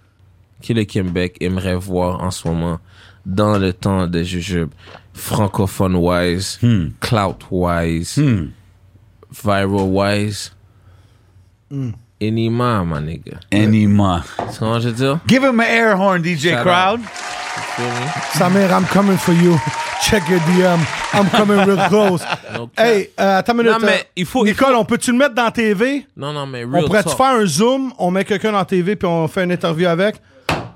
[SPEAKER 6] Qui le Québec aimerait voir en ce moment dans le temps des jujubes francophone-wise, clout-wise, viral-wise?
[SPEAKER 3] Hmm.
[SPEAKER 6] Enima, my nigga.
[SPEAKER 5] Anima.
[SPEAKER 6] Tu comprends ce que je veux dire?
[SPEAKER 5] Give him an air horn, DJ
[SPEAKER 6] Shout out.
[SPEAKER 5] Crowd.
[SPEAKER 6] Feel me?
[SPEAKER 3] Samir, I'm coming for you. Check your DM. I'm coming real close.
[SPEAKER 6] No cap.
[SPEAKER 3] Hey, euh, attends une minute.
[SPEAKER 6] Non, mais
[SPEAKER 3] euh,
[SPEAKER 6] il faut- il
[SPEAKER 3] Nicole, on peut-tu le mettre dans TV?
[SPEAKER 6] Non, non, mais
[SPEAKER 3] On
[SPEAKER 6] real
[SPEAKER 3] pourrait-tu
[SPEAKER 6] talk.
[SPEAKER 3] faire un zoom? On met quelqu'un dans TV puis on fait une interview avec?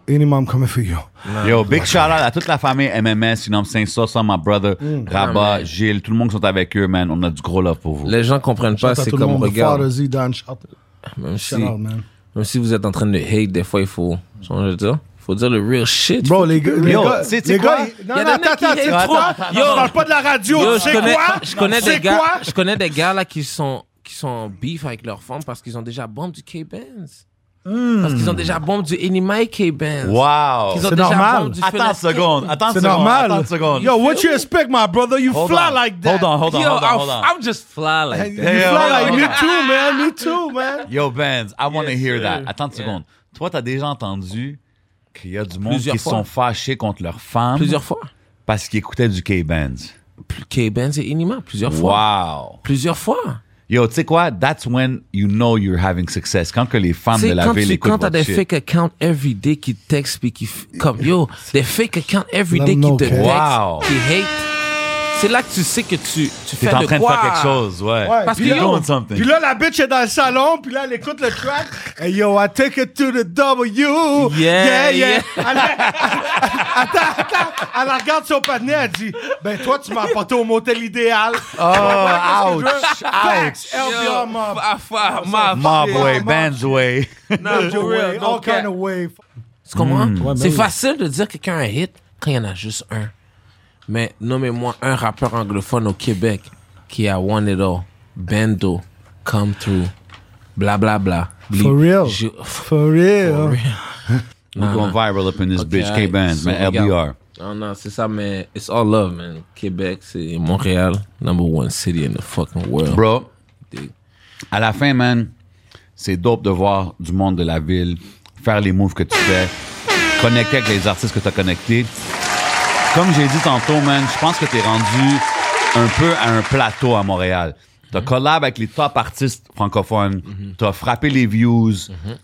[SPEAKER 3] Anima, I'm coming for you.
[SPEAKER 6] Ben,
[SPEAKER 5] Yo, big shout out à toute la famille MMS, you know what I'm saying? Sosa, my brother,
[SPEAKER 3] Mm.
[SPEAKER 5] Rabat,
[SPEAKER 6] Ah, man.
[SPEAKER 5] Gilles, tout le monde qui sont avec eux, man. On a du gros love pour vous.
[SPEAKER 6] Les gens comprennent pas,
[SPEAKER 3] Shout à
[SPEAKER 6] c'est
[SPEAKER 3] tout le
[SPEAKER 6] comme,
[SPEAKER 3] monde.
[SPEAKER 6] regarde,
[SPEAKER 3] Farzy, Dan, shout-
[SPEAKER 6] même si,
[SPEAKER 3] shout out, man.
[SPEAKER 6] même si vous êtes en train de hate, des fois, il faut, tu comprends ce que je veux dire? Faut dire le real shit.
[SPEAKER 3] Bro, les gars, les
[SPEAKER 5] Yo,
[SPEAKER 3] gars,
[SPEAKER 5] tu sais- tu sais
[SPEAKER 3] les
[SPEAKER 5] quoi?
[SPEAKER 3] gars, ils- non,
[SPEAKER 6] Y a
[SPEAKER 3] non,
[SPEAKER 6] des mecs
[SPEAKER 3] attends,
[SPEAKER 6] qui
[SPEAKER 3] attends, tu
[SPEAKER 6] hatent trop.
[SPEAKER 3] vois,
[SPEAKER 6] Yo.
[SPEAKER 3] je parle pas de la radio,
[SPEAKER 6] Yo,
[SPEAKER 3] tu
[SPEAKER 6] je
[SPEAKER 3] sais
[SPEAKER 6] connais,
[SPEAKER 3] quoi?
[SPEAKER 6] je connais
[SPEAKER 3] Tu sais
[SPEAKER 6] des gars,
[SPEAKER 3] quoi?
[SPEAKER 6] je connais des gars là qui sont qui sont en beef avec leurs femmes parce qu'ils ont déjà bombé du K-Benz. Parce qu'ils ont déjà bombé du Enima et K-Benz.
[SPEAKER 5] Wow.
[SPEAKER 6] Ils ont
[SPEAKER 3] Hmm. C'est
[SPEAKER 6] déjà
[SPEAKER 3] normal.
[SPEAKER 6] bombé du
[SPEAKER 5] Attends une
[SPEAKER 6] Fenêtre-
[SPEAKER 5] seconde. Attends une
[SPEAKER 3] C'est
[SPEAKER 5] seconde. Attends
[SPEAKER 3] normal.
[SPEAKER 5] une seconde.
[SPEAKER 3] Yo, what you expect, my brother? You
[SPEAKER 5] Hold
[SPEAKER 3] fly
[SPEAKER 5] on.
[SPEAKER 3] like that.
[SPEAKER 5] Hold on, hold on,
[SPEAKER 6] Yo,
[SPEAKER 5] hold on,
[SPEAKER 6] I'm,
[SPEAKER 5] hold on.
[SPEAKER 6] I'm just fly like
[SPEAKER 3] You
[SPEAKER 6] that.
[SPEAKER 5] Hey,
[SPEAKER 3] fly
[SPEAKER 5] yo,
[SPEAKER 3] like
[SPEAKER 5] hold
[SPEAKER 3] me
[SPEAKER 5] on.
[SPEAKER 3] too, man. Me too, man.
[SPEAKER 5] Yo, Benz, I want to
[SPEAKER 6] Yes,
[SPEAKER 5] hear
[SPEAKER 6] sir.
[SPEAKER 5] that. Attends une seconde. Toi, t'as déjà entendu qu'il y a du monde
[SPEAKER 6] Plusieurs
[SPEAKER 5] qui se
[SPEAKER 6] fois.
[SPEAKER 5] sont fâchés contre leur femme
[SPEAKER 6] Plusieurs fois.
[SPEAKER 5] parce qu'ils écoutaient du K-Benz.
[SPEAKER 6] K-Benz et Enima, plusieurs fois.
[SPEAKER 5] Wow.
[SPEAKER 6] Plusieurs fois.
[SPEAKER 5] Yo, tu sais quoi? That's when you know you're having success. Quand que les femmes
[SPEAKER 6] Tu
[SPEAKER 5] de
[SPEAKER 6] sais,
[SPEAKER 5] la
[SPEAKER 6] quand,
[SPEAKER 5] ville
[SPEAKER 6] tu,
[SPEAKER 5] écoutent
[SPEAKER 6] quand t'as
[SPEAKER 5] votre
[SPEAKER 6] des
[SPEAKER 5] shit.
[SPEAKER 6] fake accounts every day qui te textent puis qui f- comme yo, des fake accounts every
[SPEAKER 3] Let
[SPEAKER 6] day
[SPEAKER 3] them
[SPEAKER 6] qui
[SPEAKER 3] know,
[SPEAKER 6] te
[SPEAKER 3] okay.
[SPEAKER 6] textent,
[SPEAKER 5] Wow.
[SPEAKER 6] qui hate, c'est là que tu sais que tu, tu fais
[SPEAKER 5] T'es en
[SPEAKER 6] de
[SPEAKER 5] train de
[SPEAKER 6] quoi.
[SPEAKER 5] faire quelque chose, ouais.
[SPEAKER 3] Ouais,
[SPEAKER 6] Parce
[SPEAKER 5] You're
[SPEAKER 6] que yo,
[SPEAKER 5] doing something.
[SPEAKER 3] Puis là, la bitch est dans le salon, puis là, elle écoute le track. Hey yo, I take it to the W.
[SPEAKER 6] Yeah, yeah.
[SPEAKER 3] Elle- elle- attends, attends. Elle regarde son panier, elle dit Ben, toi, tu m'as apporté au motel idéal.
[SPEAKER 5] oh, ouch,
[SPEAKER 3] Facts,
[SPEAKER 5] ouch.
[SPEAKER 3] LBR
[SPEAKER 6] Yo,
[SPEAKER 3] mob.
[SPEAKER 6] fa- fa- ma-
[SPEAKER 5] Mob
[SPEAKER 3] Yeah,
[SPEAKER 5] way,
[SPEAKER 3] mob.
[SPEAKER 5] band's way.
[SPEAKER 6] Non, for real,
[SPEAKER 3] Way,
[SPEAKER 6] no
[SPEAKER 3] all
[SPEAKER 6] cap.
[SPEAKER 3] kind of way.
[SPEAKER 6] Tu comprends?
[SPEAKER 5] Hmm.
[SPEAKER 3] Ouais, ben
[SPEAKER 6] c'est
[SPEAKER 3] oui.
[SPEAKER 6] facile de dire que quelqu'un a un hit quand il y en a juste un. Mais nommez-moi un rappeur anglophone au Québec qui a One It All, Bendo, Come Through, bla bla bla. Bli-
[SPEAKER 3] For real.
[SPEAKER 6] Je-
[SPEAKER 3] For real.
[SPEAKER 5] We're going viral up in this bitch, K-Bands,
[SPEAKER 6] So,
[SPEAKER 5] man, LBR.
[SPEAKER 6] regarde. Non, non, c'est ça, mais it's all love, man. Québec, c'est Montréal, number one city in the fucking world.
[SPEAKER 5] Bro,
[SPEAKER 6] Dig.
[SPEAKER 5] à la fin, man, c'est dope de voir du monde de la ville faire les moves que tu fais, connecter avec les artistes que tu as connectés. Comme j'ai dit tantôt, man, je pense que tu es rendu un peu à un plateau à Montréal. T'as collab avec les top artistes francophones, t'as frappé les views,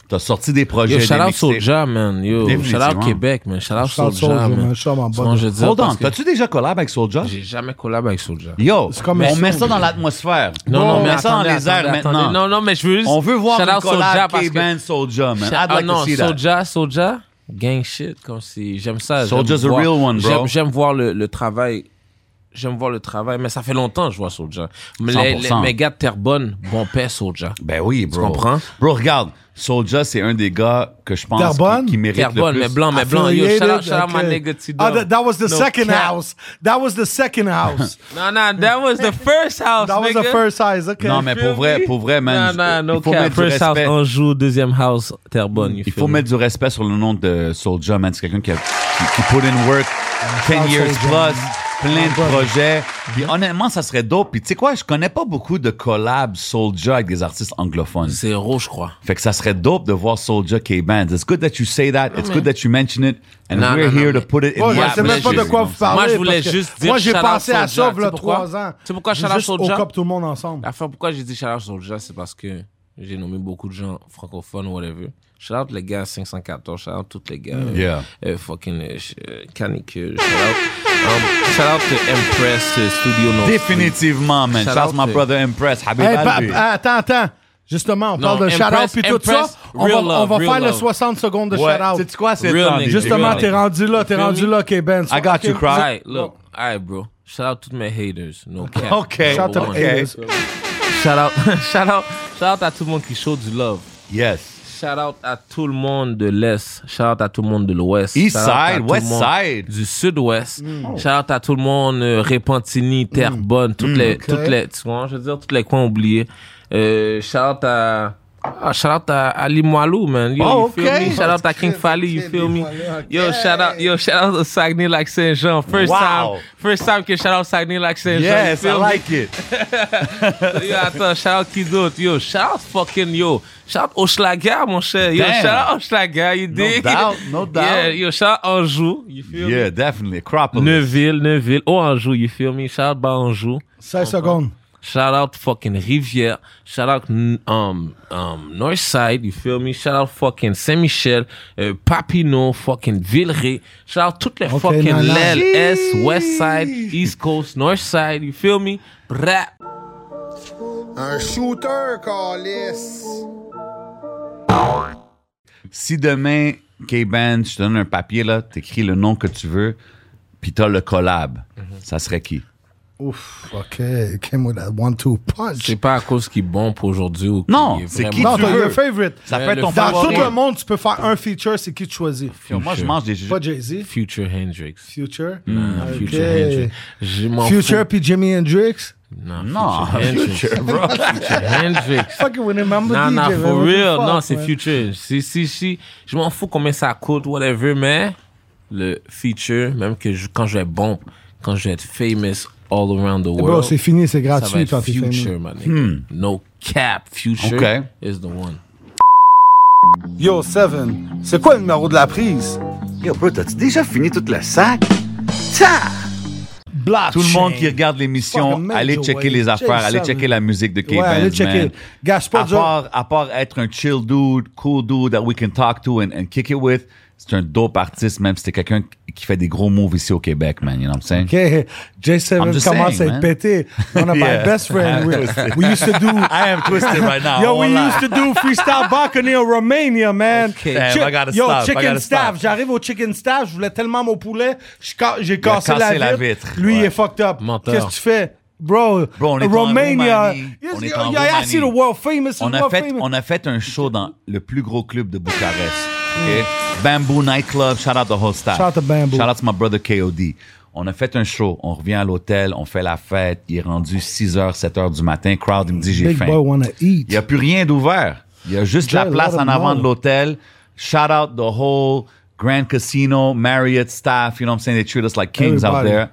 [SPEAKER 5] t'as sorti des projets.
[SPEAKER 6] Yo,
[SPEAKER 5] des
[SPEAKER 6] shout out
[SPEAKER 5] mixtapes.
[SPEAKER 6] Soulja, man. Yo, shout
[SPEAKER 5] Définitivement.
[SPEAKER 6] out Québec, man. Shout out
[SPEAKER 3] Shout out
[SPEAKER 6] Soulja,
[SPEAKER 3] Soulja,
[SPEAKER 6] man.
[SPEAKER 3] man. Shout out my
[SPEAKER 6] Tu vois, je veux dire,
[SPEAKER 5] Hold on,
[SPEAKER 6] parce que
[SPEAKER 5] t'as-tu déjà collab avec Soulja?
[SPEAKER 6] J'ai jamais collab avec Soulja.
[SPEAKER 5] Yo,
[SPEAKER 3] comme un
[SPEAKER 5] on met
[SPEAKER 3] son,
[SPEAKER 5] ça
[SPEAKER 3] lui.
[SPEAKER 5] dans l'atmosphère.
[SPEAKER 6] Non,
[SPEAKER 5] on
[SPEAKER 6] non, mais
[SPEAKER 5] met ça
[SPEAKER 6] attendez,
[SPEAKER 5] dans les airs
[SPEAKER 6] attendez,
[SPEAKER 5] maintenant.
[SPEAKER 6] attendez. Non, non, mais je veux juste.
[SPEAKER 5] On veut voir
[SPEAKER 6] shout
[SPEAKER 5] une
[SPEAKER 6] out Soulja
[SPEAKER 5] collab
[SPEAKER 6] parce que-
[SPEAKER 5] K-Band Soulja, man. I'd
[SPEAKER 6] Ah
[SPEAKER 5] like to
[SPEAKER 6] non,
[SPEAKER 5] see that.
[SPEAKER 6] Soulja, Soulja, gang shit, comme si j'aime ça. j'aime
[SPEAKER 5] Soulja's a
[SPEAKER 6] voir-
[SPEAKER 5] real one, bro.
[SPEAKER 6] J'aime, j'aime voir le, le travail. J'aime voir le travail, mais ça fait longtemps que je vois Soulja. Mais Les,
[SPEAKER 5] 100%.
[SPEAKER 6] les, mes gars de Terrebonne, bon père Soulja.
[SPEAKER 5] Ben oui, bro.
[SPEAKER 6] comprends?
[SPEAKER 5] Bro, regarde, Soulja, c'est un des gars que je pense
[SPEAKER 3] Terrebonne?
[SPEAKER 5] qui, qui mérite
[SPEAKER 6] Terrebonne,
[SPEAKER 5] le plus.
[SPEAKER 6] mais blanc, mais blanc. Yo, shout out, shout out my nigga Tido.
[SPEAKER 3] Ah, that, that was the
[SPEAKER 6] No
[SPEAKER 3] second
[SPEAKER 6] cap.
[SPEAKER 3] house. That was the second house.
[SPEAKER 6] Non, non, that was the first house,
[SPEAKER 3] that was
[SPEAKER 6] nigga.
[SPEAKER 3] the first house. Okay.
[SPEAKER 5] Non, mais pour vrai, pour vrai, man,
[SPEAKER 6] Non, non,
[SPEAKER 5] il
[SPEAKER 6] no
[SPEAKER 5] faut
[SPEAKER 6] cap.
[SPEAKER 5] mettre du
[SPEAKER 6] First house,
[SPEAKER 5] respect.
[SPEAKER 6] Anjou, deuxième house, Terrebonne. you
[SPEAKER 5] Il
[SPEAKER 6] feel
[SPEAKER 5] faut
[SPEAKER 6] me?
[SPEAKER 5] mettre du respect sur le nom de Soulja, man. C'est quelqu'un qui, a- qui, qui put in work 10
[SPEAKER 3] Shout
[SPEAKER 5] years
[SPEAKER 3] Soulja,
[SPEAKER 5] plus, plein
[SPEAKER 3] Shout
[SPEAKER 5] de projets. Puis honnêtement, ça serait dope. Puis tu sais quoi, je connais pas beaucoup de collabs Soulja avec des artistes anglophones.
[SPEAKER 6] Zéro, je crois.
[SPEAKER 5] Fait que ça serait dope de voir Soulja K-Bands. It's good that you say that. It's good that you mention it. And
[SPEAKER 6] Non,
[SPEAKER 5] we're
[SPEAKER 6] non,
[SPEAKER 5] here
[SPEAKER 6] non,
[SPEAKER 5] to put it in
[SPEAKER 3] Moi,
[SPEAKER 5] the
[SPEAKER 3] je sais même pas
[SPEAKER 5] atmosphere.
[SPEAKER 3] de quoi vous parlez.
[SPEAKER 6] Moi, je voulais
[SPEAKER 3] parce que
[SPEAKER 6] juste dire
[SPEAKER 3] Moi, j'ai
[SPEAKER 6] shout out
[SPEAKER 3] pensé à
[SPEAKER 6] Soulja.
[SPEAKER 3] ça,
[SPEAKER 6] Tu
[SPEAKER 3] v'là
[SPEAKER 6] sais pourquoi?
[SPEAKER 3] trois ans.
[SPEAKER 6] Tu sais pourquoi
[SPEAKER 3] J'ai
[SPEAKER 6] shout out Ah,
[SPEAKER 3] juste
[SPEAKER 6] Soulja?
[SPEAKER 3] Au cop tout le monde ensemble.
[SPEAKER 6] L'affaire, pourquoi j'ai dit shout out Soulja, c'est parce que j'ai nommé beaucoup de gens francophones, whatever. Shout out les gars à 514, shout out tous les gars. euh,
[SPEAKER 5] Yeah.
[SPEAKER 6] euh, fucking euh, ch- euh, Canicule, shout out. um, shout out to Empress euh, Studio No.
[SPEAKER 5] Définitivement, man.
[SPEAKER 6] Shout
[SPEAKER 5] Shout out
[SPEAKER 6] out
[SPEAKER 5] my
[SPEAKER 6] to-
[SPEAKER 5] brother Impress. Habib
[SPEAKER 3] Hey, Eh, pa-
[SPEAKER 5] Alvi.
[SPEAKER 3] pa- attends, attends. Justement, on
[SPEAKER 6] Non,
[SPEAKER 3] parle de shout-out
[SPEAKER 6] Empress,
[SPEAKER 3] puis tout ça.
[SPEAKER 6] Empress,
[SPEAKER 3] On va,
[SPEAKER 6] real love,
[SPEAKER 3] on va
[SPEAKER 6] real
[SPEAKER 3] faire le
[SPEAKER 6] love.
[SPEAKER 3] 60 secondes de
[SPEAKER 5] Ouais.
[SPEAKER 3] shout-out.
[SPEAKER 5] Sais-tu quoi, c'est
[SPEAKER 6] Real
[SPEAKER 5] temps,
[SPEAKER 6] nigga.
[SPEAKER 3] Justement,
[SPEAKER 5] nigga.
[SPEAKER 3] t'es rendu là, t'es
[SPEAKER 6] You feel
[SPEAKER 3] rendu
[SPEAKER 6] me?
[SPEAKER 3] là, K-Ben.
[SPEAKER 5] I got you, Croc.
[SPEAKER 6] Alright, look. Alright, bro. Shout out toutes mes haters. No cap.
[SPEAKER 5] OK.
[SPEAKER 3] Shout out
[SPEAKER 6] Ok.
[SPEAKER 3] haters.
[SPEAKER 6] Shout out, shout out, shout out à tout le monde qui show du love.
[SPEAKER 5] Yes.
[SPEAKER 6] Shout out à tout le monde de l'Est. Shout out à tout le monde de l'Ouest.
[SPEAKER 5] East
[SPEAKER 6] Shout out à
[SPEAKER 5] side,
[SPEAKER 6] tout le
[SPEAKER 5] west
[SPEAKER 6] monde
[SPEAKER 5] side. Oh.
[SPEAKER 6] Du Sud-Ouest. Shout out à tout le monde, euh,
[SPEAKER 5] Mm.
[SPEAKER 6] Repentigny, Terrebonne, toutes les, toutes les, tu vois, je veux dire, tous les coins oubliés. Euh, shout out à, ah, shout out à Ali Moalou, man. Yo,
[SPEAKER 5] Oh,
[SPEAKER 6] you feel
[SPEAKER 5] okay.
[SPEAKER 6] me? Shout out à King Fally, you feel me? Yo, shout out, yo, shout out to Saguenay Lac Saint-Jean. First
[SPEAKER 5] Wow.
[SPEAKER 6] time, first time que shout out Saguenay Lac Saint-Jean.
[SPEAKER 5] Yes,
[SPEAKER 6] you
[SPEAKER 5] I
[SPEAKER 6] feel me?
[SPEAKER 5] like it.
[SPEAKER 6] Yo, attends, shout out qui d'autre? Yo, shout out fucking yo. Shout out Oshlaga, mon cher. Yo,
[SPEAKER 5] Damn.
[SPEAKER 6] shout out Oshlaga, you dig?
[SPEAKER 5] doubt, no doubt.
[SPEAKER 6] Yeah, yo, shout out Anjou, you feel
[SPEAKER 5] Yeah, definitely.
[SPEAKER 6] me?
[SPEAKER 5] Acropolis.
[SPEAKER 6] Neuville, Neuville. Oh, Anjou, you feel me? Shout out bas Anjou.
[SPEAKER 3] 16 secondes.
[SPEAKER 6] Shout out fucking Rivière. Shout out n- um, um, Northside, you feel me? Shout out fucking Saint-Michel, euh, Papineau, fucking Villeray. Shout out toutes les
[SPEAKER 3] Ok,
[SPEAKER 6] fucking
[SPEAKER 3] nana.
[SPEAKER 6] l'aile, Est, Westside, East Coast, Northside, you feel me? Brap.
[SPEAKER 7] Un shooter, Calis.
[SPEAKER 5] Si demain, K-Band, je te donne un papier, là, t'écris le nom que tu veux, puis t'as le collab,
[SPEAKER 6] Mhm.
[SPEAKER 5] ça serait qui?
[SPEAKER 3] Ouf, OK. Came with that one-two punch.
[SPEAKER 6] C'est pas à cause qu'il est bon pour aujourd'hui ou
[SPEAKER 5] Non,
[SPEAKER 6] qu'il est
[SPEAKER 5] c'est
[SPEAKER 6] vraiment-
[SPEAKER 5] qui
[SPEAKER 3] Non,
[SPEAKER 5] tu
[SPEAKER 3] t'as
[SPEAKER 5] veux.
[SPEAKER 3] le favorite.
[SPEAKER 5] Ça
[SPEAKER 6] Mais
[SPEAKER 5] peut être
[SPEAKER 6] le
[SPEAKER 5] ton
[SPEAKER 3] Dans tout
[SPEAKER 5] favori.
[SPEAKER 3] le monde, tu peux faire un feature, c'est qui tu choisis?
[SPEAKER 5] Yo, Moi, je mange des jujubes.
[SPEAKER 3] Pas Jay-Z.
[SPEAKER 6] Future Hendrix.
[SPEAKER 3] Future.
[SPEAKER 6] Non,
[SPEAKER 3] Ok.
[SPEAKER 6] Future Hendrix. Je m'en
[SPEAKER 3] Future
[SPEAKER 6] fous.
[SPEAKER 3] puis Jimi Hendrix.
[SPEAKER 6] Non,
[SPEAKER 5] Non,
[SPEAKER 6] Future Hendrix.
[SPEAKER 5] future, bro.
[SPEAKER 6] Future Hendrix.
[SPEAKER 3] Fucking with him, I'm the
[SPEAKER 6] Non,
[SPEAKER 3] DJ,
[SPEAKER 6] non,
[SPEAKER 3] man.
[SPEAKER 6] for
[SPEAKER 3] What the
[SPEAKER 6] real.
[SPEAKER 3] fuck,
[SPEAKER 6] Non, c'est
[SPEAKER 3] man?
[SPEAKER 6] Future. Si, si, si. Je m'en fous combien ça coûte, whatever, mais le Future, même que je- quand je vais être bon, quand je vais être famous all around the
[SPEAKER 3] Eh, Bro,
[SPEAKER 6] world,
[SPEAKER 3] c'est fini, c'est
[SPEAKER 6] ça va
[SPEAKER 3] gratuit
[SPEAKER 6] être
[SPEAKER 3] quand t'es fameux.
[SPEAKER 6] Future, man. No cap. Future
[SPEAKER 5] Ok.
[SPEAKER 6] is the one.
[SPEAKER 2] Yo, Seven, c'est quoi le numéro de la prise?
[SPEAKER 7] Yo, bro, t'as-tu déjà fini toute la sac? Ça!
[SPEAKER 5] Tout le monde qui
[SPEAKER 3] Blockchain.
[SPEAKER 5] regarde l'émission,
[SPEAKER 3] Fucking
[SPEAKER 5] allez
[SPEAKER 3] major
[SPEAKER 5] checker
[SPEAKER 3] way.
[SPEAKER 5] les affaires,
[SPEAKER 3] Jason.
[SPEAKER 5] allez checker la musique de K-Benz,
[SPEAKER 3] Ouais, allez checker.
[SPEAKER 5] man.
[SPEAKER 3] Gaspard
[SPEAKER 5] à
[SPEAKER 3] Dior-
[SPEAKER 5] part, à part être un chill dude, cool dude that we can talk to and, and kick it with, c'est un dope artiste, même si c'est quelqu'un qui fait des gros moves ici au Québec, man. You know what I'm saying?
[SPEAKER 3] Okay,
[SPEAKER 5] I'm
[SPEAKER 3] J7
[SPEAKER 5] just
[SPEAKER 3] commence
[SPEAKER 5] saying,
[SPEAKER 3] à
[SPEAKER 5] man.
[SPEAKER 3] être pété. One of
[SPEAKER 5] Yeah.
[SPEAKER 3] my best friends. We,
[SPEAKER 5] Twisted.
[SPEAKER 3] we used to do.
[SPEAKER 5] I am twisted right now.
[SPEAKER 3] Yo, we
[SPEAKER 5] I won't lie.
[SPEAKER 3] used to do freestyle balcony in Romania, man.
[SPEAKER 5] Damn, I gotta
[SPEAKER 3] yo,
[SPEAKER 5] stop, I
[SPEAKER 3] chicken
[SPEAKER 5] gotta
[SPEAKER 3] staff.
[SPEAKER 5] stop.
[SPEAKER 3] J'arrive au chicken staff. Je voulais tellement mon poulet. je ca- J'ai cassé,
[SPEAKER 5] cassé
[SPEAKER 3] la,
[SPEAKER 5] la vitre.
[SPEAKER 3] vitre. Lui, il
[SPEAKER 5] Ouais.
[SPEAKER 3] est fucked up.
[SPEAKER 6] Menteur.
[SPEAKER 3] Qu'est-ce que tu fais? Bro,
[SPEAKER 5] Bro, on est en
[SPEAKER 3] Romania.
[SPEAKER 5] Roumanie.
[SPEAKER 3] Yes,
[SPEAKER 5] On
[SPEAKER 3] yo,
[SPEAKER 5] est en
[SPEAKER 3] yo, I see the
[SPEAKER 5] Roumanie.
[SPEAKER 3] world famous.
[SPEAKER 5] on
[SPEAKER 3] the
[SPEAKER 5] a
[SPEAKER 3] world
[SPEAKER 5] fait
[SPEAKER 3] famous.
[SPEAKER 5] on a fait un show dans le plus gros club de Bucarest. ok? Bamboo Nightclub, shout out the whole staff.
[SPEAKER 3] Shout out to Bamboo.
[SPEAKER 5] Shout out to my brother KOD. On a fait un show, on revient à l'hôtel, on fait la fête, il est rendu 6h 7h du matin, crowd il me dit j'ai
[SPEAKER 3] Big
[SPEAKER 5] faim.
[SPEAKER 3] boy wanna eat.
[SPEAKER 5] Il n'y a plus rien d'ouvert. Il y a juste
[SPEAKER 3] J'ai
[SPEAKER 5] la place
[SPEAKER 3] a lot of
[SPEAKER 5] en avant
[SPEAKER 3] money.
[SPEAKER 5] de l'hôtel. Shout out the whole Grand Casino, Marriott staff. You know what I'm saying? They treat us like kings
[SPEAKER 3] Everybody.
[SPEAKER 5] out there.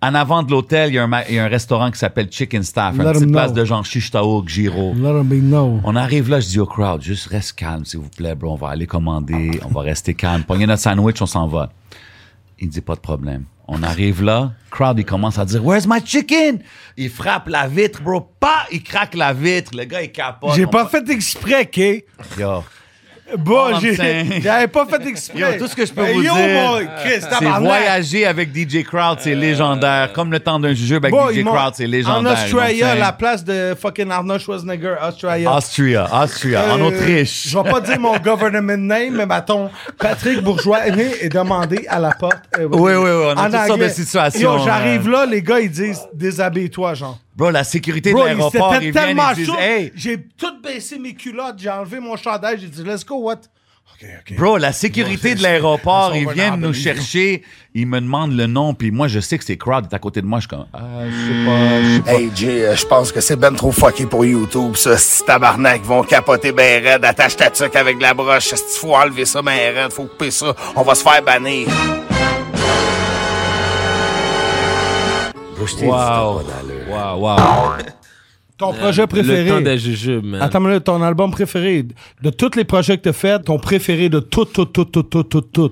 [SPEAKER 5] En avant de l'hôtel, il y, a un ma- il y a un restaurant qui s'appelle Chicken Staff.
[SPEAKER 3] Let
[SPEAKER 5] Une
[SPEAKER 3] 'em
[SPEAKER 5] petite place
[SPEAKER 3] know.
[SPEAKER 5] de gens chiche Taouk, Giro.
[SPEAKER 3] Let him be know.
[SPEAKER 5] On arrive là, je dis au crowd, juste reste calme, s'il vous plaît, bro. On va aller commander, on va rester calme. Pognez notre sandwich, on s'en va. Il dit pas de problème. On arrive là, crowd, il commence à dire Where's my chicken? Il frappe la vitre, bro. Pas, il craque la vitre. Le gars, il capote.
[SPEAKER 3] J'ai
[SPEAKER 5] On
[SPEAKER 3] pas
[SPEAKER 5] va-
[SPEAKER 3] fait exprès, Kay.
[SPEAKER 5] Yo.
[SPEAKER 3] Bon,
[SPEAKER 5] All Oh, I'm
[SPEAKER 3] j'ai-
[SPEAKER 5] saying.
[SPEAKER 3] j'avais pas fait exprès.
[SPEAKER 5] Yo, tout ce que je peux
[SPEAKER 3] Mais
[SPEAKER 5] vous
[SPEAKER 3] yo,
[SPEAKER 5] dire,
[SPEAKER 3] mon Chris,
[SPEAKER 5] C'est
[SPEAKER 3] tabarnak.
[SPEAKER 5] voyager avec DJ Crowd, c'est légendaire. Comme le temps d'un jeu avec
[SPEAKER 3] Bon,
[SPEAKER 5] DJ
[SPEAKER 3] ils m'ont-
[SPEAKER 5] Crowd, c'est légendaire. hein.
[SPEAKER 3] En
[SPEAKER 5] you know what I'm
[SPEAKER 3] Australia,
[SPEAKER 5] saying?
[SPEAKER 3] la place de fucking Arnold Schwarzenegger, Australia.
[SPEAKER 5] Austria, Austria, en
[SPEAKER 3] Euh,
[SPEAKER 5] Autriche.
[SPEAKER 3] Je vais pas dire mon government name, mais bâton, Patrick Bourgeois est né et demandé à la porte. euh,
[SPEAKER 5] Oui, oui, oui, on a
[SPEAKER 3] en
[SPEAKER 5] toutes sortes
[SPEAKER 3] anglais.
[SPEAKER 5] de situations, hein.
[SPEAKER 3] Yo, j'arrive là, les gars, ils disent déshabille-toi, genre.
[SPEAKER 5] Bro, la sécurité
[SPEAKER 3] Bro,
[SPEAKER 5] de
[SPEAKER 3] ils
[SPEAKER 5] l'aéroport,
[SPEAKER 3] s'étaient
[SPEAKER 5] ils viennent,
[SPEAKER 3] tellement
[SPEAKER 5] ils disent
[SPEAKER 3] chauds.
[SPEAKER 5] Hey,
[SPEAKER 3] J'ai tout baissé mes culottes, j'ai enlevé mon chandail, j'ai dit, let's go, what? OK, OK.
[SPEAKER 5] Bro, la sécurité de l'aéroport, ils viennent nous chercher, ils me demandent le nom, puis moi, je sais que c'est Crowd, il est à côté de moi, je suis comme, ah, je sais pas, je sais pas.
[SPEAKER 7] Hey Jay, euh, je pense que c'est ben trop fucké pour YouTube, ça. Si tabarnak ils vont capoter ben raide, attache ta tuque avec la broche. Si faut enlever ça ben raide, faut couper ça, on va se faire bannir. Bro, je t'ai dit, t'as
[SPEAKER 5] Wow.
[SPEAKER 7] pas d'allure.
[SPEAKER 5] Wow, wow.
[SPEAKER 3] Ton projet préféré.
[SPEAKER 6] Le temps des jujubes, man.
[SPEAKER 3] Attends, mais là, ton album préféré, de tous les projets que t'as fait, ton préféré de tout, tout, tout, tout, tout, tout, tout.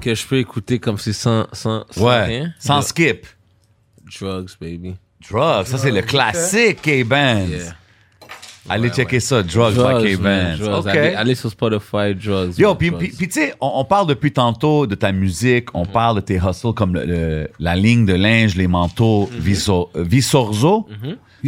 [SPEAKER 6] Que je peux écouter comme si sans, sans, sans
[SPEAKER 5] Ouais,
[SPEAKER 6] rien.
[SPEAKER 5] sans
[SPEAKER 6] The
[SPEAKER 5] skip.
[SPEAKER 6] Drugs, baby.
[SPEAKER 5] Drug, ça c'est le classique K-Benz.
[SPEAKER 6] Yeah.
[SPEAKER 5] Allez checker ça, Drugs, by
[SPEAKER 6] Drugs, man,
[SPEAKER 5] K-Benz.
[SPEAKER 6] drugs.
[SPEAKER 5] OK.
[SPEAKER 6] Allez, allez sur Spotify, Drugs.
[SPEAKER 5] Yo,
[SPEAKER 6] man,
[SPEAKER 5] puis
[SPEAKER 6] drugs. Mm-hmm.
[SPEAKER 5] puis- puis tu sais, on, on parle depuis tantôt de ta musique, on parle de tes hustles comme le- le- la ligne de linge, les manteaux,
[SPEAKER 6] Mm-hmm.
[SPEAKER 5] Viso- euh, Visorzo,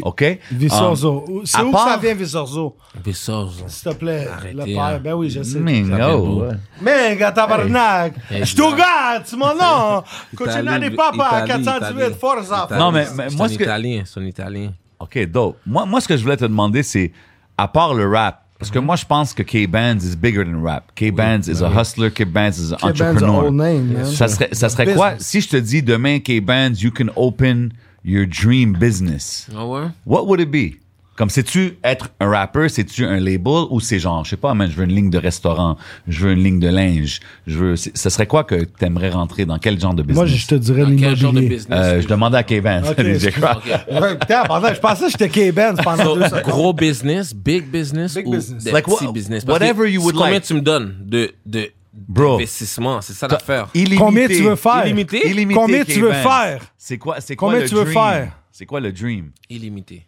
[SPEAKER 5] OK? Um,
[SPEAKER 3] Visorzo.
[SPEAKER 6] Ah.
[SPEAKER 3] C'est
[SPEAKER 5] à
[SPEAKER 3] où
[SPEAKER 5] part-
[SPEAKER 3] ça vient, Visorzo?
[SPEAKER 6] Puis ça, on-
[SPEAKER 3] S'il te plaît, le
[SPEAKER 6] Arrêtez,
[SPEAKER 3] père.
[SPEAKER 6] hein.
[SPEAKER 3] Ben oui, je sais.
[SPEAKER 5] Mais
[SPEAKER 6] Ça vient d'où?
[SPEAKER 5] yo.
[SPEAKER 3] Mais, gars, tabarnak!
[SPEAKER 6] Hey.
[SPEAKER 3] Je te regarde, c'est mon nom! Continua
[SPEAKER 6] Italien,
[SPEAKER 3] des papas,
[SPEAKER 6] Italie,
[SPEAKER 3] 418,
[SPEAKER 6] Italie.
[SPEAKER 3] Forza!
[SPEAKER 6] Italie.
[SPEAKER 5] Non, mais- mais
[SPEAKER 6] C'est
[SPEAKER 5] moi,
[SPEAKER 6] un
[SPEAKER 5] ce que-
[SPEAKER 6] Italien, c'est un Italien.
[SPEAKER 5] OK, dope. Moi, moi, ce que je voulais te demander, c'est, à part le rap, parce
[SPEAKER 3] Mhm.
[SPEAKER 5] que moi, je pense que K-Bands is bigger than rap. K-Bands is a hustler, K-Bands is an
[SPEAKER 3] ben K-Bands
[SPEAKER 5] entrepreneur.
[SPEAKER 3] a whole name, man.
[SPEAKER 5] Ça serait, ça serait quoi si je te dis demain, K-Bands, you can open your dream business?
[SPEAKER 6] Ah ouais?
[SPEAKER 5] What would it be? Comme, sais-tu être un rapper, sais-tu un label ou c'est genre, je sais pas, man, je veux une ligne de restaurant, je veux une ligne de linge, je veux, c'est- ça serait quoi que t'aimerais rentrer dans quel genre de business?
[SPEAKER 3] Moi, je te dirais
[SPEAKER 6] Dans quel genre de
[SPEAKER 3] l'immobilier.
[SPEAKER 6] business?
[SPEAKER 5] Euh, je demandais à K-Bands.
[SPEAKER 3] Ok,
[SPEAKER 5] DJ Crowd.
[SPEAKER 3] Ouais, Putain, pendant- je pensais que j'étais K-Benz pendant deux secondes.
[SPEAKER 6] Gros business, big business
[SPEAKER 3] Big
[SPEAKER 6] ou
[SPEAKER 3] business.
[SPEAKER 6] des
[SPEAKER 5] Like
[SPEAKER 6] petits
[SPEAKER 5] what-
[SPEAKER 6] business.
[SPEAKER 5] whatever
[SPEAKER 6] que
[SPEAKER 5] you
[SPEAKER 6] c'est
[SPEAKER 5] would
[SPEAKER 6] combien
[SPEAKER 5] like.
[SPEAKER 6] tu me donnes de, de,
[SPEAKER 5] Bro.
[SPEAKER 6] d'investissement? C'est ça l'affaire.
[SPEAKER 5] Illimité.
[SPEAKER 3] Combien tu veux faire?
[SPEAKER 6] Illimité?
[SPEAKER 5] Illimité,
[SPEAKER 3] Combien tu veux
[SPEAKER 5] K-Benz.
[SPEAKER 3] faire?
[SPEAKER 5] C'est quoi, c'est
[SPEAKER 3] Combien
[SPEAKER 5] quoi le
[SPEAKER 3] tu veux
[SPEAKER 5] dream?
[SPEAKER 3] faire?
[SPEAKER 5] C'est quoi le dream?
[SPEAKER 6] Illimité.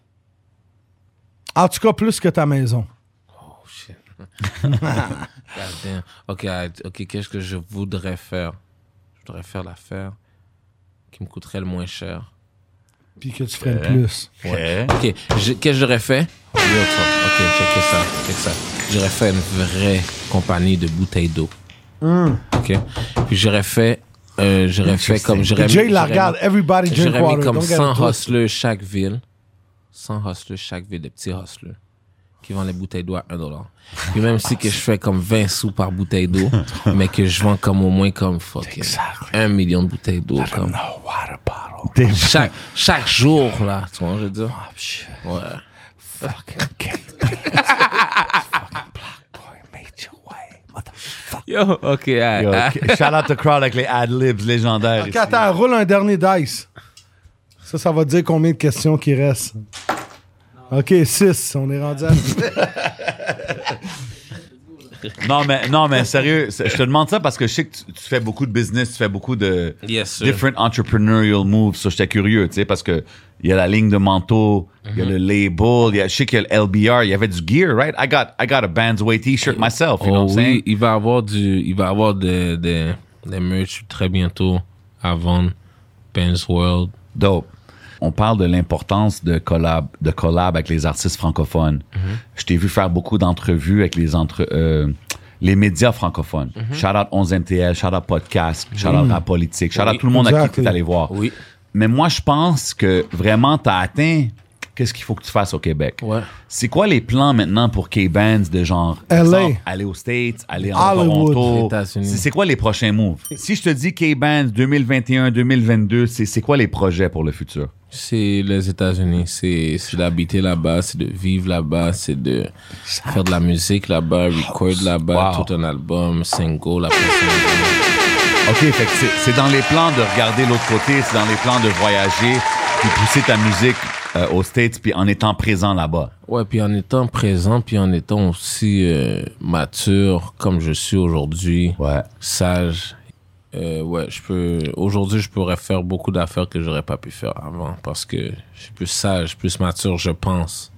[SPEAKER 3] En tout cas, plus que ta maison.
[SPEAKER 6] Oh shit. God damn. Ok, alright. ok, qu'est-ce que je voudrais faire? Je voudrais faire l'affaire qui me coûterait le moins cher.
[SPEAKER 3] Puis que tu ferais le plus.
[SPEAKER 5] Ouais.
[SPEAKER 6] Ok, je- qu'est-ce que j'aurais fait? Yo, ça. Ok, check ça, check ça. J'aurais fait une vraie compagnie de bouteilles d'eau.
[SPEAKER 3] Hmm.
[SPEAKER 6] Ok. Puis j'aurais fait, euh, j'aurais fait comme j'aurais.
[SPEAKER 3] Jay la
[SPEAKER 6] j'aurais-
[SPEAKER 3] regarde, everybody drink
[SPEAKER 6] J'aurais
[SPEAKER 3] water.
[SPEAKER 6] mis comme
[SPEAKER 3] Don't get
[SPEAKER 6] 100
[SPEAKER 3] it twisted.
[SPEAKER 6] hustlers chaque ville. 100 hustlers chaque ville, des petits hustlers qui vendent les bouteilles d'eau à 1 dollar. Puis même si que je fais comme 20 sous par bouteille d'eau, mais que je vends comme au moins comme fucking 1 million de bouteilles d'eau. Comme. Chaque, chaque jour, là, tu vois, je veux dire. Ouais. Yo, ok, Ah. alright,
[SPEAKER 5] Yo,
[SPEAKER 6] alright.
[SPEAKER 5] K- shout out to crowd avec les ad-libs légendaires.
[SPEAKER 3] Ok,
[SPEAKER 5] ici.
[SPEAKER 3] attends, roule un dernier dice. Ça, ça va dire combien de questions qui restent. OK, 6. On est rendu à
[SPEAKER 5] Non, mais, non, mais sérieux, c'est- je te demande ça parce que je sais que tu, tu fais beaucoup de business, tu fais beaucoup de
[SPEAKER 6] Yes, sir.
[SPEAKER 5] different entrepreneurial moves. So, j'étais curieux, tu sais, parce que il y a la ligne de manteau, il y a le label, il y a, je sais qu'il y a le LBR, il y avait du gear, right? I got, I got a Bandsway t-shirt myself, you know
[SPEAKER 6] Oh
[SPEAKER 5] what I'm
[SPEAKER 6] oui,
[SPEAKER 5] saying?
[SPEAKER 6] il va avoir du, il va avoir des des des merch très bientôt à vendre. Ben's World.
[SPEAKER 5] Dope. On parle de l'importance de collab, de collab avec les artistes francophones.
[SPEAKER 6] Mhm.
[SPEAKER 5] Je t'ai vu faire beaucoup d'entrevues avec les entre, euh, les médias francophones. Shout out 11MTL, shout out podcast, shout out rap politique, shout out
[SPEAKER 6] Mhm. Oui,
[SPEAKER 5] tout le monde à qui tu
[SPEAKER 3] exactly.
[SPEAKER 5] es allé voir.
[SPEAKER 6] Oui.
[SPEAKER 5] Mais moi, je pense que vraiment, tu as atteint qu'est-ce qu'il faut que tu fasses au Québec.
[SPEAKER 6] Ouais.
[SPEAKER 5] C'est quoi les plans maintenant pour K-Bands de genre
[SPEAKER 3] LA.
[SPEAKER 5] exemple, aller aux States, aller en
[SPEAKER 3] Hollywood.
[SPEAKER 5] Toronto?
[SPEAKER 6] États-Unis.
[SPEAKER 5] C'est c'est quoi les prochains moves? Si je te dis K-Bands 2021-2022, c'est c'est quoi les projets pour le futur?
[SPEAKER 6] C'est les États-Unis, c'est c'est d'habiter là-bas, c'est de vivre là-bas, c'est de faire de la musique là-bas, record là-bas,
[SPEAKER 5] Wow.
[SPEAKER 6] tout un album, single après single.
[SPEAKER 5] OK, fait que c'est- c'est dans les plans de regarder l'autre côté, c'est dans les plans de voyager, puis pousser ta musique euh, aux States, puis en étant présent là-bas.
[SPEAKER 6] Ouais, puis en étant présent, puis en étant aussi euh, mature comme je suis aujourd'hui,
[SPEAKER 5] Ouais.
[SPEAKER 6] sage. Euh, ouais, je peux. Aujourd'hui, je pourrais faire beaucoup d'affaires que j'aurais pas pu faire avant parce que je suis plus sage, plus mature, je pense.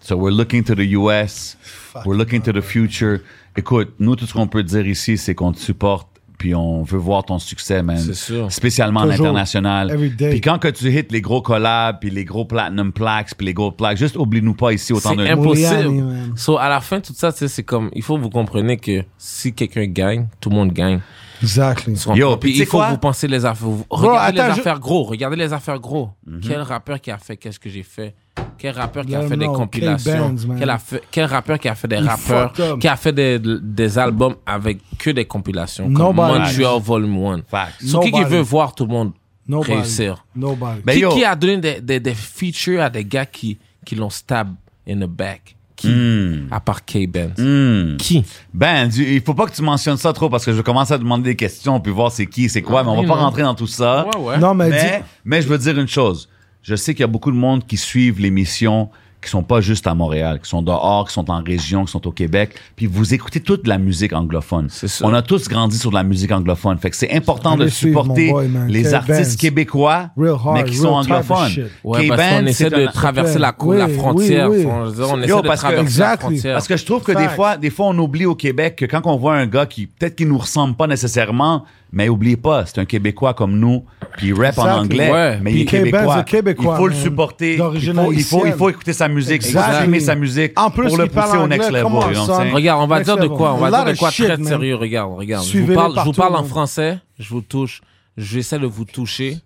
[SPEAKER 5] So we're looking to the US, we're looking to the future. Écoute, nous, tout ce qu'on peut dire ici, c'est qu'on te supporte, puis on veut voir ton succès, man.
[SPEAKER 6] C'est sûr.
[SPEAKER 5] Spécialement à
[SPEAKER 3] Toujours.
[SPEAKER 5] l'international.
[SPEAKER 3] Every day.
[SPEAKER 5] Puis quand que tu hits les gros collabs, puis les gros platinum plaques, puis les gold plaques, juste oublie-nous pas ici autant
[SPEAKER 6] C'est
[SPEAKER 5] de...
[SPEAKER 3] Mouliani, man.
[SPEAKER 6] impossible. So, à la fin, tout ça, tu sais, c'est comme. Il faut que vous compreniez que si quelqu'un gagne, tout le monde gagne.
[SPEAKER 3] Exactly.
[SPEAKER 6] Tu comprends?
[SPEAKER 5] Yo, puis
[SPEAKER 6] puis
[SPEAKER 5] tu sais
[SPEAKER 6] il faut
[SPEAKER 5] quoi?
[SPEAKER 6] que vous pensez les affaires. vous- Regardez
[SPEAKER 3] attends,
[SPEAKER 6] les
[SPEAKER 3] je-
[SPEAKER 6] affaires gros. Regardez les affaires gros.
[SPEAKER 5] Mhm.
[SPEAKER 6] Quel rappeur qui a fait qu'est-ce que j'ai fait? Quel rappeur qui a
[SPEAKER 3] Yeah,
[SPEAKER 6] fait des
[SPEAKER 3] no,
[SPEAKER 6] compilations?
[SPEAKER 3] K-Benz, man.
[SPEAKER 6] Quel, a fait- quel rappeur qui a fait des
[SPEAKER 3] Il
[SPEAKER 6] rappeurs?
[SPEAKER 3] fucked up.
[SPEAKER 6] Qui a fait des, des albums avec que des compilations? Comme
[SPEAKER 3] Nobody.
[SPEAKER 6] Montreal Volume 1.
[SPEAKER 5] Facts.
[SPEAKER 6] So, qui qui
[SPEAKER 3] Nobody.
[SPEAKER 6] veut voir tout le monde
[SPEAKER 3] Nobody.
[SPEAKER 6] réussir?
[SPEAKER 3] Nobody.
[SPEAKER 5] Ben,
[SPEAKER 6] qui,
[SPEAKER 5] yo.
[SPEAKER 6] qui a donné des, des, des features à des gars qui, qui l'ont stab in the back? Qui?
[SPEAKER 5] Hmm.
[SPEAKER 6] À part K-Benz. Qui?
[SPEAKER 5] Ben, du- il faut pas que tu mentionnes ça trop, parce que je vais commencer à demander des questions, puis voir c'est qui, c'est quoi, mais on va
[SPEAKER 6] Ah oui,
[SPEAKER 5] pas
[SPEAKER 6] non.
[SPEAKER 5] rentrer dans tout ça.
[SPEAKER 6] Ouais, ouais.
[SPEAKER 3] Non, mais,
[SPEAKER 5] Mais, mais je veux dire une chose. Je sais qu'il y a beaucoup de monde qui suivent l'émission qui sont pas juste à Montréal, qui sont dehors, qui sont en région, qui sont au Québec. Puis vous écoutez toute la musique anglophone.
[SPEAKER 6] C'est ça.
[SPEAKER 5] On a tous grandi sur de la musique anglophone. Fait que c'est important
[SPEAKER 3] Allez
[SPEAKER 5] de
[SPEAKER 3] suivre mon
[SPEAKER 5] supporter
[SPEAKER 3] boy, man.
[SPEAKER 5] les
[SPEAKER 3] Kev
[SPEAKER 5] artistes
[SPEAKER 3] Benz.
[SPEAKER 5] québécois,
[SPEAKER 3] Real hard,
[SPEAKER 5] mais qui sont
[SPEAKER 3] real type of
[SPEAKER 5] anglophones.
[SPEAKER 3] shit.
[SPEAKER 6] Ouais,
[SPEAKER 5] K-Benz,
[SPEAKER 6] parce qu'on essaie
[SPEAKER 5] c'est
[SPEAKER 6] de
[SPEAKER 5] un-
[SPEAKER 6] traverser la,
[SPEAKER 3] Oui,
[SPEAKER 6] la
[SPEAKER 3] oui,
[SPEAKER 6] frontière.
[SPEAKER 3] oui.
[SPEAKER 6] On, on essaie
[SPEAKER 5] Yo,
[SPEAKER 6] de
[SPEAKER 5] parce que-
[SPEAKER 6] traverser la
[SPEAKER 3] Exactly.
[SPEAKER 6] frontière.
[SPEAKER 5] Parce que je trouve que des
[SPEAKER 3] Facts.
[SPEAKER 5] fois, des fois, on oublie au Québec que quand on voit un gars qui, peut-être qu'il nous ressemble pas nécessairement, mais oubliez pas, c'est un Québécois comme nous, puis il rappe en
[SPEAKER 3] Exact.
[SPEAKER 5] anglais,
[SPEAKER 6] Ouais.
[SPEAKER 5] mais
[SPEAKER 6] Puis
[SPEAKER 5] il est
[SPEAKER 3] Québec,
[SPEAKER 5] Québécois.
[SPEAKER 3] c'est Québécois,
[SPEAKER 5] Il faut le
[SPEAKER 3] man.
[SPEAKER 5] supporter. Il
[SPEAKER 3] D'origine
[SPEAKER 5] faut, il, faut, il
[SPEAKER 3] haïtienne.
[SPEAKER 5] faut écouter sa musique, il faut
[SPEAKER 3] Exact.
[SPEAKER 5] aimer sa musique
[SPEAKER 3] En plus,
[SPEAKER 5] pour le
[SPEAKER 3] il parle
[SPEAKER 5] pousser au
[SPEAKER 3] anglais,
[SPEAKER 5] next level.
[SPEAKER 3] come on,
[SPEAKER 5] you know what
[SPEAKER 3] son.
[SPEAKER 5] I'm saying?
[SPEAKER 6] Regarde, on va
[SPEAKER 3] Next
[SPEAKER 6] dire de
[SPEAKER 3] level.
[SPEAKER 6] quoi On va
[SPEAKER 3] A lot
[SPEAKER 6] dire de
[SPEAKER 3] of
[SPEAKER 6] quoi
[SPEAKER 3] shit,
[SPEAKER 6] très
[SPEAKER 3] man.
[SPEAKER 6] sérieux. Regarde, regarde. Je vous
[SPEAKER 3] Suivez-les
[SPEAKER 6] parle, je vous
[SPEAKER 3] partout,
[SPEAKER 6] parle en
[SPEAKER 3] man.
[SPEAKER 6] français. Je vous touche. J'essaie de vous toucher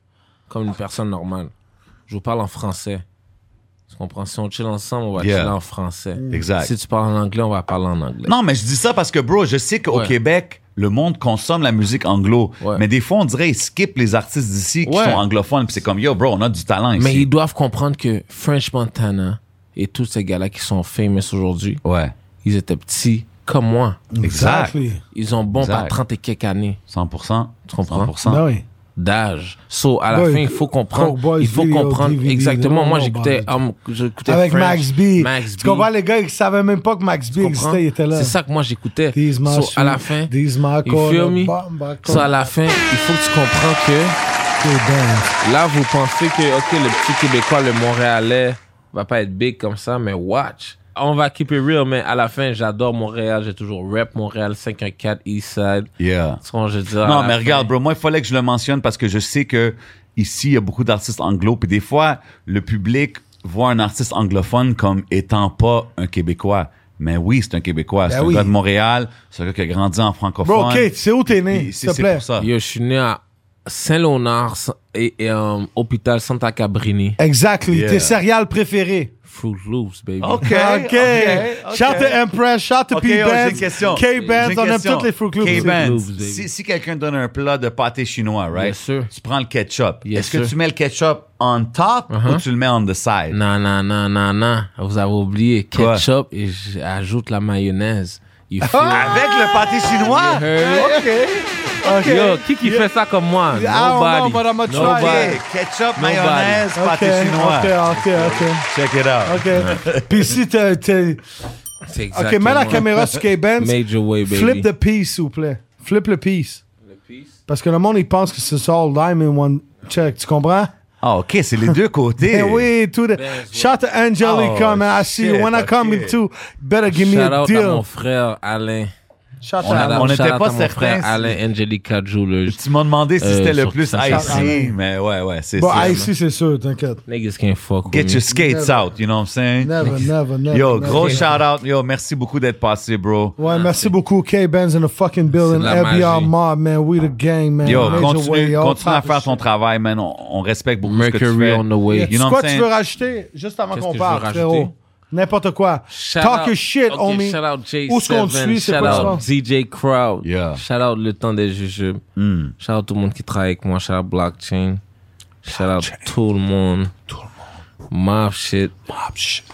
[SPEAKER 6] comme une personne normale. Je vous parle en français. Tu comprends Si on chill ensemble, on va
[SPEAKER 5] Yeah.
[SPEAKER 6] chiller en français.
[SPEAKER 5] Exact.
[SPEAKER 6] Si tu parles en anglais, on va parler en anglais.
[SPEAKER 5] Non, mais je dis ça parce que, bro, je sais qu'au
[SPEAKER 6] Ouais.
[SPEAKER 5] Québec, le monde consomme la musique anglo.
[SPEAKER 6] Ouais.
[SPEAKER 5] Mais des fois, on dirait, ils skippent les artistes d'ici qui
[SPEAKER 6] Ouais.
[SPEAKER 5] sont anglophones. Puis c'est comme, yo, bro, on a du talent ici.
[SPEAKER 6] Mais ils doivent comprendre que French Montana et tous ces gars-là qui sont famous aujourd'hui,
[SPEAKER 5] Ouais.
[SPEAKER 6] ils étaient petits comme moi.
[SPEAKER 5] Exact.
[SPEAKER 3] Exactly.
[SPEAKER 6] Ils ont bon
[SPEAKER 5] Exact.
[SPEAKER 6] par 30 et quelques années.
[SPEAKER 5] 100%.
[SPEAKER 6] Tu comprends?
[SPEAKER 5] 100%.
[SPEAKER 3] Ben oui.
[SPEAKER 6] d'âge. So, à la
[SPEAKER 3] Boy,
[SPEAKER 6] fin, il faut comprendre.
[SPEAKER 3] Cowboys,
[SPEAKER 6] il faut
[SPEAKER 3] Video,
[SPEAKER 6] comprendre
[SPEAKER 3] DVD,
[SPEAKER 6] exactement.
[SPEAKER 3] non,
[SPEAKER 6] Moi,
[SPEAKER 3] non,
[SPEAKER 6] j'écoutais,
[SPEAKER 3] bah,
[SPEAKER 6] um, j'écoutais
[SPEAKER 3] Avec
[SPEAKER 6] French,
[SPEAKER 3] Max B.
[SPEAKER 6] Max B.
[SPEAKER 3] Tu comprends les gars qui savaient même pas que Max B
[SPEAKER 6] Tu comprends?
[SPEAKER 3] existait, il était là.
[SPEAKER 6] C'est ça que moi, j'écoutais.
[SPEAKER 3] These my
[SPEAKER 6] So,
[SPEAKER 3] shoes,
[SPEAKER 6] à la fin,
[SPEAKER 3] these my
[SPEAKER 6] you feel
[SPEAKER 3] color,
[SPEAKER 6] me?
[SPEAKER 3] bomba
[SPEAKER 6] So, à la fin, il faut que tu comprends que
[SPEAKER 3] K-Benz.
[SPEAKER 6] là, vous pensez que, OK, le petit Québécois, le Montréalais, va pas être big comme ça, mais watch. On va keep it real, mais à la fin, j'adore Montréal. J'ai toujours rep Montréal 514 Eastside.
[SPEAKER 5] Yeah.
[SPEAKER 6] Tu comprends, je veux dire, à
[SPEAKER 5] Non,
[SPEAKER 6] la
[SPEAKER 5] mais
[SPEAKER 6] fin,
[SPEAKER 5] regarde, bro, moi, il fallait que je le mentionne parce que je sais que ici, il y a beaucoup d'artistes anglo. Puis des fois, le public voit un artiste anglophone comme étant pas un Québécois. Mais oui, c'est un Québécois. c'est un
[SPEAKER 3] Ben oui.
[SPEAKER 5] gars de Montréal. C'est un gars qui a grandi en francophone.
[SPEAKER 3] Bro, Kate, c'est où t'es né,
[SPEAKER 5] Puis
[SPEAKER 3] s'il
[SPEAKER 5] C'est
[SPEAKER 3] te
[SPEAKER 5] c'est
[SPEAKER 3] plaît?
[SPEAKER 5] pour ça.
[SPEAKER 6] Yo, je suis né à Saint-Léonard et, et euh, hôpital Santa Cabrini.
[SPEAKER 3] Exactly.
[SPEAKER 5] Yeah.
[SPEAKER 3] Tes céréales préférées.
[SPEAKER 6] Fruit Loops, baby.
[SPEAKER 5] OK.
[SPEAKER 3] OK. Shout to Empress, shout to
[SPEAKER 5] OK, oh, j'ai une
[SPEAKER 3] P-Benz,
[SPEAKER 5] question. J'ai
[SPEAKER 3] K-Benz,
[SPEAKER 5] une
[SPEAKER 3] on aime
[SPEAKER 5] question.
[SPEAKER 3] toutes les Fruit Loops.
[SPEAKER 5] K-Benz,
[SPEAKER 6] Fruit Loops, baby.
[SPEAKER 5] si, si quelqu'un donne un plat de pâté chinois, right?
[SPEAKER 6] Bien sûr.
[SPEAKER 5] Tu prends le ketchup.
[SPEAKER 6] Bien
[SPEAKER 5] Est-ce que
[SPEAKER 6] sûr.
[SPEAKER 5] tu mets le ketchup on top ou tu le mets on the side?
[SPEAKER 6] Non, non, non, non, non. Vous avez oublié
[SPEAKER 5] Quoi?
[SPEAKER 6] ketchup et j'ajoute la mayonnaise. You
[SPEAKER 3] Ah,
[SPEAKER 6] feel me?
[SPEAKER 5] Avec le pâté chinois?
[SPEAKER 6] Heard it?
[SPEAKER 3] OK.
[SPEAKER 6] Yo, qui qui fait ça comme moi?
[SPEAKER 3] I don't know,
[SPEAKER 6] Nobody.
[SPEAKER 3] Ah, but I'ma
[SPEAKER 5] OK,
[SPEAKER 3] try it.
[SPEAKER 5] ketchup,
[SPEAKER 6] Nobody.
[SPEAKER 5] mayonnaise,
[SPEAKER 3] OK,
[SPEAKER 5] pâté chinois.
[SPEAKER 3] OK, OK, OK.
[SPEAKER 5] Check it out.
[SPEAKER 3] OK. Puis si t'es- t'es-
[SPEAKER 6] C'est
[SPEAKER 3] Ok,
[SPEAKER 6] exactement-
[SPEAKER 3] mets la caméra sur K-Benz.
[SPEAKER 6] Major way, baby.
[SPEAKER 3] Flip the piece, s'il vous plaît. Flip le piece. Parce que le monde, il pense que c'est ça, all diamond one check. Tu comprends?
[SPEAKER 5] Ah, OK, c'est les deux côtés.
[SPEAKER 3] Eh oui, tout de... Shout to Angelica,
[SPEAKER 5] Oh,
[SPEAKER 3] man. I see you.
[SPEAKER 5] shit,
[SPEAKER 3] When I come
[SPEAKER 5] ok.
[SPEAKER 3] in too, better give me
[SPEAKER 6] Shout
[SPEAKER 3] a
[SPEAKER 6] out à mon
[SPEAKER 3] deal.
[SPEAKER 6] frère Alain.
[SPEAKER 3] Shout
[SPEAKER 5] On a-
[SPEAKER 3] out.
[SPEAKER 5] on
[SPEAKER 6] Shout
[SPEAKER 5] était
[SPEAKER 6] out
[SPEAKER 5] pas
[SPEAKER 6] à mon
[SPEAKER 5] certains
[SPEAKER 6] frère
[SPEAKER 5] si-
[SPEAKER 6] Alain Angelica Jewelers.
[SPEAKER 5] Tu m'as demandé si
[SPEAKER 6] Euh,
[SPEAKER 5] c'était le
[SPEAKER 6] sur
[SPEAKER 5] plus
[SPEAKER 6] Instagram.
[SPEAKER 5] icy, mais ouais, ouais, c'est
[SPEAKER 3] Bon,
[SPEAKER 5] ça.
[SPEAKER 3] ah, ici, c'est sûr, t'inquiète.
[SPEAKER 6] Niggas can't fuck
[SPEAKER 5] Get
[SPEAKER 6] with
[SPEAKER 5] your
[SPEAKER 6] me.
[SPEAKER 5] skates out, you know what I'm saying?
[SPEAKER 3] Never, never, never.
[SPEAKER 5] Yo,
[SPEAKER 3] never.
[SPEAKER 5] gros shout out. Yo, merci beaucoup d'être passé, bro.
[SPEAKER 3] Ouais, merci beaucoup, K-Benz in the fucking building.
[SPEAKER 6] C'est de
[SPEAKER 3] FBR
[SPEAKER 6] la magie.
[SPEAKER 3] mob, man. We the gang, man.
[SPEAKER 5] Yo,
[SPEAKER 3] Major way,
[SPEAKER 5] continue,
[SPEAKER 3] all
[SPEAKER 5] continue à
[SPEAKER 3] type of
[SPEAKER 5] faire ton
[SPEAKER 3] shit.
[SPEAKER 5] travail, man. On, on respecte beaucoup ce que tu
[SPEAKER 6] Mercury
[SPEAKER 5] fais.
[SPEAKER 6] on the way.
[SPEAKER 5] You know
[SPEAKER 3] Quoi
[SPEAKER 5] what I'm
[SPEAKER 3] tu veux
[SPEAKER 5] saying?
[SPEAKER 3] rajouter juste avant
[SPEAKER 6] Qu'est-ce
[SPEAKER 3] qu'on
[SPEAKER 6] que je
[SPEAKER 3] parle,
[SPEAKER 6] veux rajouter?
[SPEAKER 3] frérot? N'importe quoi.
[SPEAKER 6] Shout
[SPEAKER 3] Talk
[SPEAKER 6] out-
[SPEAKER 3] your shit,
[SPEAKER 6] Ok,
[SPEAKER 3] homie.
[SPEAKER 6] Shout out J7,
[SPEAKER 3] Où est-ce qu'on te suit? C'est
[SPEAKER 6] shout
[SPEAKER 3] quoi
[SPEAKER 6] out
[SPEAKER 3] ça?
[SPEAKER 6] DJ Crowd.
[SPEAKER 5] Yeah.
[SPEAKER 6] Shout out le temps des jujubes. Shout out tout le monde qui travaille avec moi. Shout out Blockchain. Shout out tout le monde. Tout le monde. Mob shit. Mob shit.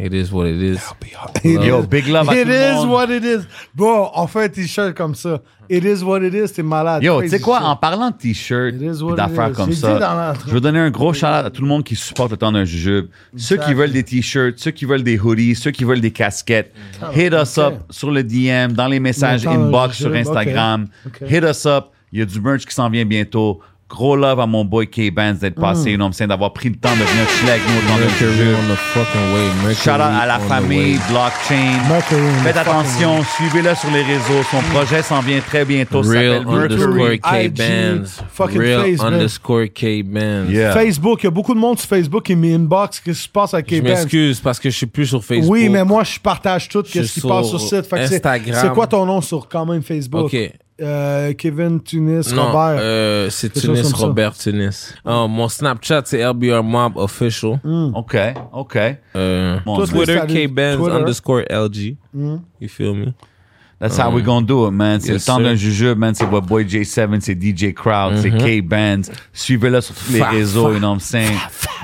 [SPEAKER 6] It is what it is.
[SPEAKER 3] It
[SPEAKER 5] Yo,
[SPEAKER 3] is-
[SPEAKER 5] big love à
[SPEAKER 3] It
[SPEAKER 5] tout le
[SPEAKER 3] is
[SPEAKER 5] monde.
[SPEAKER 3] what it is. Bro, on fait un t-shirt comme ça. It is what it is, t'es malade.
[SPEAKER 5] Yo, tu
[SPEAKER 3] Crazy
[SPEAKER 5] sais quoi,
[SPEAKER 3] shit.
[SPEAKER 5] en parlant de t-shirts
[SPEAKER 3] It is what
[SPEAKER 5] et
[SPEAKER 3] it
[SPEAKER 5] d'affaires
[SPEAKER 3] is.
[SPEAKER 5] comme
[SPEAKER 3] J'ai dit dans
[SPEAKER 5] ça,
[SPEAKER 3] la-
[SPEAKER 5] je veux donner un gros shout à tout le monde qui supporte le temps d'un jujube. Ceux qui veulent des t-shirts, ceux qui veulent des hoodies, ceux qui veulent des casquettes, hit us up sur le DM, dans les messages
[SPEAKER 3] Le Temps d'un
[SPEAKER 5] inbox sur
[SPEAKER 3] Jujube, ok.
[SPEAKER 5] Instagram.
[SPEAKER 3] Ok.
[SPEAKER 5] Hit us up. Il y a du merch qui s'en vient bientôt. Gros love à mon boy K-Banz
[SPEAKER 3] Mm.
[SPEAKER 5] d'être passé, you know what I'm saying, d'avoir pris le temps de venir chiller avec nous au temps d'un
[SPEAKER 6] Mercury
[SPEAKER 5] jujube.
[SPEAKER 6] on the fucking way. Mercury
[SPEAKER 5] Shout out à la
[SPEAKER 6] on the
[SPEAKER 5] famille
[SPEAKER 6] way.
[SPEAKER 5] Blockchain.
[SPEAKER 3] Mercury on the
[SPEAKER 5] Faites
[SPEAKER 3] fucking Mm.
[SPEAKER 5] attention, suivez-le sur les réseaux. Son projet s'en vient très bientôt. Ça
[SPEAKER 6] Real
[SPEAKER 5] s'appelle
[SPEAKER 6] underscore
[SPEAKER 5] Mercury.
[SPEAKER 3] IG,
[SPEAKER 6] K-Bands.
[SPEAKER 3] fucking
[SPEAKER 6] Real
[SPEAKER 3] face, man.
[SPEAKER 6] underscore K-Bands.
[SPEAKER 5] Yeah.
[SPEAKER 3] Facebook, il y a beaucoup de monde sur Facebook qui m'inbox qu'est-ce qui se passe à
[SPEAKER 6] Je
[SPEAKER 3] K-Benz.
[SPEAKER 6] m'excuse parce que je suis plus sur Facebook.
[SPEAKER 3] Oui, mais moi, je partage tout
[SPEAKER 6] Je
[SPEAKER 3] quest ce qui
[SPEAKER 6] suis
[SPEAKER 3] passe
[SPEAKER 6] sur
[SPEAKER 3] sur site. Fait que c'est-
[SPEAKER 6] Instagram.
[SPEAKER 3] C'est quoi ton nom sur quand même Facebook?
[SPEAKER 6] Ok.
[SPEAKER 3] Euh, Kevin Tunis
[SPEAKER 6] Non,
[SPEAKER 3] Robert.
[SPEAKER 6] euh, c'est
[SPEAKER 3] Quelque chose
[SPEAKER 6] Tunis,
[SPEAKER 3] comme ça.
[SPEAKER 6] Robert Tunis. Ah, mon Snapchat, c'est RBR Mob Official.
[SPEAKER 3] Mm.
[SPEAKER 5] OK, OK.
[SPEAKER 6] Euh,
[SPEAKER 5] Mon
[SPEAKER 3] Toi,
[SPEAKER 5] Dieu.
[SPEAKER 6] Twitter,
[SPEAKER 3] Salut,
[SPEAKER 6] K-Benz
[SPEAKER 3] Twitter. Mm.
[SPEAKER 6] underscore LG. You feel me?
[SPEAKER 5] That's how we gonna do it, man. C'est
[SPEAKER 6] Yes,
[SPEAKER 5] le temps
[SPEAKER 6] sir.
[SPEAKER 5] d'un jujube, man. C'est votre boy J7, c'est DJ Crowd, c'est K-Bands. Suivez-le sur tous les
[SPEAKER 6] Fa,
[SPEAKER 5] réseaux, you know what I'm saying?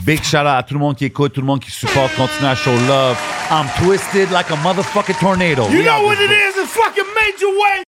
[SPEAKER 5] Big shout out à tout le monde qui écoute, tout le monde qui supporte. Continuez à show love. I'm twisted like a motherfucking tornado. We
[SPEAKER 3] you
[SPEAKER 5] out
[SPEAKER 3] know what
[SPEAKER 5] this
[SPEAKER 3] it
[SPEAKER 5] bitch.
[SPEAKER 3] is? It's fucking Major Way!